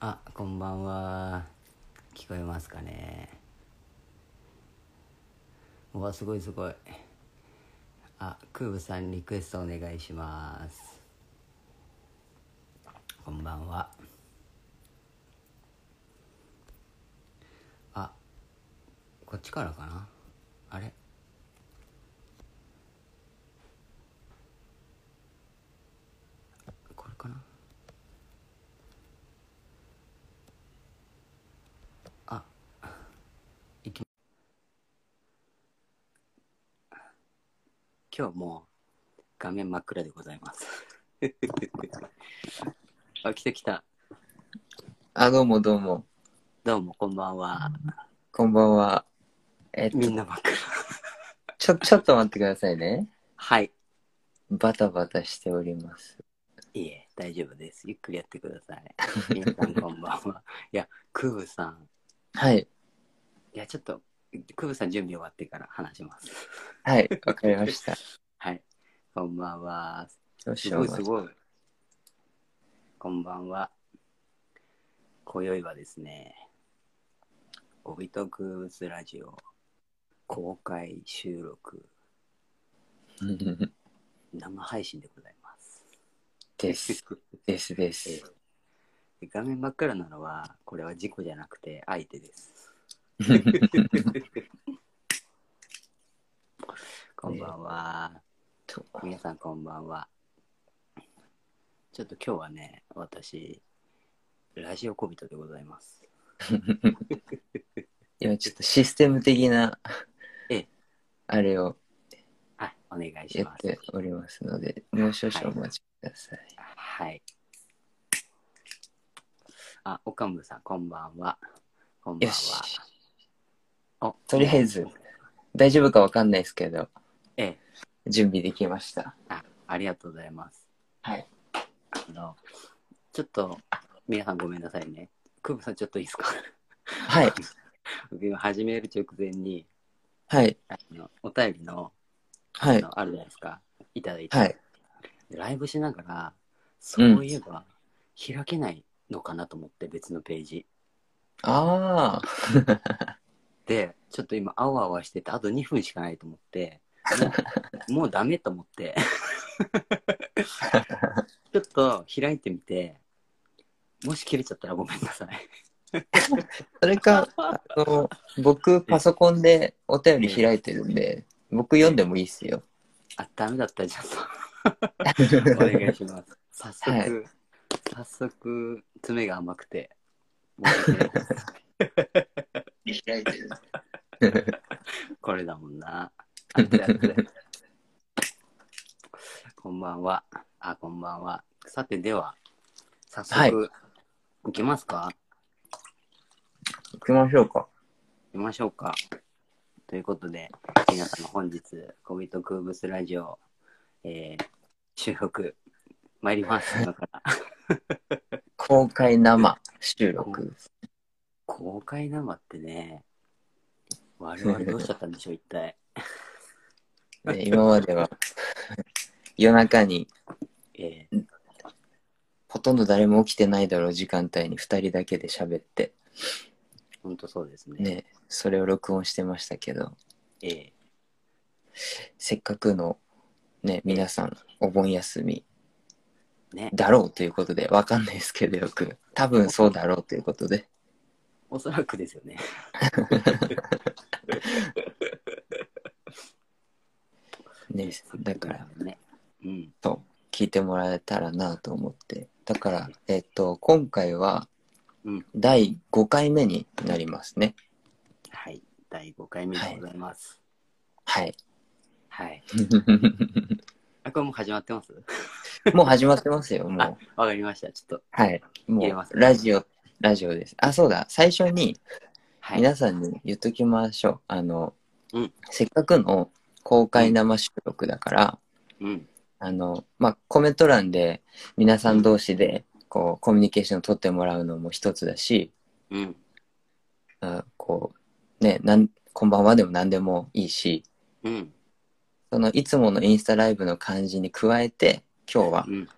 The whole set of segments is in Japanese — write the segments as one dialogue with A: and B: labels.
A: あこんばんは聞こえますかねうわすごいすごいあクーブさんリクエストお願いしますこんばんはあこっちからかなあれこれかな今日も画面真っ暗でございます。 あ、来た来た。
B: あ、どうもどうも。
A: どうもこんばんは。
B: こんばんは。えっと
A: み、んな真っ暗。
B: ちょ、ちょっと待ってくださいね。
A: はい。
B: バタバタしております。
A: いいえ、大丈夫です。ゆっくりやってください。皆さんこんばんは。いや、クーブさん。
B: はい。
A: いや、ちょっと、クーブさん準備終わってから話します。
B: はい。わかり ました。
A: はい。こんばんは。
B: どう
A: す
B: しよ
A: ご
B: う
A: いすごい。こんばんは。今宵はですね、おびとくぶつラジオ公開収録
B: うん
A: 生配信でございます。
B: です。ですで
A: え
B: す。
A: え画面真っ暗なのは、これは事故じゃなくて相手 です。こんばんは。
B: と
A: 皆さんこんばんは。ちょっと今日はね、私、ラジオ小人でございます。
B: 今ちょっとシステム的な
A: ええ、
B: あれを
A: はい、お願いし
B: や
A: ま
B: っ
A: す。
B: ておりますので、もう少々お待ちください。
A: はい。あ、岡村さん、こんばんは。こんばん
B: よ
A: は。
B: し。
A: お
B: とりあえず、大丈夫かわかんないですけど、
A: ええ、
B: 準備できました。
A: あありがとうございます。
B: はい。
A: あの、ちょっと、皆さんごめんなさいね。久保さん、ちょっといいですか
B: はい。
A: 今始める直前に、
B: はい。
A: あのお便りの、
B: は
A: あ
B: い。
A: のあるじゃないですか。いただいて。
B: はい。
A: ライブしながら、そういえば、開けないのかなと思って、別のページ。
B: ああ。
A: で、ちょっと今、あわあわしてて、あと2分しかないと思って、もうもうダメと思って、 ちょっと開いてみて、もし切れちゃったらごめんなさい。
B: それか、あの、僕、パソコンでお便り開いてるんで、僕読んでもいいっすよ。
A: あ、ダメだったらちょっとお願いします。早速、
B: はい
A: 早速、爪が甘くて。申し訳ないです
B: 開いてる。
A: これだもんな。あこれこれ こんばんは。あ、こんばんは。さて、では、早速、、
B: はい
A: きますか
B: 行きましょうか。
A: 行きましょうか。ということで、皆様本日、小人空物ラジオ、えー、収録、参ります。今から、
B: 公開生収録。
A: 公開生ってね、我々どうしちゃったんでしょう、一体。
B: ね今までは、夜中に、
A: え
B: ほとんど誰も起きてないだろう時間帯に2人だけで喋って、
A: ー、ほんとそうですね。
B: ね、それを録音してましたけど、
A: えー、
B: せっかくの、ね、皆さん、お盆休み
A: ね、
B: だろうということで、わかんないですけど、よく。多分そうだろうということで。
A: おそらくですよね。
B: ね、だから、
A: ね。うん。
B: と聞いてもらえたらなと思ってだから、えっと今回は
A: うん
B: 第5回目になりますね、
A: はい。第5回目でございます。
B: はい
A: はい。あ、これもう始まってます
B: もう始まってますよもう
A: わかりました。ちょっと。
B: はいも
A: 入れま
B: う
A: す
B: ラジオラジオですあそうだ最初に
A: はい。
B: 皆さんに言っときましょう、あの、
A: うん
B: せっかくの公開生収録だから、
A: うん。
B: あのまあコメント欄で皆さん同士でこうコミュニケーションを取ってもらうのも一つだし、
A: うん。
B: あこう、ね、なん、こんばんはでも何でもいいし、
A: うん。
B: そのいつものインスタライブの感じに加えて、今日は
A: うん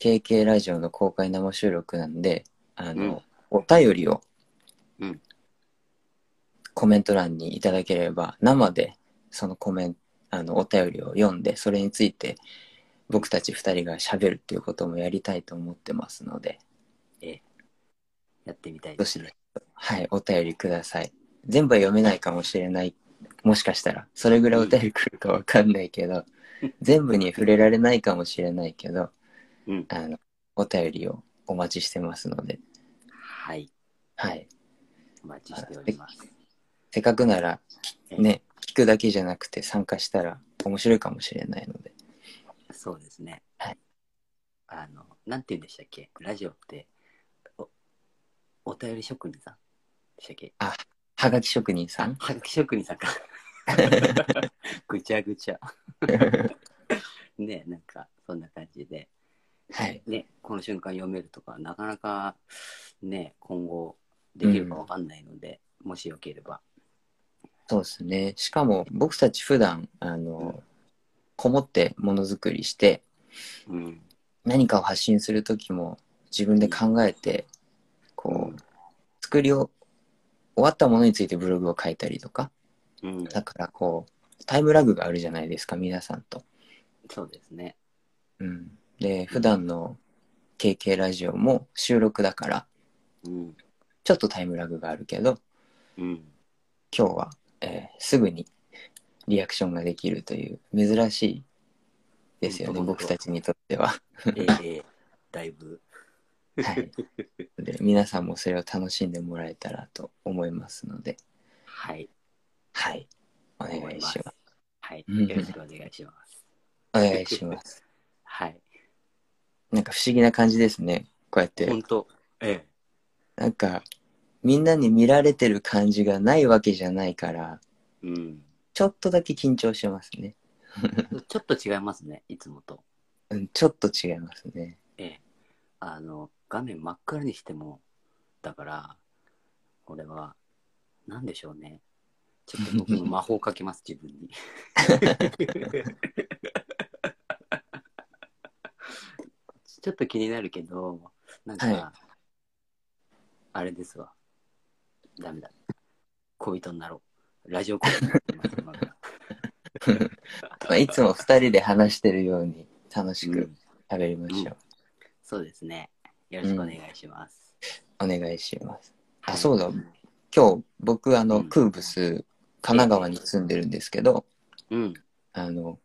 B: KK ラジオの公開生収録なんで、あの、お便りを、
A: うん
B: コメント欄にいただければ、生でそのコメンあのお便りを読んで、それについて僕たち二人が喋るっていうこともやりたいと思ってますので、
A: やってみたいで
B: どし
A: す
B: どし、はい、お便りください。全部は読めないかもしれない。もしかしたら、それぐらいお便り来るかわかんないけど、全部に触れられないかもしれないけど、
A: うん
B: あの、お便りをお待ちしてますので、
A: はい。
B: はい。
A: お待ちしております。
B: せっかくなら、きね、聞くだけじゃなくて参加したら面白いかもしれないので、
A: そうですね。
B: はい
A: あの、なんて言うんでしたっけラジオって、お、お便り職人さんでしたっけ
B: はがき職人さん
A: はがき職人さん か。ぐちゃぐちゃ。ねなんか、そんな感じで。
B: はい。
A: ね、この瞬間読めるとか、なかなか、ね、今後できるかわかんないので、もしよければ。
B: そうですね。しかも僕たち普段、あの、こもってものづくりして、
A: うん。
B: 何かを発信する時も自分で考えて、こ
A: うん
B: う作りを終わったものについてブログを書いたりとか
A: うん。
B: だからこうタイムラグがあるじゃないですか皆さんと。
A: そうですね。
B: うん、で普段の KK ラジオも収録だから
A: うん。
B: ちょっとタイムラグがあるけど
A: うん。
B: 今日は、えーすぐにリアクションができるという珍しいですよ
A: 本
B: ね
A: 当本当
B: 僕たちにとっては。
A: ええだいぶ。
B: はい、で皆さんもそれを楽しんでもらえたらと思いますので。
A: はい。
B: はい。お願いし
A: 思
B: ま。
A: ますはい。
B: うん
A: よろしくお願いします。
B: お願いします。
A: はい。
B: なんか不思議な感じですね。こうやって。
A: 本当え
B: なんか、みんなに見られてる感じがないわけじゃないから、
A: え。うん。
B: ちょっとだけ緊張しますね。
A: ちょっと違いますね、いつもと。
B: うん、ちょっと違いますね。
A: ええ。あの、画面真っ暗にしても、だから、これは、なんでしょうね。ちょっと僕も魔法かけます、自分に。 ちょっと気になるけど、なんか、
B: は
A: あれですわ。ダメだ。恋人になろう。ラジオ恋人になります今から
B: まあ、いつも二人で話してるように楽し
A: う
B: く
A: ん
B: 喋りましょう。
A: そうですね。よろしくお願いします。
B: お願いします。あ、そううだ。
A: ん。
B: 今日、僕、あ
A: う
B: の、
A: ん
B: クーブス、神奈川に住んでるんですけど、
A: うん。
B: あの、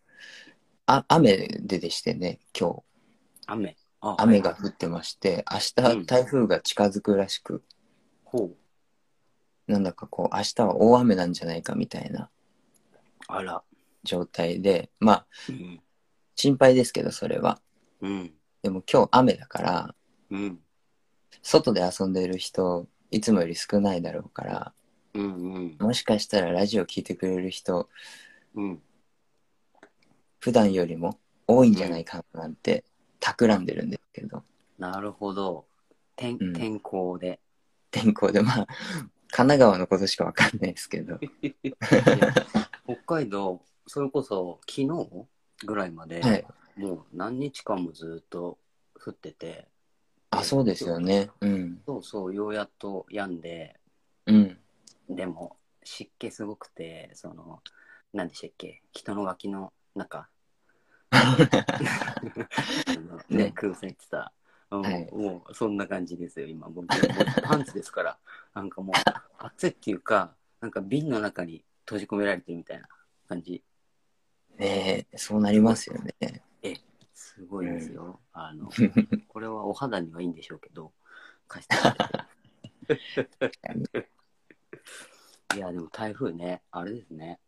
B: あ雨ででしてね、今日。
A: 雨。あ
B: 雨が。降ってまして、明
A: うん
B: 日台風が近づくらしく、
A: ほう。
B: なんだかこう、明日は大雨なんじゃないかみたいな
A: あら。
B: 状態で、まあ、
A: うん。
B: 心配ですけど、それは。
A: うん。
B: でも今日雨だから、
A: うん。
B: 外で遊んでる人、いつもより少ないだろうから、
A: うん。うん。
B: もしかしたらラジオ聞いてくれる人、
A: うん。
B: 普段よりも多いんじゃないかなんて、企んでるんですけど、
A: なるほど。天、
B: うん
A: 天候で。
B: 天候で、まあ、神奈川のことしかわかんないですけど、
A: いや北海道、それこそ昨日ぐらいまで、
B: はい。
A: もう何日間もずっと降ってて、
B: あ、そうですよね。うん。
A: そうそう、ようやっと病んで、
B: うん。
A: でも湿気すごくて、その、何でしたっけ、人の脇の中、 あのね、
B: ね
A: 空船ってさ、うん
B: はい
A: もうそんな感じですよ、今。僕、もうパンツですから、なんかもう、暑いっていうか、なんか瓶の中に閉じ込められてるみたいな感じ、
B: ねえ、そうなりますよね。、
A: すごいですよ。あ のこれはお肌にはいいんでしょうけど、貸してもらって。いや、でも台風ね、あれですね。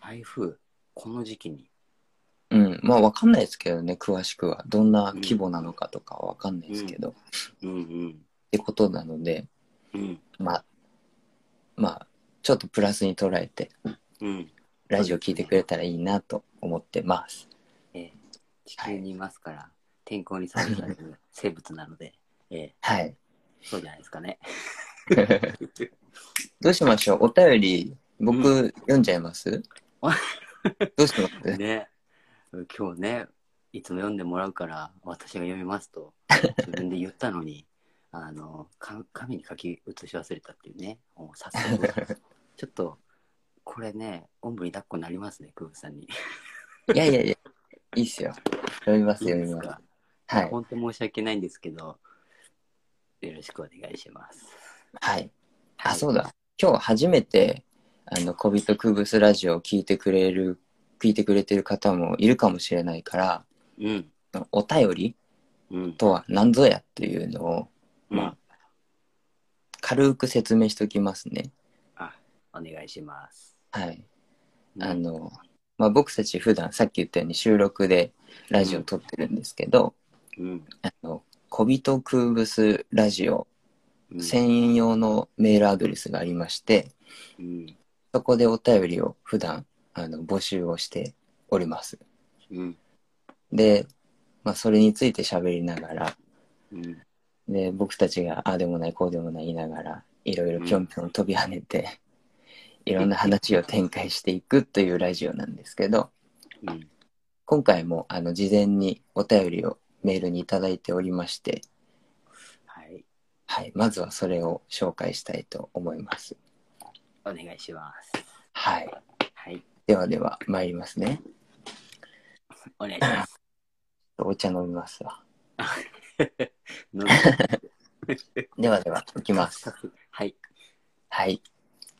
A: 台風、この時期に。
B: うん、まあわかんないですけどね、詳しくは。どんな規模なのかとかはわかんないですけど、っ
A: うん
B: てことなので、
A: うん。うん
B: まあ、まあ、ちょっとプラスに捉えて、
A: うん。
B: ラジオ聞いてくれたらいいなと思ってます。
A: えー地球にいますから、天候に左右される生物なので、え
B: はい。
A: ーそうじゃないですかね。
B: どうしましょうお便り、僕、
A: う
B: 読んじゃいます
A: あ
B: どうします
A: ね、今日ね、いつも読んでもらうから、私が読みます と、自分で言ったのに、あの、か紙に書き写し忘れたっていうね、もう早 速、ちょっと、これね、おんぶに抱っこになりますね、空腹さんに。
B: いやいやいや、いいっすよ。読みます、
A: いい
B: 読
A: で
B: み
A: す
B: ます。
A: か。
B: はい。
A: 本当申し訳ないんですけど、よろしくお願いします。
B: はい。あ、そううだ。今日初めて、あの、小人クブスラジオを聞いてくれる、聞いてくれてる方もいるかもしれないから、
A: うん、
B: お便り
A: うん、
B: とは何ぞやっていうのを、
A: うん
B: まあ、軽く説明しておきますね。
A: お願いします。
B: はい。あの、まあ、僕たち普段さっき言ったように収録でラジオ撮ってるんですけど、
A: うん、
B: あの、小人クブスラジオ
A: うん、
B: 専用のメールアドレスがありまして、
A: うん、
B: そこでお便りを普段あの募集をしております。
A: うん、
B: で、まあ、それについて喋りながら、
A: うん、
B: で、僕たちがああでもない、こうでもない言いながら、いろいろぴょんぴょん飛び跳ねて、いろんな話を展開していくというラジオなんですけど、
A: うん、
B: 今回もあの事前にお便りをメールにいただいておりまして、
A: はい、
B: はい、まずはそれを紹介したいと思います。
A: お願いします。
B: はい。
A: はい、
B: ではでは、参りますね。
A: お願いします。
B: お茶飲みますわ。
A: の
B: ではでは、いきます。
A: はい、
B: はい。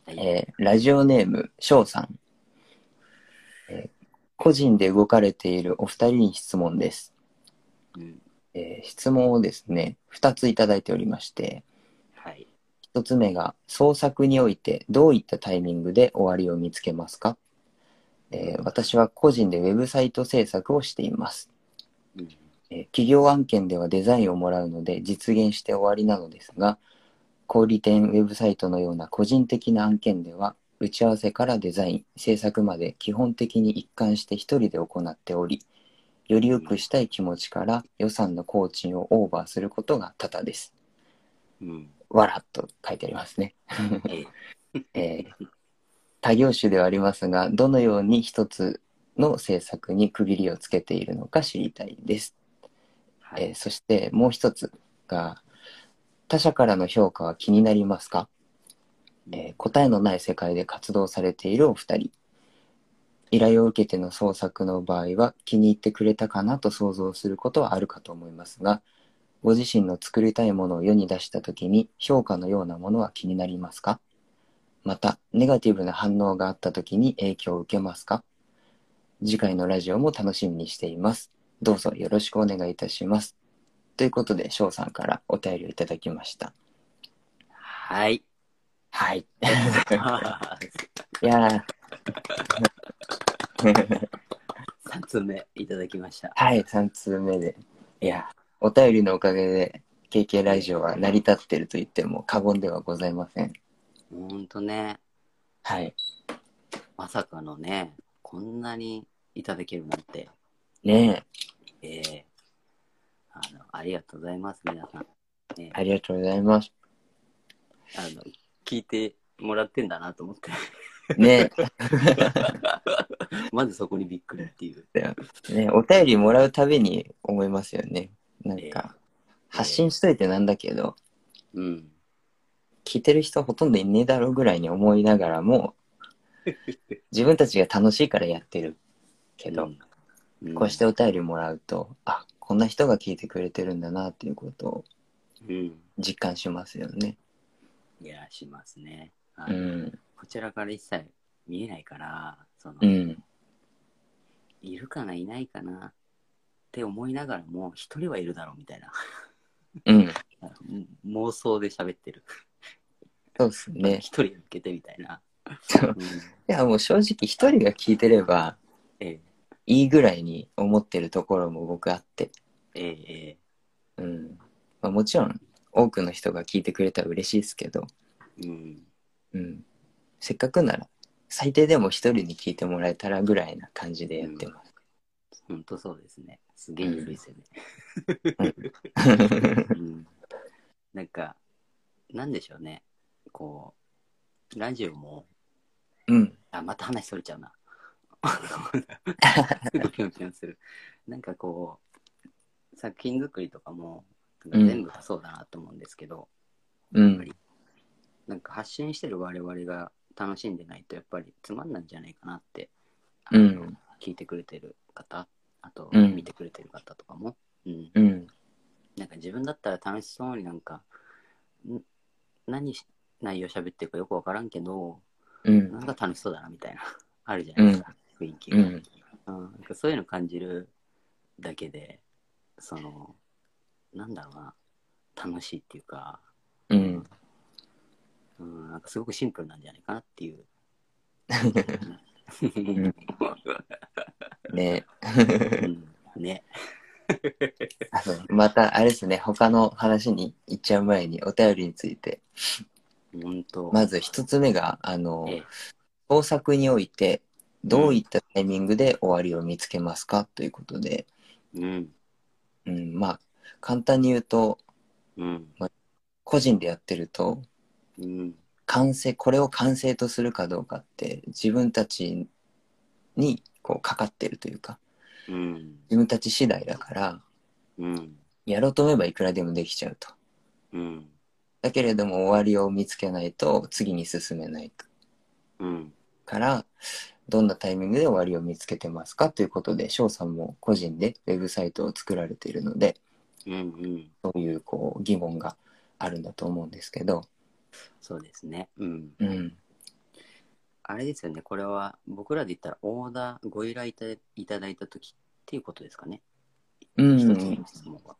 A: はい、
B: えーラジオネーム、翔さん、えー個人で動かれているお二人に質問です。
A: うん、
B: えー質問をですね、二ついただいておりまして、
A: はい、
B: 一つ目が、創作においてどういったタイミングで終わりを見つけますか、えー私は個人でウェブサイト制作をしています、
A: うん、
B: えー企業案件ではデザインをもらうので実現して終わりなのですが、小売店ウェブサイトのような個人的な案件では、打ち合わせからデザイン、制作まで基本的に一貫して一人で行っており、より良くしたい気持ちから予算の工賃をオーバーすることが多々です。
A: うん、
B: わらっと書いてありますね。
A: ええ
B: えー多業種ではありますが、どのように一つの政策に区切りをつけているのか知りたいです。
A: は
B: えー
A: い、
B: そしてもう一つが、他者からの評価は気になりますか、えー答えのない世界で活動されているお二人。依頼を受けての創作の場合は気に入ってくれたかなと想像することはあるかと思いますが、ご自身の作りたいものを世に出した時に評価のようなものは気になりますかまた、ネガティブな反応があった時に影響を受けますか次回のラジオも楽しみにしています。どうぞよろしくお願いいたします。ということで、翔さんからお便りをいただきました。
A: はい、
B: はい。
A: 3
B: いやー
A: つ目いただきました。
B: はい、3通目で。いや、お便りのおかげで、KK ラジオは成り立ってると言っても過言ではございません。
A: ほんとね、
B: はい。
A: まさかのね、こんなにいただけるなんて、
B: ね
A: ええあの、ありがとうございます、皆さん。ね
B: え、ありがとうございます。
A: あの、聞いてもらってんだなと思って、
B: ね
A: まずそこにびっくりっていう。
B: え、 ねえお便りもらうたびに思いますよね。なんか、発信しといてなんだけど、
A: うん。
B: 聞いてる人ほとんどいねえだろうぐらいに思いなが らも、自分たちが楽しいからやってるけど、
A: うん
B: こうしてお便りもらうと、あ、こんな人が聞いてくれてるんだなっていうことを
A: うん。
B: 実感しますよね。
A: いや、しますね。は
B: う
A: い
B: ん。
A: こちらから一切見えないから、その、
B: うん。
A: いるかないないかなって思いながらも、一人はいるだろうみたいな
B: うん。
A: 妄想で喋ってる。
B: そうです
A: 一
B: ね。
A: 人抜けてみたいな。
B: そう
A: うん
B: いや、もう正直一人が聞いてれば
A: ええ、
B: いいぐらいに思ってるところも僕あって。
A: ええ、ええ。
B: うん。まあ、もちろん、多くの人が聞いてくれたら嬉しいですけど、
A: うん。
B: うん。せっかくなら、最低でも一人に聞いてもらえたらぐらいな感じでやってます。
A: ほんとそうですね。すげえ緩いですよね。うんなんか、なんでしょうね。こう、ラジオも、
B: うん。
A: あ、また話それちゃうな。すぐぴょんぴょんする。なんかこう、作品作りとかも、なんか全部がそうだなと思うんですけど、
B: う
A: やっぱ
B: ん
A: り、なんか発信してる我々が楽しんでないと、やっぱりつまんないんじゃないかなって、あの
B: うん
A: 聞いてくれてる方、あと、
B: うん
A: 見てくれてる方とかも、うん、
B: うん
A: なんか自分だったら楽しそうになんか、ん何し内容喋ってるかよくわからんけど、
B: う
A: なんんか楽しそうだなみたいな、 あるじゃないですか、雰囲気が、
B: う
A: うんんなんかそういうの感じるだけで、その、なんだろうな、楽しいっていうか、
B: うん
A: うん、なんかすごくシンプルなんじゃないかなって いう。
B: ね
A: うんね。
B: あのまたあれですね他の話に行っちゃう前にお便りについて
A: ほんと。
B: まず一つ目があの
A: ええ
B: 創作においてどういったタイミングで終わりを見つけますかということで、
A: うん。
B: うん、まあ簡単に言うと
A: うん。
B: 個人でやってると
A: うん。
B: 完成これを完成とするかどうかって自分たちにこうかかってるというか
A: うん。
B: 自分たち次第だから
A: うん。
B: やろうと思えばいくらでもできちゃうと
A: うん。
B: だけれども終わりを見つけないと次に進めない
A: うん。
B: からどんなタイミングで終わりを見つけてますかということで翔さんも個人でウェブサイトを作られているので
A: うん。うん。
B: そういうこう疑問があるんだと思うんですけど、
A: そうですね。うん。
B: うん、
A: あれですよね、これは僕らで言ったらオーダー、ご依頼いたいただいたときっていうことですかね。
B: う
A: 一つ目
B: ん
A: の質問は。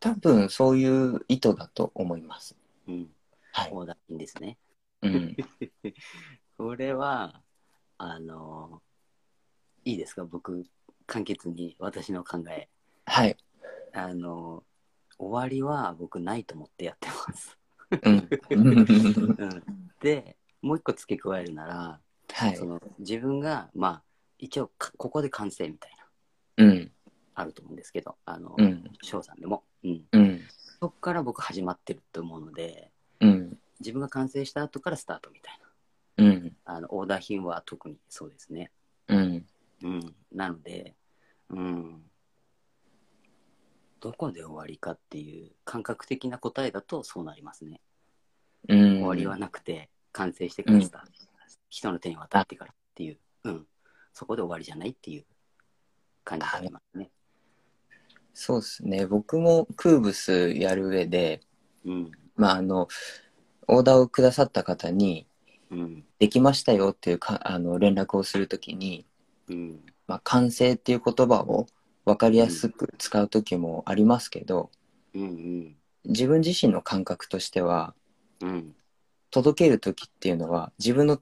B: 多分そういう意図だと思います。
A: うん。
B: はい
A: オーダー品ですね。
B: うん、
A: これは、あの、いいですか、僕、簡潔に私の考え。
B: はい、
A: あの、終わりは僕ないと思ってやってます。
B: うん、
A: うん、で、もう一個付け加えるなら、
B: はい
A: そ、の自分が、まあ、一応かここで完成みたいな、
B: うん、
A: あると思うんですけど、あの
B: う、ん、
A: 翔、さんでも。うん
B: うん、
A: そこから僕始まってると思うので、
B: うん、
A: 自分が完成した後からスタートみたい
B: うん、
A: な。あの、オーダー品は特にそうですね。
B: うん、
A: うん。なので、うん。どこで終わりかっていう感覚的な答えだとそうなりますね。
B: うん、
A: 終わりはなくて、完成してからスタート。人の手に渡ってからっていう。うん。そこで終わりじゃないっていう感じがありますね。
B: そうですね。僕もクーブスやる上で、
A: うん。
B: まああのオーダーをくださった方に
A: うん。
B: できましたよっていうかあの連絡をするときに、
A: うん。
B: まあ完成っていう言葉を分かりやすく使う時もありますけど、
A: うん。うん。
B: 自分自身の感覚としては
A: うん。
B: 届ける時っていうのは自分の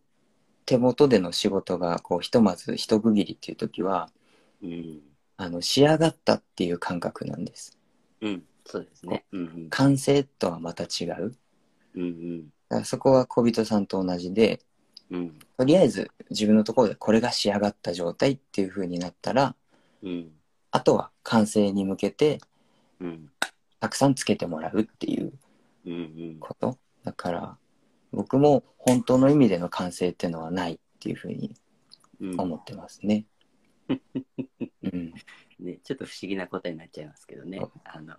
B: 手元での仕事がこうひとまず一区切りっていう時は
A: うん。
B: あの仕上がったっていう感覚なんです
A: うん。そうですね。うん。
B: 完成とはまた違う
A: うん。うん。
B: だからそこは小人さんと同じで
A: うん。
B: とりあえず自分のところでこれが仕上がった状態っていう風になったら
A: うん。
B: あとは完成に向けて
A: うん。
B: たくさんつけてもらうっていう
A: うんうん。
B: ことだから僕も本当の意味での完成っていうのはないっていうふうに
A: うん
B: 思ってます ね。うん、
A: ね、ちょっと不思議な答えになっちゃいますけどね
B: そう。
A: あの、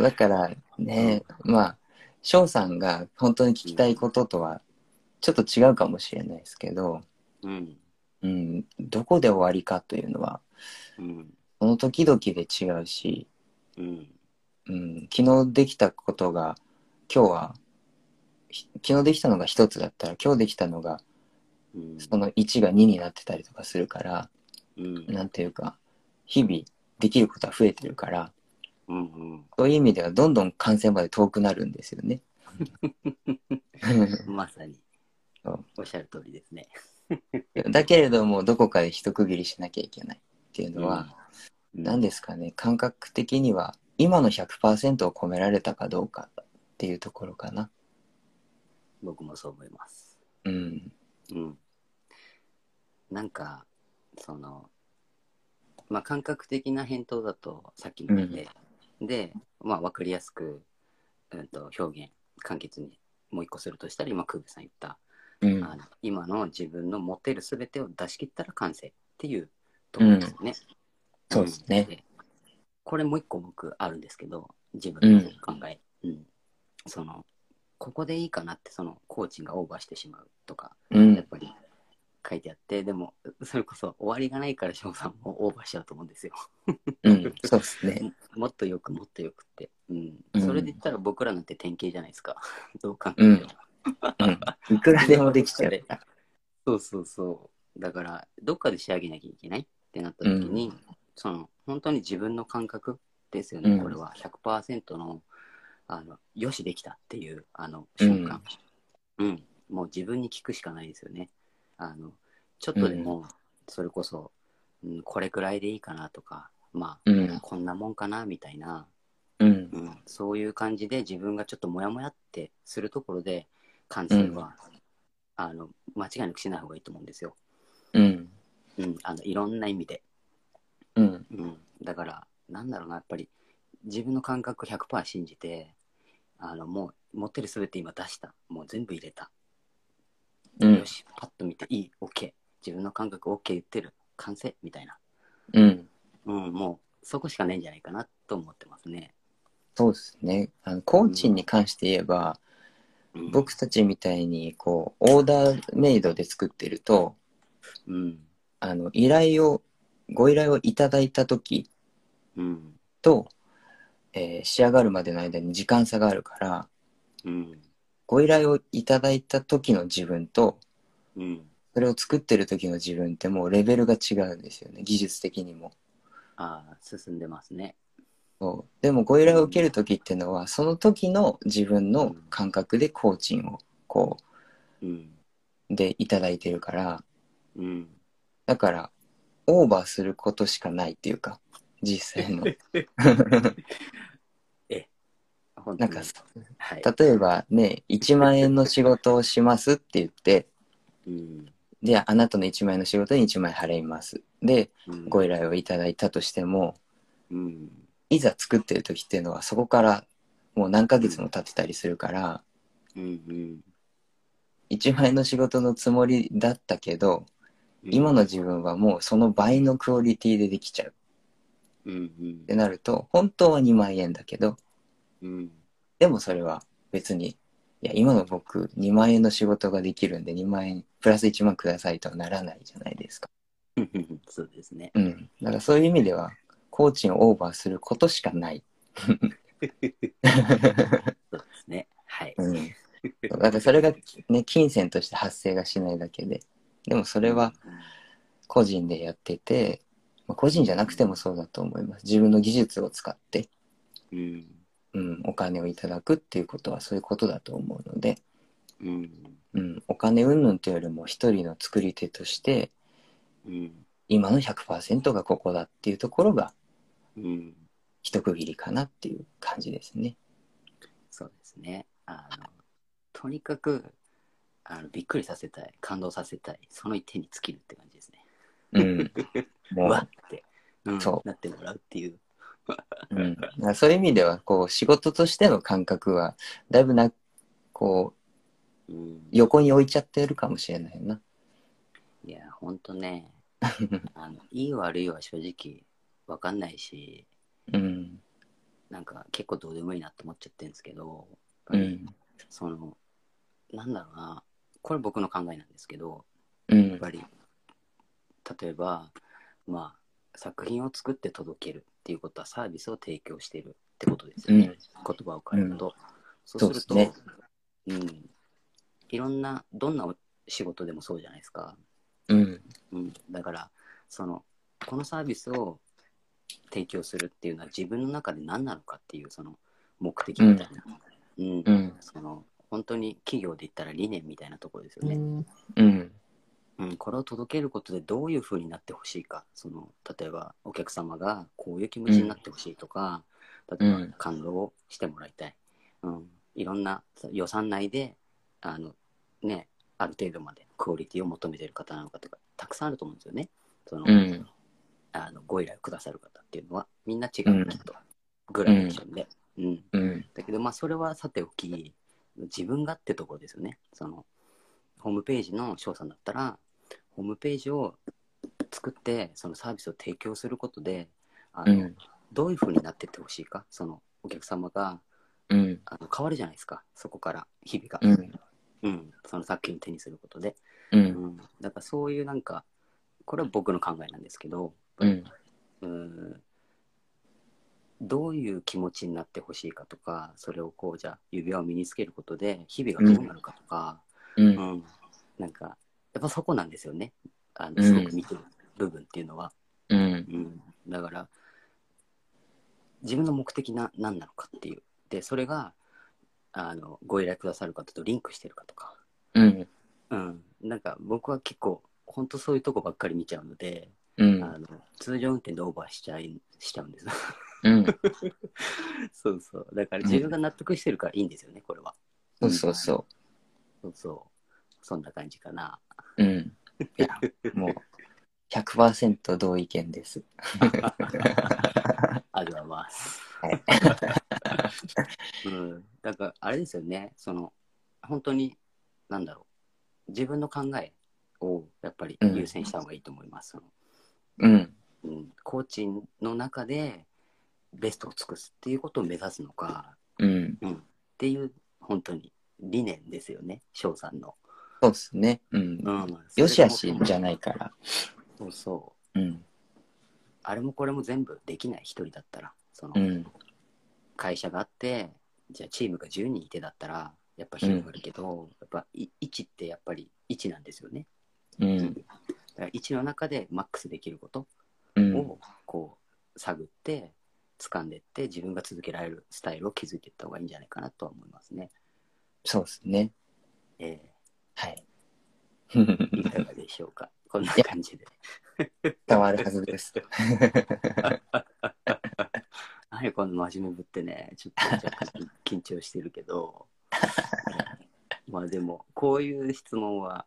B: だからねまあ翔さんが本当に聞きたいこととはちょっと違うかもしれないですけど、
A: うん、
B: うん、どこで終わりかというのは
A: うん、
B: その時々で違うし
A: うん、
B: うん、昨日できたことが今日はひ昨日できたのが一つだったら今日できたのが
A: うん、
B: その1が2になってたりとかするから
A: うん、
B: なんていうか日々できることは増えてるから
A: うん、うん
B: そういう意味ではどんどん完成まで遠くなるんですよ ね。
A: まさに
B: そう、
A: おっしゃる通りですね。
B: だけれどもどこかで一区切りしなきゃいけないっていうのは
A: うん、
B: 何ですかね感覚的には今の100%を込められたかどうかっていうところかな。
A: 僕もそう思います。
B: うん、
A: うん。なんか、その、まあ、感覚的な返答だと、さっきので、で、まあ、わかりやすく、うんと、表現、簡潔にもう一個するとしたら、今、クーブさん言った、
B: うん
A: あの今の自分の持てるすべてを出し切ったら完成っていうところですよね。
B: そうですね
A: ん。これもう一個僕あるんですけど、自分の考え。うんそのここでいいかなってそのコーチがオーバーしてしまうとか、
B: う
A: やっ
B: ん
A: ぱり書いてあって、でもそれこそ終わりがないから翔さんもオーバーしちゃうと思うんですよ。
B: うんそうですね
A: もっとよくもっとよくって、うん
B: うん
A: それで言ったら僕らなんて典型じゃないですか どう考えても、
B: うんうんいくらでもできちゃう
A: そうそうそうだからどっかで仕上げなきゃいけないってなった時に、その本当に自分の感覚ですよね、
B: うん
A: これは100%のあのよしできたっていうあの瞬間、うんもう自分に聞くしかないですよねあのちょっとでもそれこそ、うん、これくらいでいいかなとかまあ、
B: うん
A: こんなもんかなみたいな
B: うん
A: うん、そういう感じで自分がちょっとモヤモヤってするところで完成は、あの間違いなくしない方がいいと思うんですよ。
B: うん
A: うん、あのいろんな意味で、
B: うん
A: うん、だからなんだろうなやっぱり自分の感覚100%信じてあのもう持ってる全て今出したもう全部入れた、
B: うん
A: よしパッと見ていい OK 自分の感覚 OK 言ってる完成みたいな、
B: うん
A: うん、もうそこしかないんじゃないかなと思ってますね。
B: そうですねあのコーチに関して言えば、
A: うん、
B: 僕たちみたいにこうオーダーメイドで作ってると
A: うん、
B: あの依頼をご依頼をいただいた時
A: うん、
B: と、えー仕上がるまでの間に時間差があるから
A: うん、
B: ご依頼をいただいた時の自分と
A: うん。
B: それを作ってる時の自分ってもうレベルが違うんですよね技術的にも
A: ああ、進んでますね。
B: そうでもご依頼を受ける時っていうのはその時の自分の感覚でコーチンをこ
A: うん。
B: うでいただいてるから
A: うん。
B: だからオーバーすることしかないっていうか 実際の
A: 本
B: な
A: 当
B: ん
A: に
B: か
A: はい。
B: 例えばね1万円の仕事をしますって言って
A: うん。
B: であなたの1万円の仕事に1万円払いますで
A: うん
B: ご依頼をいただいたとしても
A: うん。
B: いざ作ってる時っていうのはそこからもう何ヶ月も経ってたりするから
A: うん。うん。
B: 1万円の仕事のつもりだったけど今の自分はもうその倍のクオリティでできちゃう
A: うん。うん
B: ってなると本当は2万円だけど
A: うん。
B: でもそれは別にいや今の僕2万円の仕事ができるんで2万円プラス1万くださいとはならないじゃないですか。
A: うん。そうですね。
B: うん、だからそういう意味ではコーチをオーバーすることしかない、
A: そうですね。はい。
B: うん、だからそれが、ね、金銭として発生がしないだけででもそ
A: そ
B: れは、個人でやってて、まあ、個人じゃなくてもそうだと思います自分の技術を使って、
A: うん。
B: うん、お金をいただくっていうことはそういうことだと思うので、
A: うん。
B: うん、お金云々というよりも一人の作り手として
A: うん。
B: 今の100%がここだっていうところが
A: うん。
B: 一区切りかなっていう感じですね。
A: そうですね。あの、とにかく、あのびっくりさせたい、感動させたい、その手に尽きるって感じですね。
B: うん、も
A: うわって、うん、
B: そ
A: なってもらうっていう。
B: うん、だからそういう意味ではこう仕事としての感覚はだいぶなこう
A: うん。
B: 横に置いちゃってるかもしれないな。
A: いや、ほんとね、あのいい悪いは正直わかんないし、
B: うん
A: なんか結構どうでもいいなって思っちゃってるんですけど、
B: うん
A: その、なんだろうな、これ僕の考えなんですけど、
B: う
A: やっ
B: ん
A: ぱり、例えば、まあ、作品を作って届けるっていうことはサービスを提供してるってことですよね。
B: うん
A: 言葉を変えると。そうすると
B: そうです
A: うん、いろんな、どんなお仕事でもそうじゃないですか。
B: うん
A: うん、だからそのこのサービスを提供するっていうのは自分の中で何なのかっていうその目的みたいな、うん
B: うん
A: その本当に企業で言ったら理念みたいなところですよね、
B: うん
A: うん、これを届けることでどういう風になってほしいかその例えばお客様がこういう気持ちになってほしいとか、例えば
B: うん
A: 感動をしてもらいたい、うん、いろんなそう予算内であの、ね、ある程度までクオリティを求めてる方なのかとかたくさんあると思うんですよねその、
B: うん
A: あのご依頼をくださる方っていうのはみんな違うなと、グラデーションで、うん、
B: うん
A: だけどまあそれはさておき自分がってところですよねそのホームページの翔さんだったら、ホームページを作って、そのサービスを提供することで、あ
B: う
A: の
B: ん
A: どういうふうになってってほしいか、そのお客様が
B: うん
A: あの変わるじゃないですか、そこから、日々が。
B: うん
A: うん、その作品を手にすることで。
B: う
A: うんん、だからそういうなんか、これは僕の考えなんですけど、
B: うん
A: うんどういう気持ちになってほしいかとか、それをこう、じゃあ指輪を身につけることで、日々がどうなるかとか、
B: う
A: うんんなんか、やっぱそこなんですよね。あ
B: う
A: の
B: ん
A: すごく見てる部分っていうのは。
B: うん
A: うん、だから、自分の目的な何なのかっていう。で、それが、あの、ご依頼くださる方とリンクしてるかとか。
B: うん
A: うん。なんか僕は結構、本当そういうとこばっかり見ちゃうので、あの通常運転でオーバーしちゃいしちゃうんです。
B: うん
A: そうそう。だから
B: うん
A: 自分が納得してるからいいんですよね、これは。
B: そうそうそう
A: そうそう。そんな感じかな。
B: うん。いや、もう、100%同意見です。
A: ありがとうございます。
B: はい
A: うん。だから、あれですよね。その、本当に、なんだろう。自分の考えを、やっぱり優先した方がいいと思います。その
B: うん。
A: うん、コーチの中で、ベストを尽くすっていうことを目指すのか、
B: うん。
A: っていう、本当に、理念ですよね。翔さんの。
B: そうですね。うん。
A: うん。
B: よしあしじゃ
A: ん。
B: ないから。
A: そうそう。
B: うん。
A: あれもこれも全部できない一人だったらその
B: うん。
A: 会社があって、じゃあチームが10人いてだったらやっぱ広がるけど、やっぱい1ってやっぱり1なんですよね、
B: うん。
A: だから1の中でマックスできること
B: うん。
A: をこう探って掴んでって自分が続けられるスタイルを築いていった方がいいんじゃないかなとは思いますね、
B: そうですね。
A: え
B: はい。
A: えいかがでしょうかこんな感じで
B: 伝わるはずです。
A: はいこの真面目ぶってねちょっと若干緊張してるけ どうんまあでもこういう質問は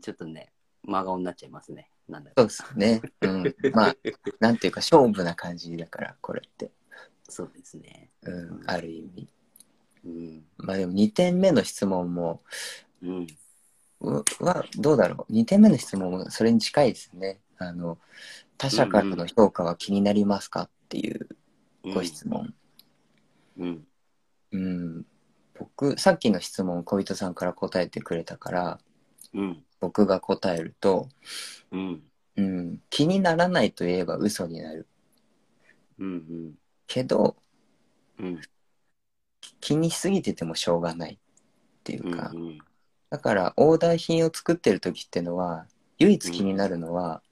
A: ちょっとね真顔になっちゃいますねなんだ
B: そ
A: ろ
B: うですね。うん。まあ、なんていうか、勝負な感じだから、これって。
A: そうですね
B: うん。ある意味。
A: うん
B: まあでも、2点目の質問も、
A: うん
B: うはどうだろう2点目の質問もそれに近いですねあの他者からの評価は気になりますかっていうご質問
A: うん
B: うん、僕さっきの質問を小人さんから答えてくれたから
A: うん
B: 僕が答えると、
A: うん
B: うん、気にならないといえば嘘になる
A: うんうん
B: けど
A: うん
B: 気にしすぎててもしょうがないっていうか、
A: うん
B: だからオーダー品を作ってる時ってのは唯一気になるのは、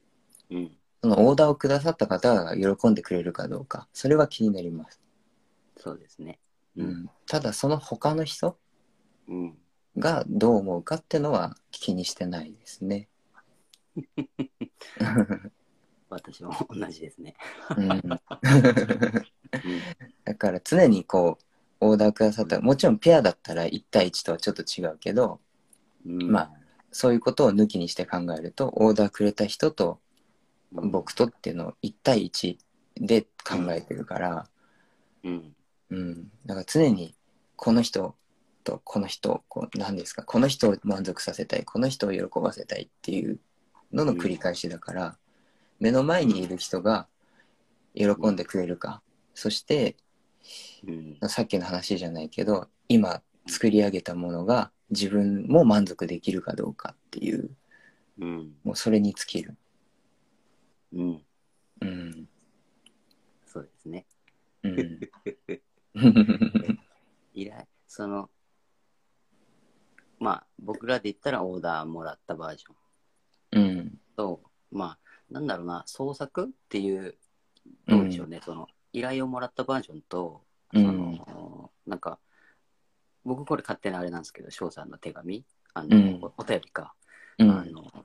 A: うん
B: そのオーダーをくださった方が喜んでくれるかどうかそれは気になります
A: そうですねう
B: うんん、ただその他の人
A: うん
B: がどう思うかってのは気にしてないですね。
A: 私も同じです ね
B: うん、
A: うん
B: だから常にこうオーダーくださったもちろんペアだったら1対1とはちょっと違うけど
A: うん
B: まあそういうことを抜きにして考えるとオーダーくれた人と
A: うん
B: 僕とっていうのを1対1で考えてるから、
A: うん
B: うん、だから常にこの人とこの人をこう何ですかこの人を満足させたいこの人を喜ばせたいっていうのの繰り返しだから、目の前にいる人が喜んでくれるか、そして
A: うん
B: さっきの話じゃないけど今作り上げたものが自分も満足できるかどうかっていう
A: うん
B: もうそれに尽きる、
A: うん
B: うん
A: そうですね
B: うんうん
A: 依頼そのまあ僕らで言ったらオーダーもらったバージョン
B: うん
A: とまあなんだろうな創作っていうどうでしょうね、その依頼をもらったバージョンとその、なんか僕これ勝手なあれなんですけど翔さんの手紙あの、
B: うん
A: おお便りか、
B: う
A: あ
B: ん
A: の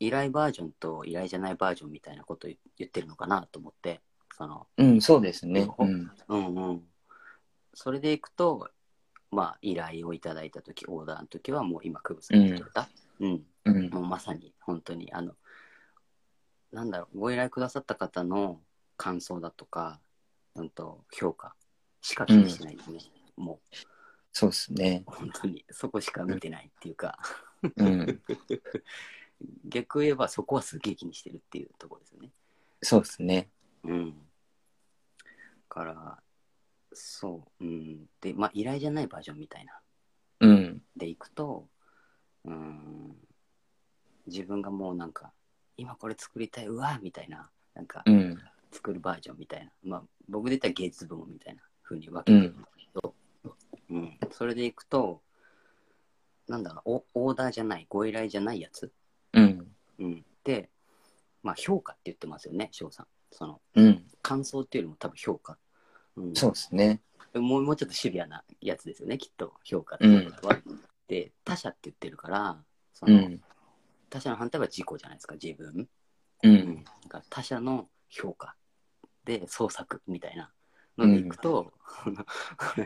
A: 依頼バージョンと依頼じゃないバージョンみたいなこと言言ってるのかなと思ってその
B: うんそうですねうん
A: うんうん。それでいくと、まあ、依頼をいただいたとき、オーダーのときは、もう今、久保さんが言ってくれた。うん。
B: うん
A: もうまさに、本当に、あの、なんだろう、ご依頼くださった方の感想だとか、うんと、評価しか気にしてないですね。も
B: そうですね
A: う、本当に、そこしか見てないっていうか、
B: うん。
A: 逆言えばそこはすげえ気にしてるっていうところですよね。
B: そうですね。
A: うん。だから、そう。うん。で、まあ、依頼じゃないバージョンみたいな。
B: うん。
A: でいくと、うん。自分がもうなんか、今これ作りたい、うわーみたいな、なんか
B: う、ん。
A: 作るバージョンみたいな。まあ、僕で言ったら芸術部門みたいな風に分けてるんだけど、うん。それでいくと、なんだろう、おオーダーじゃない、ご依頼じゃないやつ。
B: うん。
A: うん。で、まあ、評価って言ってますよね、翔さん。その、
B: うん。
A: 感想っていうよりも多分評価。うん、
B: そうですね。
A: もうもうちょっとシビアなやつですよね、きっと、評価っていうことは。で、他者って言ってるから、そうの
B: ん。
A: 他者の反対は自己じゃないですか、自分。
B: う。
A: うんだから他者の評価で創作みたいなのでいくと、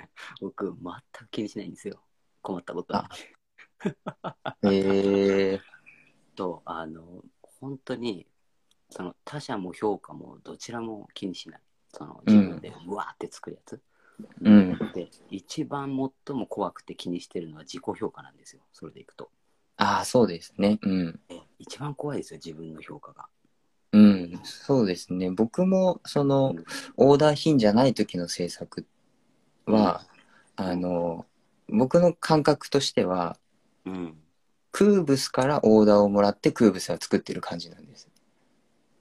A: 僕、全く気にしないんですよ、困ったことは
B: あ。ええ。
A: と、あの、本当に、その他者も評価もどちらも気にしない。その自分でうわーって作るやつ。
B: うん。
A: で一番最も怖くて気にしてるのは自己評価なんですよそれでいくと
B: ああ、そうですね。うん。
A: 一番怖いですよ自分の評価が
B: うん。そうですね。僕も、その、オーダー品じゃない時の制作は、あの、僕の感覚としては、
A: うん
B: クーブスからオーダーをもらってクーブスは作ってる感じなんです。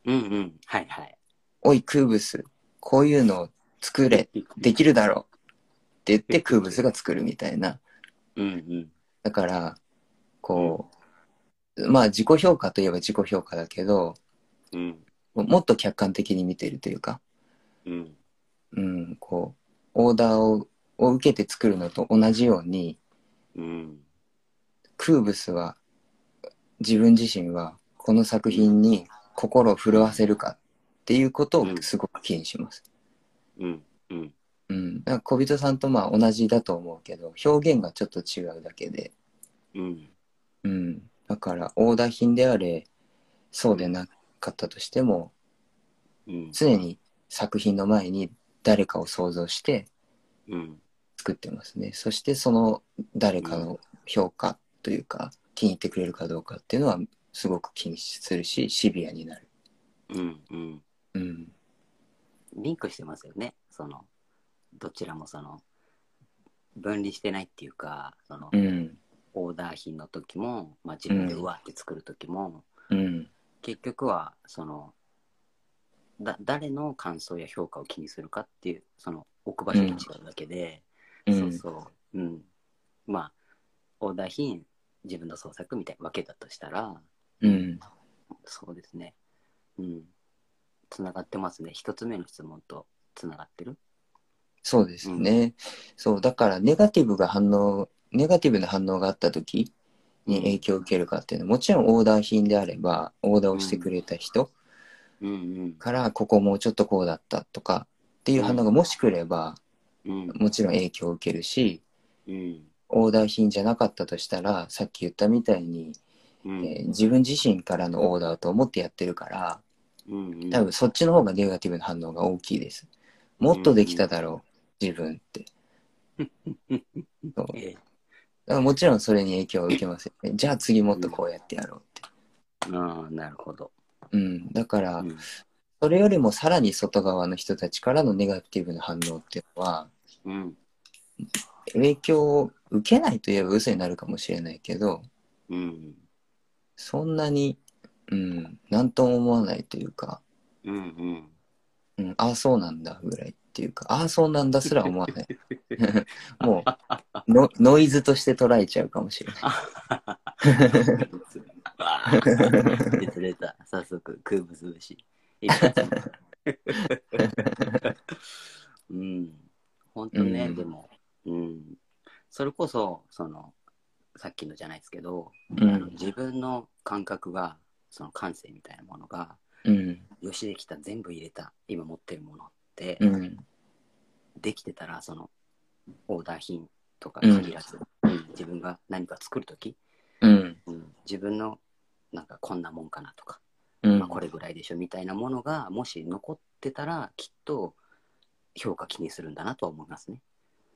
A: うんうんはいはい
B: おい、クーブス、こういうのを作れ、できるだろうって言ってクーブスが作るみたいな。
A: うんうん
B: だから、こう、まあ自己評価といえば自己評価だけど、
A: うん
B: もっと客観的に見てるというか、
A: うん
B: うん、こう、オーダーをを受けて作るのと同じように、
A: うん
B: クーブスは、自分自身はこの作品に心を震わせるかっていうことをすごく気にします。
A: うんうん
B: うん、だから小人さんとまあ同じだと思うけど表現がちょっと違うだけで、
A: うん
B: うん、だからオーダー品であれそうでなかったとしても
A: うん
B: 常に作品の前に誰かを想像して
A: うん
B: 作ってますねそしてその誰かの評価というか気に入ってくれるかどうかっていうのはすごく気にするしシビアになる、
A: うんうん
B: うん、
A: リンクしてますよねそのどちらもその分離してないっていうかその
B: うん
A: オーダー品の時も、まあ、自分でうわーって作る時も、
B: うん
A: 結局はそのだ誰の感想や評価を気にするかっていうその置く場所が違うだけで、
B: う
A: そうんそう、うん、まあオーダー品自分の創作みたいなわけだとしたら
B: うん
A: そうですねうんつながってますね一つ目の質問とつながってる
B: そうですね、そうだからネガティブが反応ネガティブな反応があった時に影響を受けるかっていうのはもちろんオーダー品であればオーダーをしてくれた人
A: うんうん
B: からここもうちょっとこうだったとかっていう反応がもしくれば
A: うん
B: もちろん影響を受けるし
A: うん
B: オーダー品じゃなかったとしたらさっき言ったみたいに、
A: う
B: え
A: ん
B: ー自分自身からのオーダーと思ってやってるから
A: うんうん
B: 多分そっちの方がネガティブな反応が大きいですもっとできただろう自分ってそうだか
A: ええ
B: らもちろんそれに影響を受けますよねじゃあ次もっとこうやってやろうって
A: ああなるほど、
B: うんだから、
A: うん
B: それよりもさらに外側の人たちからのネガティブな反応っていうのは、
A: うん
B: 影響を受けないといえば嘘になるかもしれないけど、
A: うん
B: そんなに、うん、なんとも思わないというか、
A: うんうん
B: うん、ああ、そうなんだぐらいっていうか、ああ、そうなんだすら思わない。 もうの、ノイズとして捉えちゃうかもしれない。
A: 出た出た。早速、空ブ潰し。一発目うん。本当ね、
B: うん
A: でも、うん。それこそ、その、さっきのじゃないですけど、
B: う
A: あの
B: ん、
A: 自分の感覚が、その感性みたいなものが、
B: うん、
A: よしできた、全部入れた、今持ってるものって、
B: うん、
A: できてたら、その、オーダー品とか限らず、うん自分が何か作るとき、
B: うん、
A: うん自分のなんかこんなもんかなとか、
B: うん
A: まあ、これぐらいでしょみたいなものがもし残ってたらきっと評価気にするんだなとは思いますね。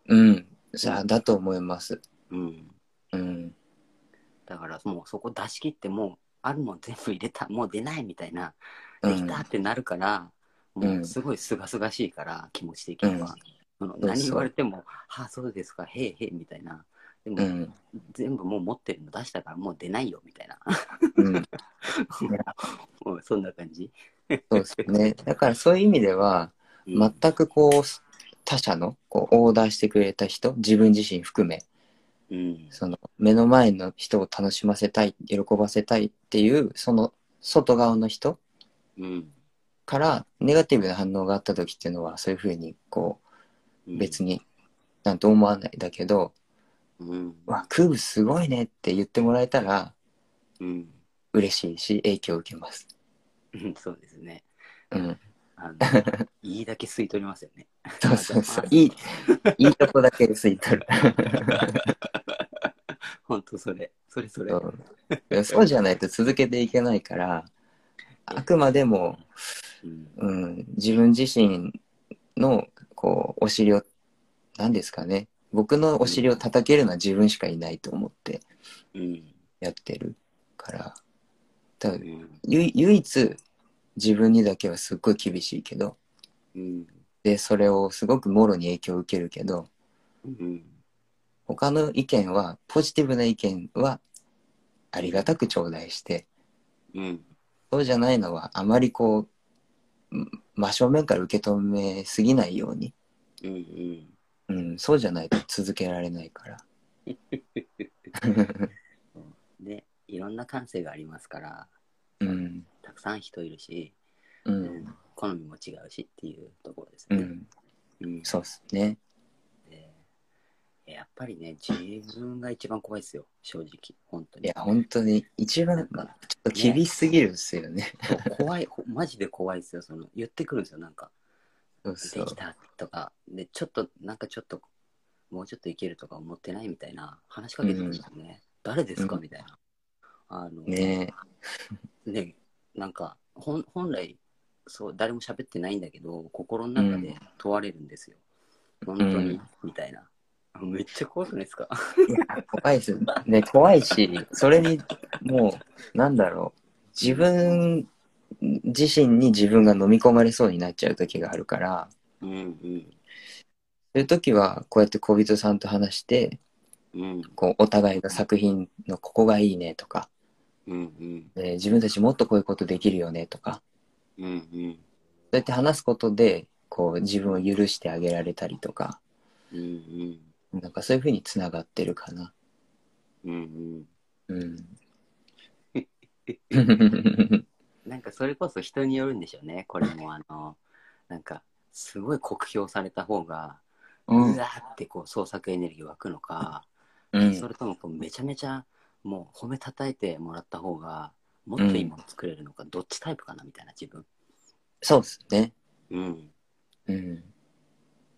B: うん、さあ、だと思います。
A: うん、
B: うん、
A: だからもうそこ出し切ってもうあるもん全部入れたもう出ないみたいな
B: う
A: でき
B: ん
A: たってなるから、
B: うん
A: もうすごい清々しいから気持ち的には、その
B: そう
A: 何言われても「はあそうですかへえへえ」みたいなでも、
B: うん
A: 全部もう持ってるの出したからもう出ないよみたいな
B: うん
A: うんそんな感じ、
B: そうですねだからそういう意味では
A: うん
B: 全くこう他者のこうオーダーしてくれた人自分自身含め
A: うん
B: その目の前の人を楽しませたい喜ばせたいっていうその外側の人
A: うん
B: からネガティブな反応があった時っていうのはそういうふうにこ
A: う、
B: うん別
A: に、
B: になんと思わないだけど
A: うん
B: 「わクーブすごいね」って言ってもらえたら
A: うん
B: 嬉しいし影響を受けます。
A: うん、そうですね
B: うん、
A: あ のいいだけ吸い取りますよね
B: そうそうそういいいいとこだけで吸い取る。
A: 本当それそれそれ
B: そうそうじゃないと続けていけないからあくまでも、
A: うん
B: うん、自分自身のこうお尻を何ですかね僕のお尻を叩けるのは自分しかいないと思って
A: うん
B: やってるから多
A: う
B: 分
A: ん
B: ゆ唯一自分にだけはすっごい厳しいけど
A: うん
B: でそれをすごくもろに影響を受けるけど
A: うん
B: 他の意見はポジティブな意見はありがたく頂戴して
A: うん
B: そうじゃないのはあまりこうん真正面から受け止めすぎないように、
A: うんうん
B: うん、そうじゃないと続けられないから
A: でいろんな感性がありますから
B: うん
A: たくさん人いるし、
B: う
A: うんん好みも違うしっていうところです
B: う
A: ね。
B: ん
A: うん
B: そうっすね
A: でやっぱりね自分が一番怖いですよ正直本当
B: い
A: に
B: や本当に一
A: な
B: 番
A: んか
B: ちょっと厳しすぎるんですよね
A: 怖いほマジで怖いですよその言ってくるんですよなんか
B: そう
A: で
B: そう
A: きたとかでちょっとなんかちょっともうちょっといけるとか思ってないみたいな話しかけてくるんですよね、誰ですか
B: うん
A: みたいなあの
B: ねえ
A: ねなんかほん本来そう誰も喋ってないんだけど心の中で問われるんですよ、本当に、
B: うん
A: みたいなめっちゃ怖くないですか
B: いや怖いですね怖いしそれにもうなんだろう自分自身に自分が飲み込まれそうになっちゃう時があるから
A: うんうん
B: そういう時はこうやって小人さんと話して
A: うん
B: こうお互いが作品のここがいいねとか、
A: うんうん
B: えー自分たちもっとこういうことできるよねとか
A: うんうん
B: そうやって話すことでこう自分を許してあげられたりとか
A: うんうん
B: なんかそういうふうにつながってるかな。
A: うんうん
B: うん、うん
A: なんかそれこそ人によるんでしょうねこれもあのなんかすごい酷評された方が、うわーってこう創作エネルギー湧くのか、
B: うん
A: それともこうめちゃめちゃもう褒めたたえてもらった方がもっといいもの作れるのか、どっちタイプかなみたいな自分
B: そうですね。
A: うん
B: うん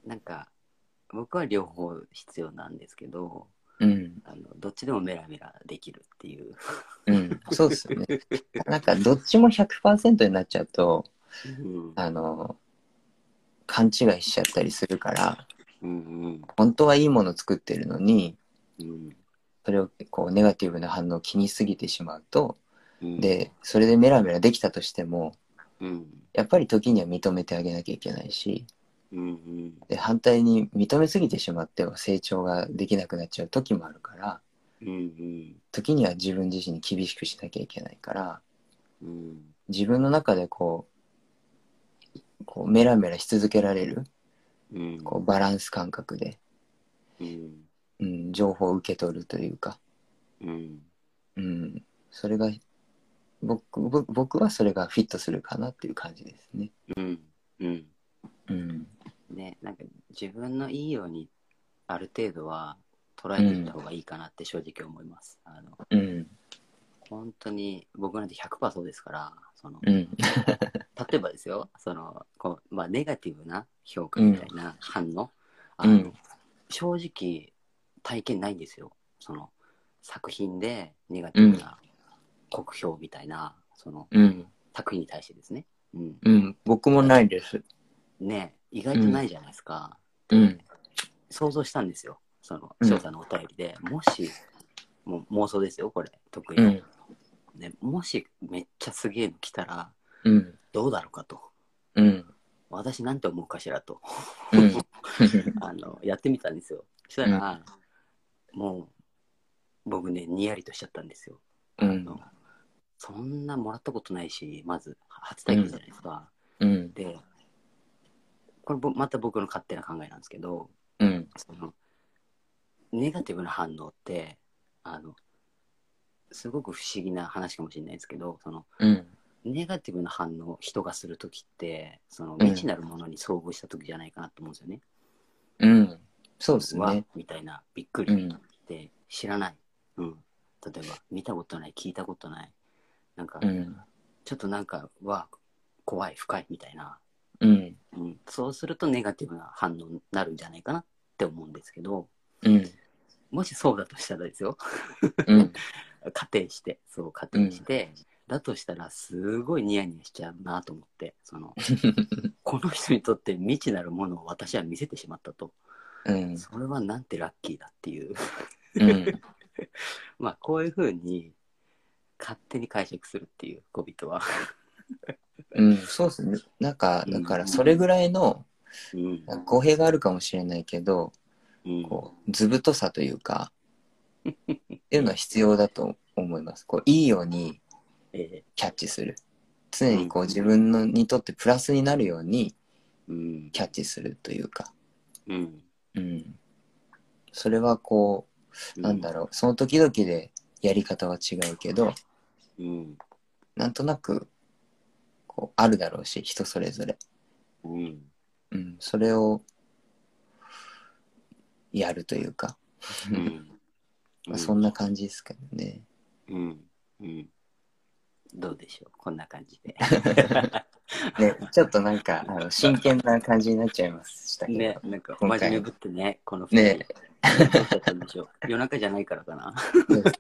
A: なんか僕は両方必要なんですけど
B: うん
A: あのどっちでもメラメラできるっていう
B: うん、そうですね。なんかどっちも100%になっちゃうと
A: うん
B: あの勘違いしちゃったりするから
A: うん
B: 本当はいいもの作ってるのに
A: うん
B: それをこうネガティブな反応を気にしすぎてしまうと
A: うん
B: でそれでメラメラできたとしても
A: うん
B: やっぱり時には認めてあげなきゃいけないし
A: うんうん
B: で反対に認めすぎてしまっては成長ができなくなっちゃう時もあるから
A: うんうん
B: 時には自分自身に厳しくしなきゃいけないから
A: うん
B: 自分の中でこうこうメラメラし続けられる
A: うん
B: こうバランス感覚で、
A: うん
B: うん、情報を受け取るというか、
A: うん
B: うん、それが僕僕僕はそれがフィットするかなっていう感じですね。
A: うんうん
B: うん、
A: ねなんか自分のいいようにある程度は捉えていった方がいいかなって正直思います、あの
B: うん、
A: 本当に僕なんて100%そうですからその
B: うん、
A: 例えばですよそのこう、まあ、ネガティブな評価みたいな反応、あの
B: うん
A: 正直体験ないんですよその作品でネガティブな酷評みたいな、その
B: うん、
A: 作品に対してですね、うん、
B: うん、僕もないです。
A: ね意外とないじゃないですか、
B: うん、
A: 想像したんですよその
B: うん
A: 翔さんのお便りで、もしもう妄想ですよ、これ。特に、
B: うん。
A: ね。もしめっちゃすげえの来たら、
B: うん。
A: どうだろうかと。
B: うん。
A: 私なんて思うかしらと。
B: うん。
A: あの、やってみたんですよ。そしたら、もう、僕ね、にやりとしちゃったんですよ。
B: うん。
A: そんなもらったことないし、まず、初体験じゃないですか。
B: うん。
A: で、これぼまた僕の勝手な考えなんですけど、
B: うん。
A: その、ネガティブな反応って、あの、すごく不思議な話かもしれないですけど、その、
B: うん。
A: ネガティブな反応を人がするときって、その
B: ん
A: 未知なるものに遭遇したときじゃないかなと思うんですよね。
B: うん。そうです
A: わ
B: ね。
A: みたいな、びっく
B: う
A: り。
B: ん。
A: って知らない、うん、例えば見たことない聞いたことないなんか
B: うん。
A: ちょっとなんかは怖い深いみたいな、
B: うん。
A: うん、そうするとネガティブな反応になるんじゃないかなって思うんですけど
B: うん。
A: もしそうだとしたらですよ
B: うん。
A: 仮定してそう仮定して、だとしたらすごいニヤニヤしちゃうなと思ってそ のこの人にとって未知なるものを私は見せてしまったと
B: うん。
A: それはなんてラッキーだっていう
B: うん。
A: まあこういうふうに勝手に解釈するっていう小人は。
B: うん。そうですね。なんか、だから、それぐらいの
A: うん
B: なんか公平があるかもしれないけど、
A: うん
B: こう、図太さというか、っていうのは必要だと思います。こう、いいように
A: え
B: キャッチする。常にこう、自分のにとってプラスになるように
A: ーうん
B: キャッチするというか、
A: うん
B: うん。それはこう、なんだろう、その時々でやり方は違うけど、
A: うん
B: なんとなく、こう、あるだろうし、人それぞれ。
A: うん
B: うん、それを、やるというか、
A: う
B: うん
A: ん
B: まあそんな感じですけどね。
A: うんうんどうでしょうこんな感じ で
B: ね、ちょっとなんか、あの、真剣な感じになっちゃいましたけど。
A: ねなんか真
B: 今回
A: 面目ぶってねこの二人
B: ね
A: どうしちゃったんでしょう夜中じゃないからかな
B: そうです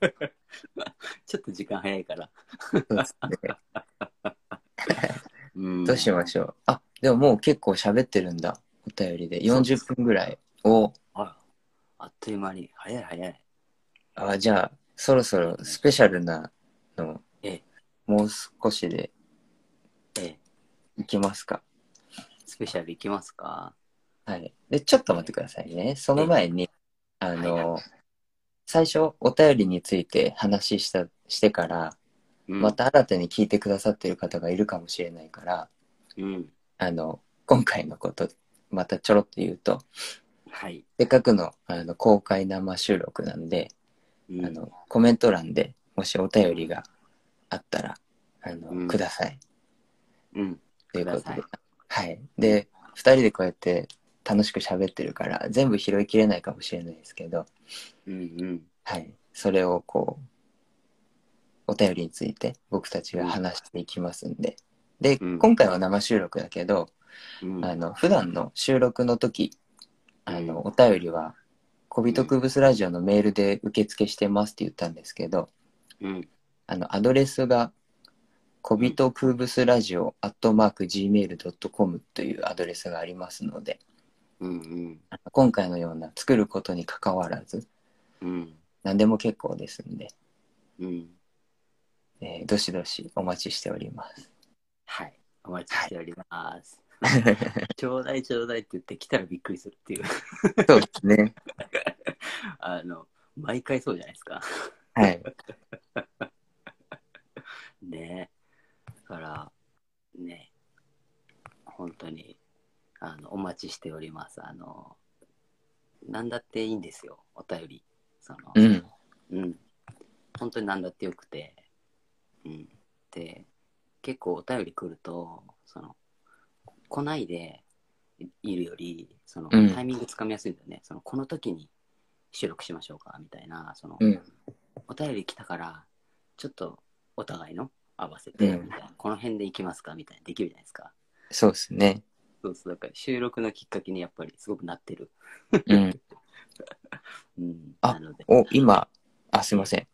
A: ちょっと時間早いから
B: そうですね
A: うん
B: どうしましょう。あ、でももう結構喋ってるんだ。お便りで。40分ぐらいを、
A: ああっという間に早い早い
B: あ、じゃあ、そろそろスペシャルなの
A: ええ、
B: もう少しで
A: ええ
B: いきますか。
A: スペシャルいきますか
B: はい。で、ちょっと待ってくださいね。その前に、あ
A: はいは
B: の、最初、お便りについて話した、してから、
A: うん
B: また新たに聞いてくださってる方がいるかもしれないから、
A: うん
B: あの、今回のこと、またちょろっと言うと、
A: はい
B: せっかくのあの公開生収録なんで、
A: うん
B: あの、コメント欄でもしお便りがあったら、あの、
A: うん
B: ください。
A: うん
B: ということで
A: ください。
B: はい。で、二人でこうやって楽しく喋ってるから、全部拾いきれないかもしれないですけど、
A: うんうん
B: はい。それをこう、お便りについて僕たちが話していきますんで。で、
A: うん
B: 今回は生収録だけど、
A: うん
B: あの、普段の収録の時、あ
A: うん
B: の、お便りは、小人くぶすラジオのメールで受付してますって言ったんですけど、
A: うん
B: あの、アドレスが、小人くぶすラジオ、アットマーク、gmail.com というアドレスがありますので、
A: うん
B: あの今回のような作ることに関わらず、
A: うん
B: 何でも結構ですんで、
A: うん
B: えーどしどしお待ちしております。
A: はいお待ちしております、 ちょうだいちょうだいって言って来たらびっくりするっていう
B: そうですね。
A: あの毎回そうじゃないですか
B: はい。
A: ねだからね本当にあのお待ちしておりますあの何だっていいんですよお便りその
B: うん。
A: うん。本当に何だってよくて。うん。で、結構お便り来ると、その、来ないでいるより、その、
B: うん
A: タイミングつかみやすいんだよね。その、この時に収録しましょうか、みたいな、その、
B: うん。
A: お便り来たから、ちょっとお互いの合わせて、
B: うん
A: みたいな、この辺で行きますか、みたいな、できるじゃないですか。
B: そうですね。
A: そうそう、だから収録のきっかけにやっぱりすごくなってる。
B: うん。
A: うん。
B: あ
A: なので、
B: お、今、あ、すいません。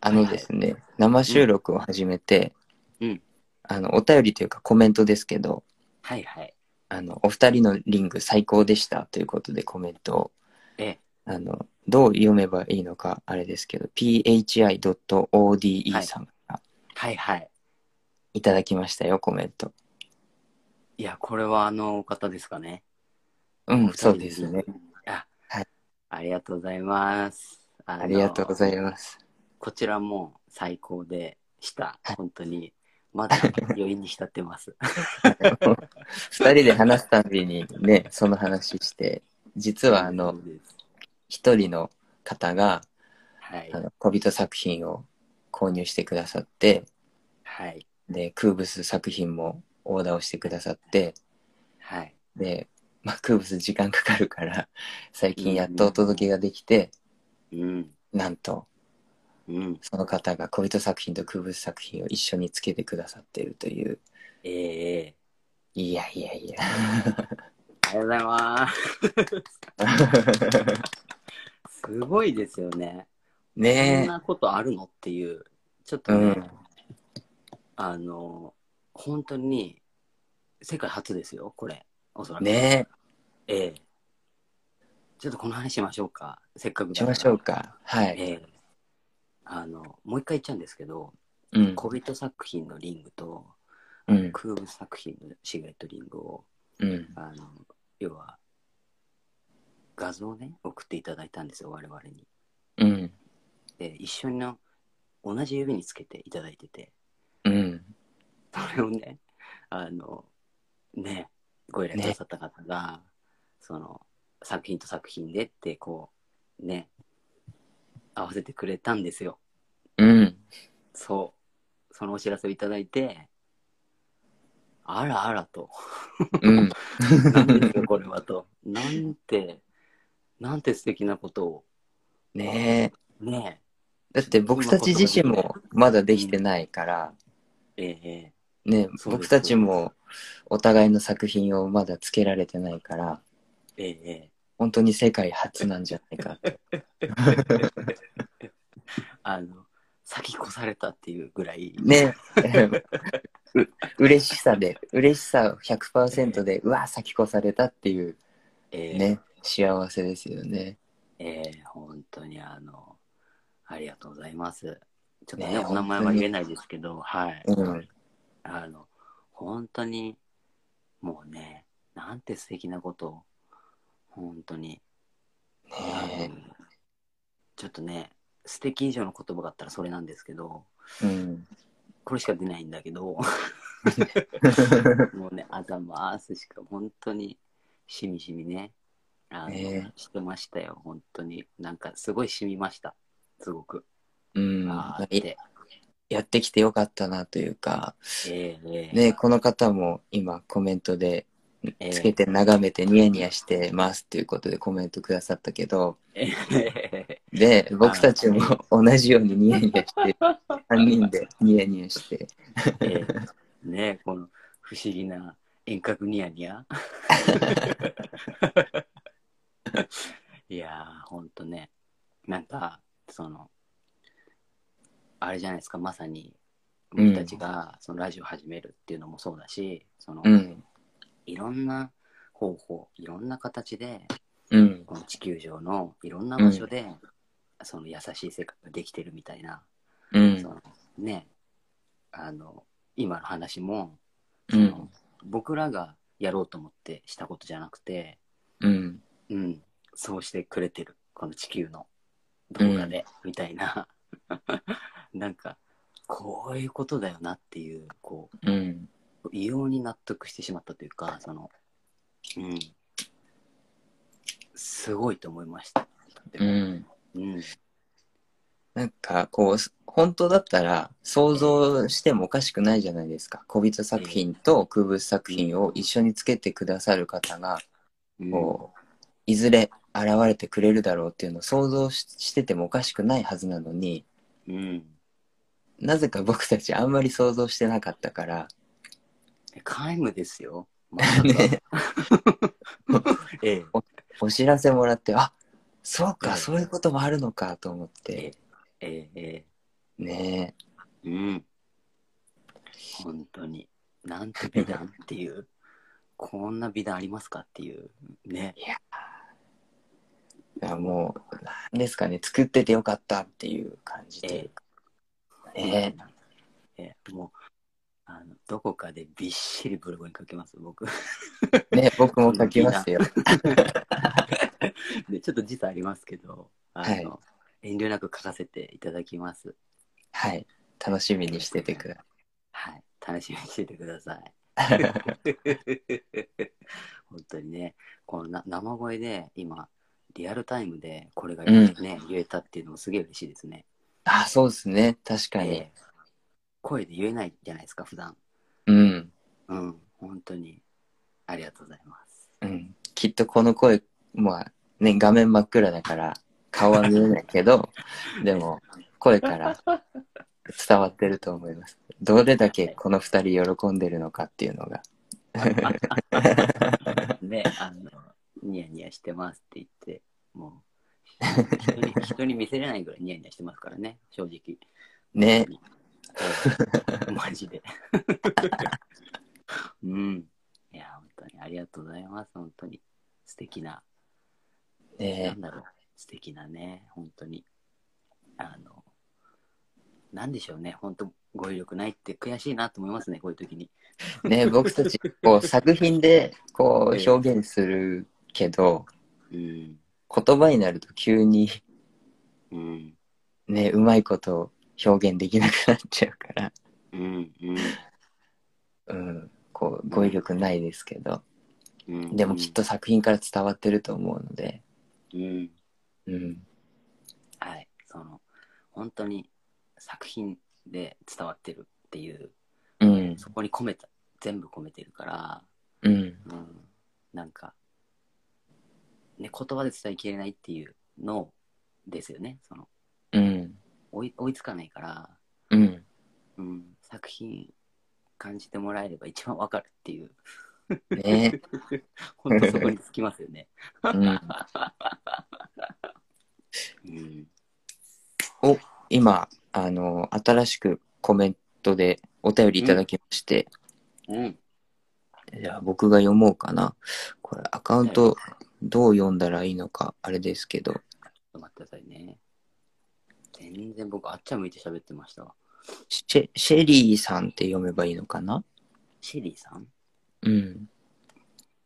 B: あのですね、生収録を始めて、
A: うん
B: あの、お便りというかコメントですけど、
A: はいはい。
B: あの、お二人のリング最高でしたということでコメントを
A: ええ、
B: あの、どう読めばいいのか、あれですけど、
A: は
B: phi.ode
A: い
B: さんから
A: はいはい。
B: いただきましたよ、コメント。
A: いや、これはあのお方ですかね。
B: うん
A: お、二人
B: そうですね。。
A: あ、
B: はい
A: ありがとうございます。あ
B: ありがとうござい
A: す。
B: ます。
A: こちらも最高でした
B: はい。
A: 本当に。まだ余韻に浸って ます。
B: 二人で話すたびにね、その話して、実は あ
A: そ
B: の、
A: うです、
B: 一人の方が、
A: はい
B: あ。の、小人作品を購入してくださって、
A: はい。
B: で、クーブス作品もオーダーをしてくださって、
A: はい。
B: で、まあ、クーブス時間かかるから、最近やっとお届けができて、
A: うん。
B: なんと、
A: うん。
B: その方が小人作品と空物作品を一緒につけてくださってるという。
A: ええ
B: いやいや いや。
A: ありがとうございます。すごいですよね。そん
B: ね
A: なことあるのっていう、ちょっ
B: え。
A: と
B: う
A: ね、
B: ん。
A: あの、本当に、世界初ですよ、これ。おそらく。
B: ね
A: ええちょっとこの話しましょうか。せっかく
B: え。
A: だ
B: し
A: から
B: ましょう。か。はい。
A: ええあの、もう一回言っちゃうんですけど、
B: うん。
A: 小人作品のリングと、
B: うん。
A: 空ー作品のシガレットリングを、
B: うん。
A: あの、要は、画像をね、送っていただいたんですよ、我々に。
B: うん。
A: で、一緒の、同じ指につけていただいてて、
B: うん。
A: それをね、あの、ね、ご依頼くださった方が、その、作品と作品でって、こう、ね、合わせてくれたんですよ。
B: うん。
A: そう。そのお知らせをいただいて、あらあらと。
B: うん。
A: なんですよ、これはと。なんて、なんて素敵なことを。
B: ね
A: ね
B: え。だって僕たち自身もまだできてないから、
A: え。ええ。
B: ねえ
A: そうです
B: 僕たちもお互いの作品をまだつけられてないから、
A: ええ。
B: 本当に世界初なんじゃないかって。
A: あの、先越されたっていうぐらい。
B: ね。う嬉しさで、嬉しさ100%で、うわ、先越されたっていう
A: ええ。
B: ね、幸せですよね。
A: ええ本当にあの、ありがとうございます。ちょっとね、
B: ねえ
A: お名前
B: 本当
A: は
B: に
A: 言えないですけど、はい。
B: うん。
A: あの、本当に、もうね、なんて素敵なことを、本当に、あ
B: ね
A: のちょっとね、素敵以上の言葉があったらそれなんですけど、
B: え。うん。
A: これしか出ないんだけど、 もうね、あざまーすしか、本当に、しみしみね、あの、
B: ね
A: してましたよ、本当に。なんか、すごいしみました、すごく。
B: うん。
A: あーっ
B: い
A: て。
B: やってきてよかったなというか、
A: ええええ
B: ね、この方も今コメントで、
A: ええ
B: つけて眺めてニヤニヤしてますということでコメントくださったけど、
A: ええ
B: で、僕たちも同じようにニヤニ ヤして、3人でニヤニヤして、
A: ええねこの不思議な遠隔ニヤニヤいやーほんとねなんかそのあれじゃないですかまさに
B: うん
A: 僕たちがそのラジオ始めるっていうのもそうだし、その
B: うん、
A: いろんな方法いろんな形で
B: うん、
A: この地球上のいろんな場所で、その優しい世界ができてるみたいな
B: う
A: そ
B: ん、
A: のねあの今の話も、
B: うん
A: その僕らがやろうと思ってしたことじゃなくて、
B: うん、
A: うん、そうしてくれてるこの地球の動画で、みたいな なんかこういうことだよなっていうこ
B: うん。
A: う異様に納得してしまったというかその、うん、すごいと思いました。
B: うん、
A: うん
B: なんかこう本当だったら想像してもおかしくないじゃないですか小人作品と空物作品を一緒につけてくださる方が
A: うん
B: こういずれ現れてくれるだろうっていうのを想像ししててもおかしくないはずなのに
A: うん、
B: なぜか僕たちあんまり想像してなかったから
A: 皆無ですよ。 まさか
B: ね
A: ええ
B: お知らせもらってあそう
A: え
B: か
A: え
B: そういうこともあるのかと思っ
A: え
B: て
A: ええ
B: ね
A: えうん。本当に。なんて美談っていう。こんな美談ありますかっていう。ね。
B: いやいやもう、なんですかね、作っててよかったっていう感じというか。ね
A: えーもうあの、どこかでびっしりブログに書けます、僕。
B: えね僕も書きますよ。
A: でちょっと時差ありますけど、あの
B: はい
A: 遠慮なく書かせていただきます。
B: はい。楽しみにしててくだ
A: はい、楽しみにしててください。
B: さい。
A: 本当にね、このな生声で今、リアルタイムでこれがね、言えたっていうのもすげえ嬉しいですね。
B: あ、そうですね。確かに
A: え。ー声で言えないじゃないですか、普段
B: うん。
A: うん、本当に。ありがとうございます。
B: うん。きっとこの声、まあ、ね、画面真っ暗だから、顔は見えないけど、でも、声から伝わってると思います。どれだけこの二人喜んでるのかっていうのが。
A: ね、あの、ニヤニヤしてますって言って、も う、人に人に見せれないぐらいニヤニヤしてますからね、正直。
B: ね。
A: うんマジで。 うん。いや、本当にありがとうございます、本当に。素敵な、な
B: ね
A: んだろう、素敵なね、本当に。あの、なんでしょうね、本当語彙力ないって悔しいなと思いますね、こういう時に。
B: ね僕たち、こう、作品で、こう、表現するけど、
A: うん。
B: 言葉になると急に、
A: うん。
B: ね、うまいこと表現できなくなっちゃうから、
A: うん。うん。
B: うん。こう、語彙力ないですけど。
A: うん
B: でもきっ。と作品から伝わってると思うので、
A: うん。
B: うん、
A: はい。その、本当に作品で伝わってるっていう、
B: うん、
A: そこに込めた、全部込めてるから、
B: うん、
A: うん、なんか、ね、言葉で伝えきれないっていうのですよね。その、
B: うん、
A: 追い追いつかないから、
B: うん、
A: うん、作品感じてもらえれば一番わかるっていう、
B: ね、
A: 本当そこにつきますよね。
B: うん、
A: うん。
B: 今、あの、新しくコメントでお便りいただきまして、
A: うん。
B: じゃあ僕が読もうかな。これ、アカウントどう読んだらいいのか、あれですけど、
A: ちょっと待ってくださいね。全然僕、あっちゃ向いて喋ってましたわ。
B: シェシェリーさんって読めばいいのかな
A: シェリーさん
B: うん。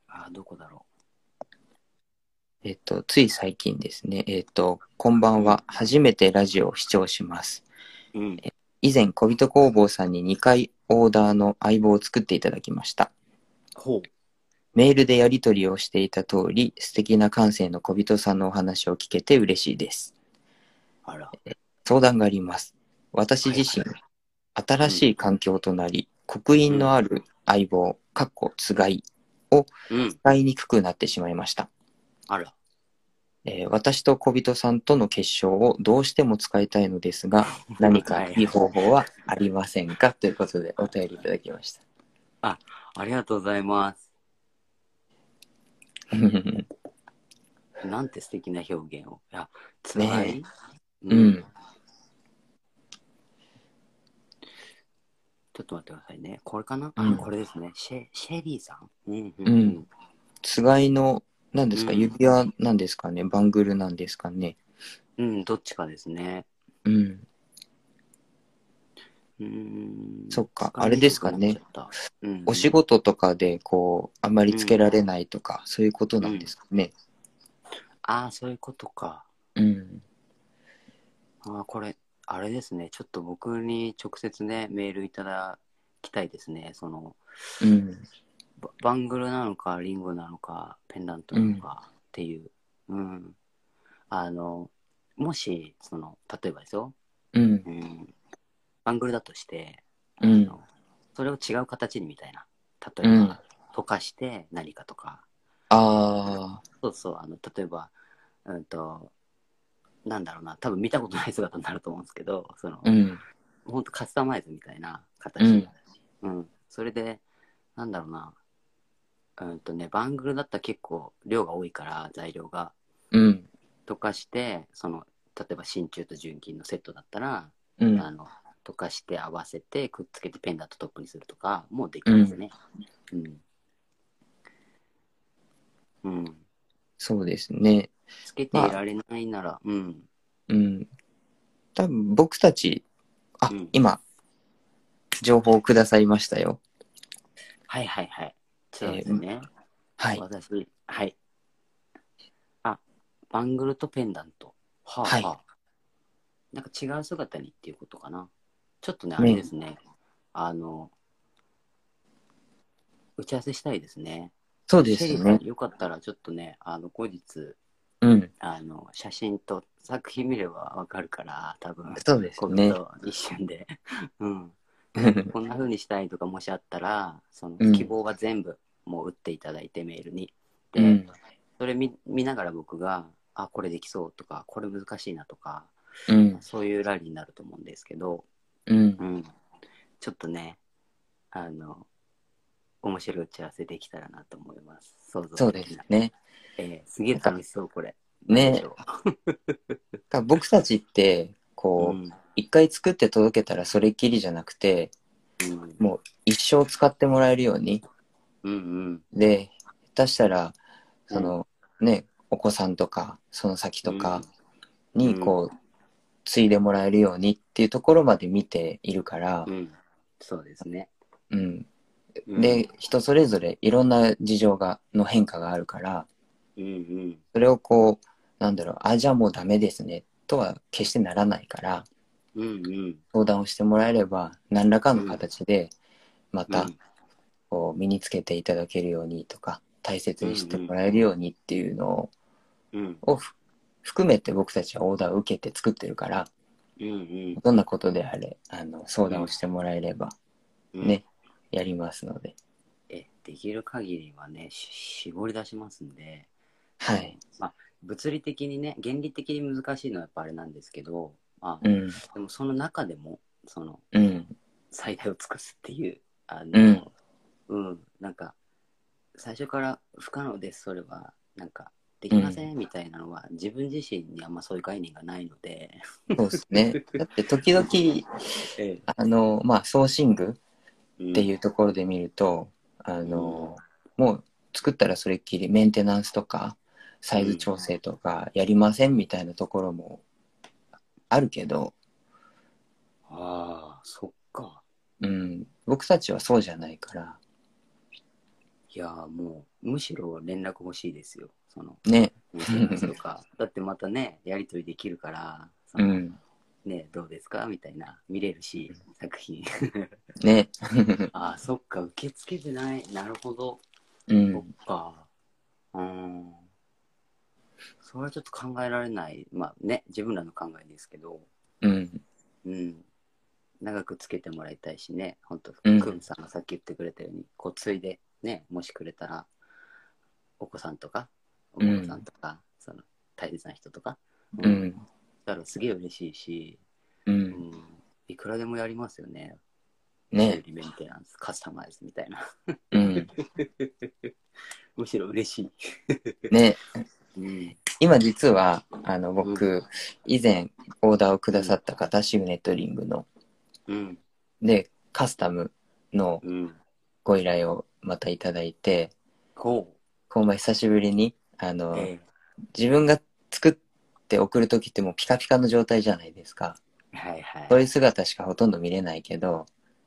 A: あー、どこだろ
B: えっと、つい最近ですね。えっと、こんばんは。初めてラジオを視聴します。
A: う。うん。
B: 以前、小人工房さんに2回オーダーの相棒を作っていただきました。
A: ほう。
B: メールでやり取りをしていた通り、素敵な感性の小人さんのお話を聞けて嬉しいです。
A: あら。
B: 相談があります。私自身、
A: はい
B: 新しい環境となり、刻印のある相棒、かっこつがい、
A: うん。
B: 使いにくくなってしまいました。
A: あら。
B: えー私と小人さんとの結晶をどうしても使いたいので すが、何かいい方法はありませんかということでお便りいただ きました。
A: ありがとうございます。なんて素敵な表現を。いや、つがい、
B: ねうん。
A: ちょっと待ってくださいね。これかな、
B: うん
A: あ、これですね。シェシェリーさん。うん、う
B: うん。つがいの、何ですか、
A: うん
B: 指輪なんですかね、バングルなんですかね。
A: うん、どっちかですね。
B: うん。
A: うーん。
B: そっか
A: 使い
B: あれですかね
A: にくくなっちゃった。うん、
B: お仕事とかで、こう、あまりつけられないとか、そういうことなんですかね。
A: ああ、そういうことか。
B: うん。
A: ああ、これ、あれですね。ちょっと僕に直接ね、メールいただきたいですね。その、
B: うん。
A: ババングルなのか、リングなのか、ペンダントなのかっていう。うん。あの、もし、その、例えばですよ。
B: うん。
A: うん、バングルだとして、
B: うん
A: あのそれを違う形にみたいな例えば、溶かして何かとか
B: ああ、
A: そうそうあの例えば、うん、となんだろうな多分見たことない姿になると思うんですけどその、
B: うん。
A: ほんとカスタマイズみたいな形、
B: うん。
A: うんそれでなんだろうなうんとねバングルだったら結構量が多いから材料が
B: うん。
A: 溶かしてその例えば真鍮と純金のセットだったら
B: うん。
A: あの溶かして合わせてくっつけてペンダントトップにするとかもできますね。うん。うん。
B: そうですね。
A: つけていられないなら、うん。
B: うん。多分僕たち、あ、
A: うん
B: 今、情報をくださいましたよ。
A: はいはいはい。ちょっと待ってね。
B: はい。
A: 私、はい。あ、バングルとペンダント。は
B: はい
A: あなんか違う姿にっていうことかな。ちょっとね、あ
B: うん
A: れですね。あの、打ち合わせしたいですね。
B: そうで
A: シェ
B: す
A: リー
B: ね
A: さん。よかったら、ちょっとね、あの、後日、
B: うん。
A: あの、写真と作品見ればわかるから、多分、
B: そうです
A: こう
B: ね。
A: 一瞬で。 うん。
B: うん
A: こんな風にしたいとかもしあったら、その
B: うん
A: 希望は全部もう打っていただいてメールに。で、
B: うん
A: それ見見ながら僕が、あ、これできそうとか、これ難しいなとか、
B: うん。
A: そういうラリーになると思うんですけど、
B: うん
A: う。ん。ちょっとね、あの、面白い打ち合わせできたらなと思います。想像的な
B: そうです。ね。
A: えーすげえ楽しそう、これ。
B: ね。だから僕たちって、
A: う
B: こう、
A: ん。
B: 一回作って届けたらそれっきりじゃなくて、
A: うん。
B: もう一生使ってもらえるように。
A: うんうん。
B: で、下手したら、その、ね、お子さんとか、その先とかに、こう、継いでもらえるようにっていうところまで見ているから
A: う、ん。そうですね。
B: うん。
A: うん、
B: で、人それぞれいろんな事情が、の変化があるから、
A: うんうん。
B: それをこう、なんだろう、あ、じゃあもうダメですね、とは決してならないから、
A: うんうん。
B: 相談をしてもらえれば、何らかの形で、ま
A: う
B: た
A: ん、
B: こう、身につけていただけるようにとか、大切にしてもらえるようにっていうの
A: うん
B: を、ふ含めて僕たちはオーダーを受けて作ってるから、
A: うん
B: どんなことであれ、あの、相談をしてもらえれば、
A: うん。
B: ね、やりますので。
A: え、できる限りはね、し絞り出しますんで、
B: はい。
A: まあ、物理的にね、原理的に難しいのはやっぱあれなんですけど、まあ、
B: うん、
A: でもその中でも、その、
B: うん、
A: 最大を尽くすっていう、あ
B: うん
A: の、うん、なんか、最初から不可能です、それは、なんか、できませんみたいなのは、自分自身にあんまそういう概念がないので、
B: そうです ね。だって時々、
A: え
B: あの、まあ、ソーシング
A: え、
B: っていううところで見ると、あの、もう作ったらそれっきりメンテナンスとかサイズ調整とかやりませんみたいなところもあるけど、
A: ん。ああ、そっか。
B: うん、僕たちはそうじゃないから
A: いやーもうむしろ連絡欲しいですよその
B: ね、
A: メッセージと かだってまたねやり取りできるからそうの、
B: ん、
A: ねどうですかみたいな見れるし作品
B: ね、
A: ああそっか受け付けてないなるほど、
B: う
A: そっ
B: ん、
A: かうーんそれはちょっと考えられないまあね自分らの考えですけど
B: うん、
A: うん長くつけてもらいたいしね本当
B: うん
A: クムさんがさっき言ってくれたようにこう継いでねもしくれたらお子さんとかお
B: うん
A: 子さんとか、その大切な人とか、
B: う
A: だ
B: ん、
A: からすげえ嬉しいし、
B: う、
A: うんん、いくらでもやりますよね修
B: ね、
A: 理メンテナンスカスタマイズみたいな
B: うん、
A: むしろ嬉し
B: ね、
A: い、うん、
B: 今実は、あの、僕、以前オーダーをくださった方、シグネットリングの、
A: うん
B: で、カスタムの
A: うん
B: ご依頼をまたいただいて、
A: こ
B: 今晩久しぶりに、あ
A: う
B: の、
A: え
B: 自分が作って送る時ってもうピカピカの状態じゃないですか。
A: えはいはい
B: そういう姿しかほとんど見れないけど、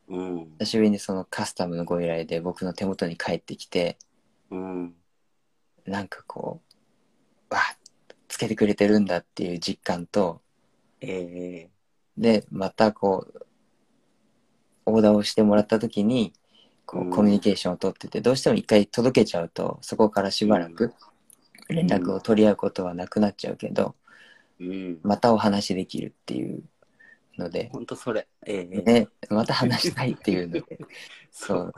A: うん
B: 久しぶりにそのカスタムのご依頼で僕の手元に帰ってきて、
A: うん
B: なんかこう、わあつけてくれてるんだっていう実感と、
A: ええ
B: で、またこう、オーダーをしてもらった時に、こ
A: う
B: う、
A: ん
B: コミュニケーションを取ってて、どうしても一回届けちゃうと、そこからしばらく連絡を取り合うことはなくなっちゃうけど、
A: うん
B: またお話できるっていうので、
A: 本当それええ
B: ね、また話したいっていう ので、
A: そ
B: そう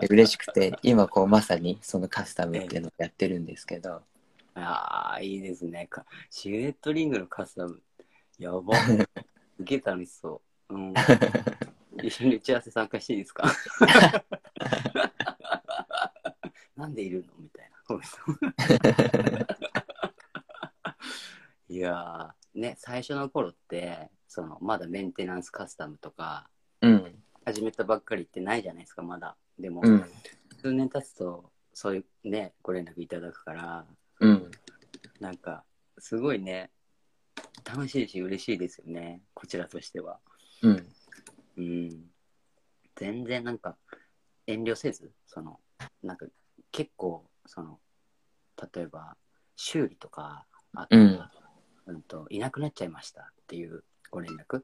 B: う。嬉しくて、今こうまさにそのカスタムっていうのをやってるんですけど、
A: ああ、いいですね。かシルエットリングのカスタム。や ば。すげえ楽しそう。うん、一緒に打ち合わせ参加していいですか なんでいるのみたいな。ごめんなさいいやー、ね、最初の頃って、その、まだメンテナンスカスタムとか、
B: うん、
A: 始めたばっかりってないじゃないですか、まだ。でも、
B: うん、
A: 数年経つと、そういうね、ご連絡いただくから、
B: うん、
A: なんか、すごいね、楽しいし嬉しいですよね、こちらとしては。
B: うん。
A: うん。全然なんか、遠慮せず、その、なんか、結構、その、例えば、修理とか、あと、
B: うん
A: うんと、いなくなっちゃいましたっていうご連絡、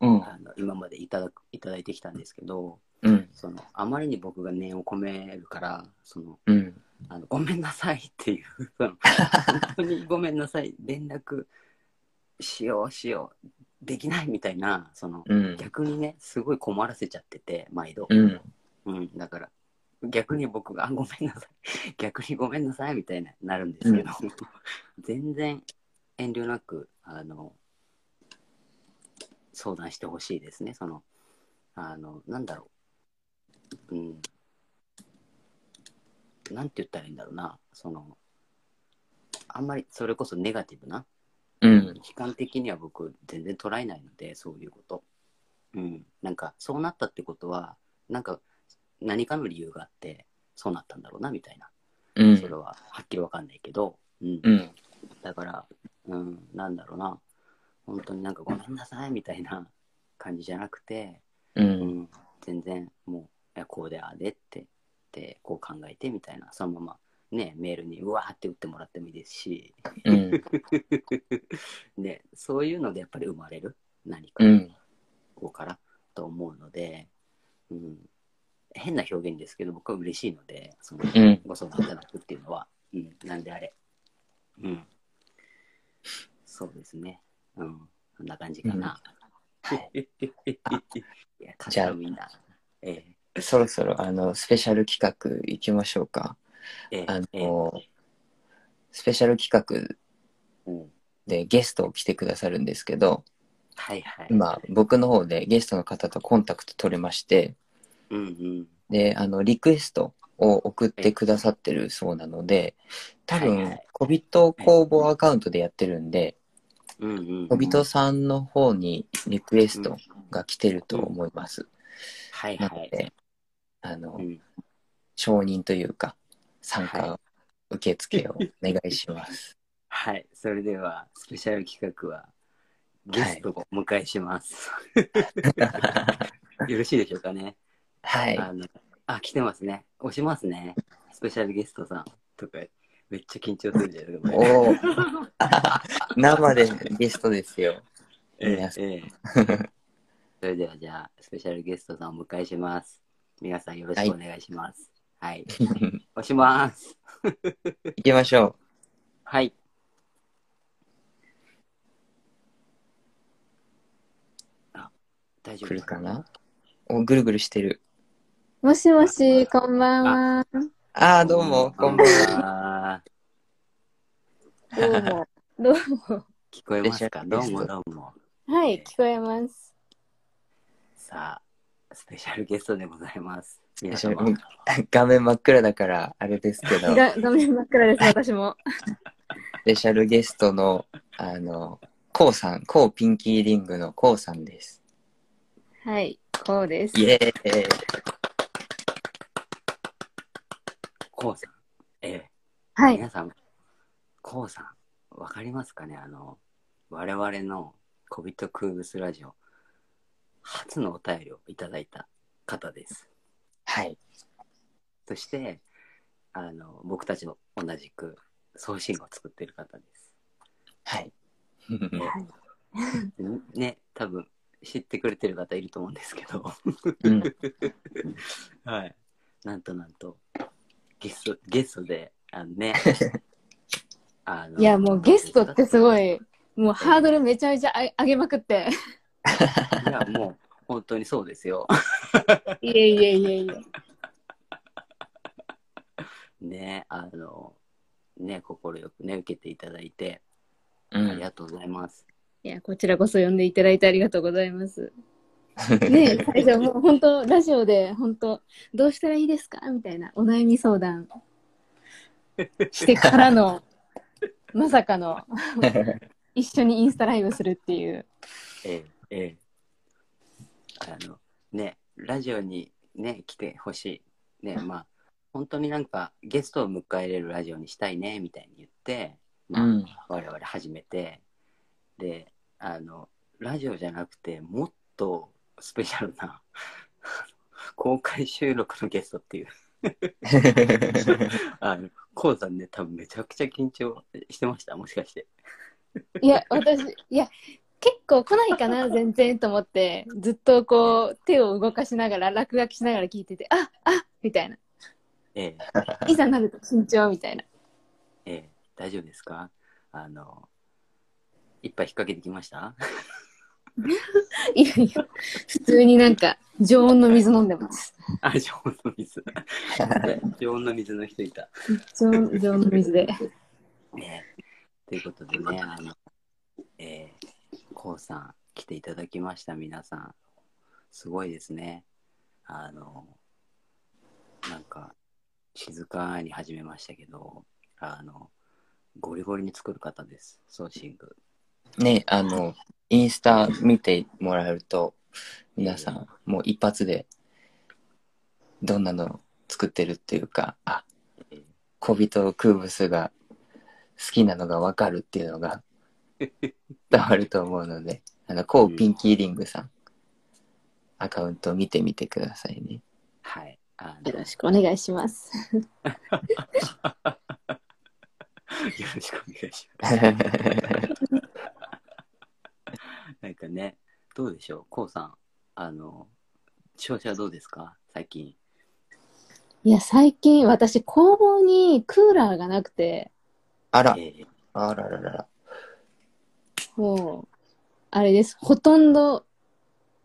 B: うん。
A: あの今までいただくいただいてきたんですけど、
B: うん。
A: その、あまりに僕が念を込めるから、その、
B: うん。
A: あのごめんなさいっていう その本当にごめんなさい連絡しようしようできないみたいなその
B: うん。
A: 逆にねすごい困らせちゃってて毎度、
B: うん。
A: うん、だから逆に僕があ「ごめんなさい」 逆に「ごめんなさい」みたいになるんですけど、 全然遠慮なくあの相談してほしいですねそのあのなんだろううんなんて言ったらいいんだろうなそのあんまりそれこそネガティブな
B: うん。
A: 悲観的には僕全然捉えないのでそういうこと、うん、なんかそうなったってことはなんか何かの理由があってそうなったんだろうなみたいな、
B: うん。
A: それははっきりわかんないけど、うん、
B: うん。
A: だから、うん、なんだろうな本当になんかごめんなさいみたいな 感じじゃなくて、
B: う。
A: うんん、全然もういやこうであれってでこう考えてみたいなそのままねメールにうわーって打ってもらってもいいですし
B: うん。
A: ね、そういうのでやっぱり生まれる何か
B: うん。
A: ここからと思うので、うん、変な表現ですけど僕は嬉しいのでその
B: うん。
A: ご相談いただくっていうのは、うん、なんであれ、うん、そうですね、うん、こんな感じかな、 いや
B: じゃあ
A: かみんなえ
B: そろそろ、あの、スペシャル企画行きましょうか。
A: えええ
B: あ
A: ええ
B: の、スペシャル企画
A: うん
B: でゲストを来てくださるんですけど、
A: はいはい
B: 今、僕の方でゲストの方とコンタクト取れまして、
A: うんうん
B: で、あの、リクエストを送ってくださってるそうなので、多
A: はいは
B: 分
A: い、
B: 小人工房アカウントでやってるんで、
A: うんうん
B: 小人さんの方にリクエストが来てると思います。
A: はい
B: な
A: は
B: の
A: い、
B: で、あの
A: う、ん、
B: 承認というか、参加、
A: は
B: 受付をお願い します。
A: はいそれではスペシャル企画はゲストをお迎えします、 よろしいでしょうかね
B: はい。
A: あのあ、来てますね。押しますね。スペシャルゲストさんとか、めっちゃ緊張するんじゃないですか。こ
B: おお、生でゲストですよ。
A: れ
B: 皆さん
A: ええそれではじゃあ、スペシャルゲストさんをお迎えします。皆さんよろしくお願いします。はい。押します。
B: 行きましょ
A: はい。あ、大
B: う。
A: 丈夫
B: 来るかなお、ぐるぐるしてる。
C: もしもし、こんばんは。
B: ああ、どうも、こんばんは。
A: は。
C: どうも。どうも。
A: 聞こえますか
B: スペシ
A: ど
B: ャル
A: う
B: ゲスト
A: もどうも。
C: はい、聞こえます。
A: さあ、スペシャルゲストでございます。皆
B: ペシャル
A: 様。
B: 画面真っ暗だから、あれです けど、ス
C: が画面真っ暗です、私も。
B: ペシャルゲストの、あの、コウさん、コウピンキーリングのコウさんです。
C: はい、こうです。
B: イエーイ。
A: こうさん。ええ
C: はい。
A: 皆さん、こうさん、わかりますかねあの、我々の小人クーブスラジオ、初のお便りをいただいた方です。
B: はい。
A: そして、あの、僕たちと同じく送信号を作っている方です。
B: はい。
C: はい
A: んね、多分、知ってくれてる方いると思うんですけど、
B: うん、
A: はい。なんとなんと、ゲスト、ゲストで、あのね、あの
C: いや、もうゲストってすごい、もうハードルめちゃめちゃあ上げまくって。
A: いや、もう、本当にそうですよ。
C: いえいえいえいえ。
A: ね、あの、ね、心よくね、受けていただいて、あ
B: う
A: り
B: ん、
A: がとうございます。
C: いや、こちらこそ呼んでいただいてありがとうござい ます。ねえ、最初もう本当、ラジオで本当、どうしたらいいですかみたいなお悩み相 談してからの、まさかの、一緒にインスタライブするっていう。
A: ええ、ええ。あの、ね、ラジオにね、来てほしい。ね、まあ、本当になんか、ゲストを迎え入れるラジオにしたいね、みたいに言って、まあ、
B: うん。
A: 我々始めて、で、あの、ラジオじゃなくて、もっとスペシャルな、 公開収録のゲストっていう、あの、コウさんね、多分めちゃくちゃ緊張してました、もしかして。
C: いや、私、いや、結構来ないかな、全然と思って、ずっとこう、手を動かしながら、落書きしながら聞いてて、ああみたいな。
A: ええ、
C: いざなると緊張みたいな。
A: ええ、大丈夫ですかあの、いっぱい引っ掛けてきました
C: いやいや、普通になんか、常温の水飲んでます。
A: あ、常温の水。 常温の水の人いた。
C: 常温常温の水で。
A: ね、ということでね、あの、えー、こうさん来ていただきました、皆さん。すごいですね。あの、なんか、静かに始めましたけど、あの、ゴリゴリに作る方です、ソーシング。
B: ね、あの、インスタ見てもらえると、皆さん、もう一発で、どんなの作ってるっていうか、あ、小人クーブスが好きなのがわかるっていうのが伝わると思うので、あの、コウピンキーリングさん、アカウント見てみてくださいね。
A: はい。あ の
C: よろしくお願いします。
A: よろしくお願いします。 なんかね、どうでしょう、こうさん、あの、調子はどうですか、最近。
C: いや、最近、私、工房にクーラーがなくて、
B: あら、
A: えー
B: あらららら。
C: もう、あれです。ほとんど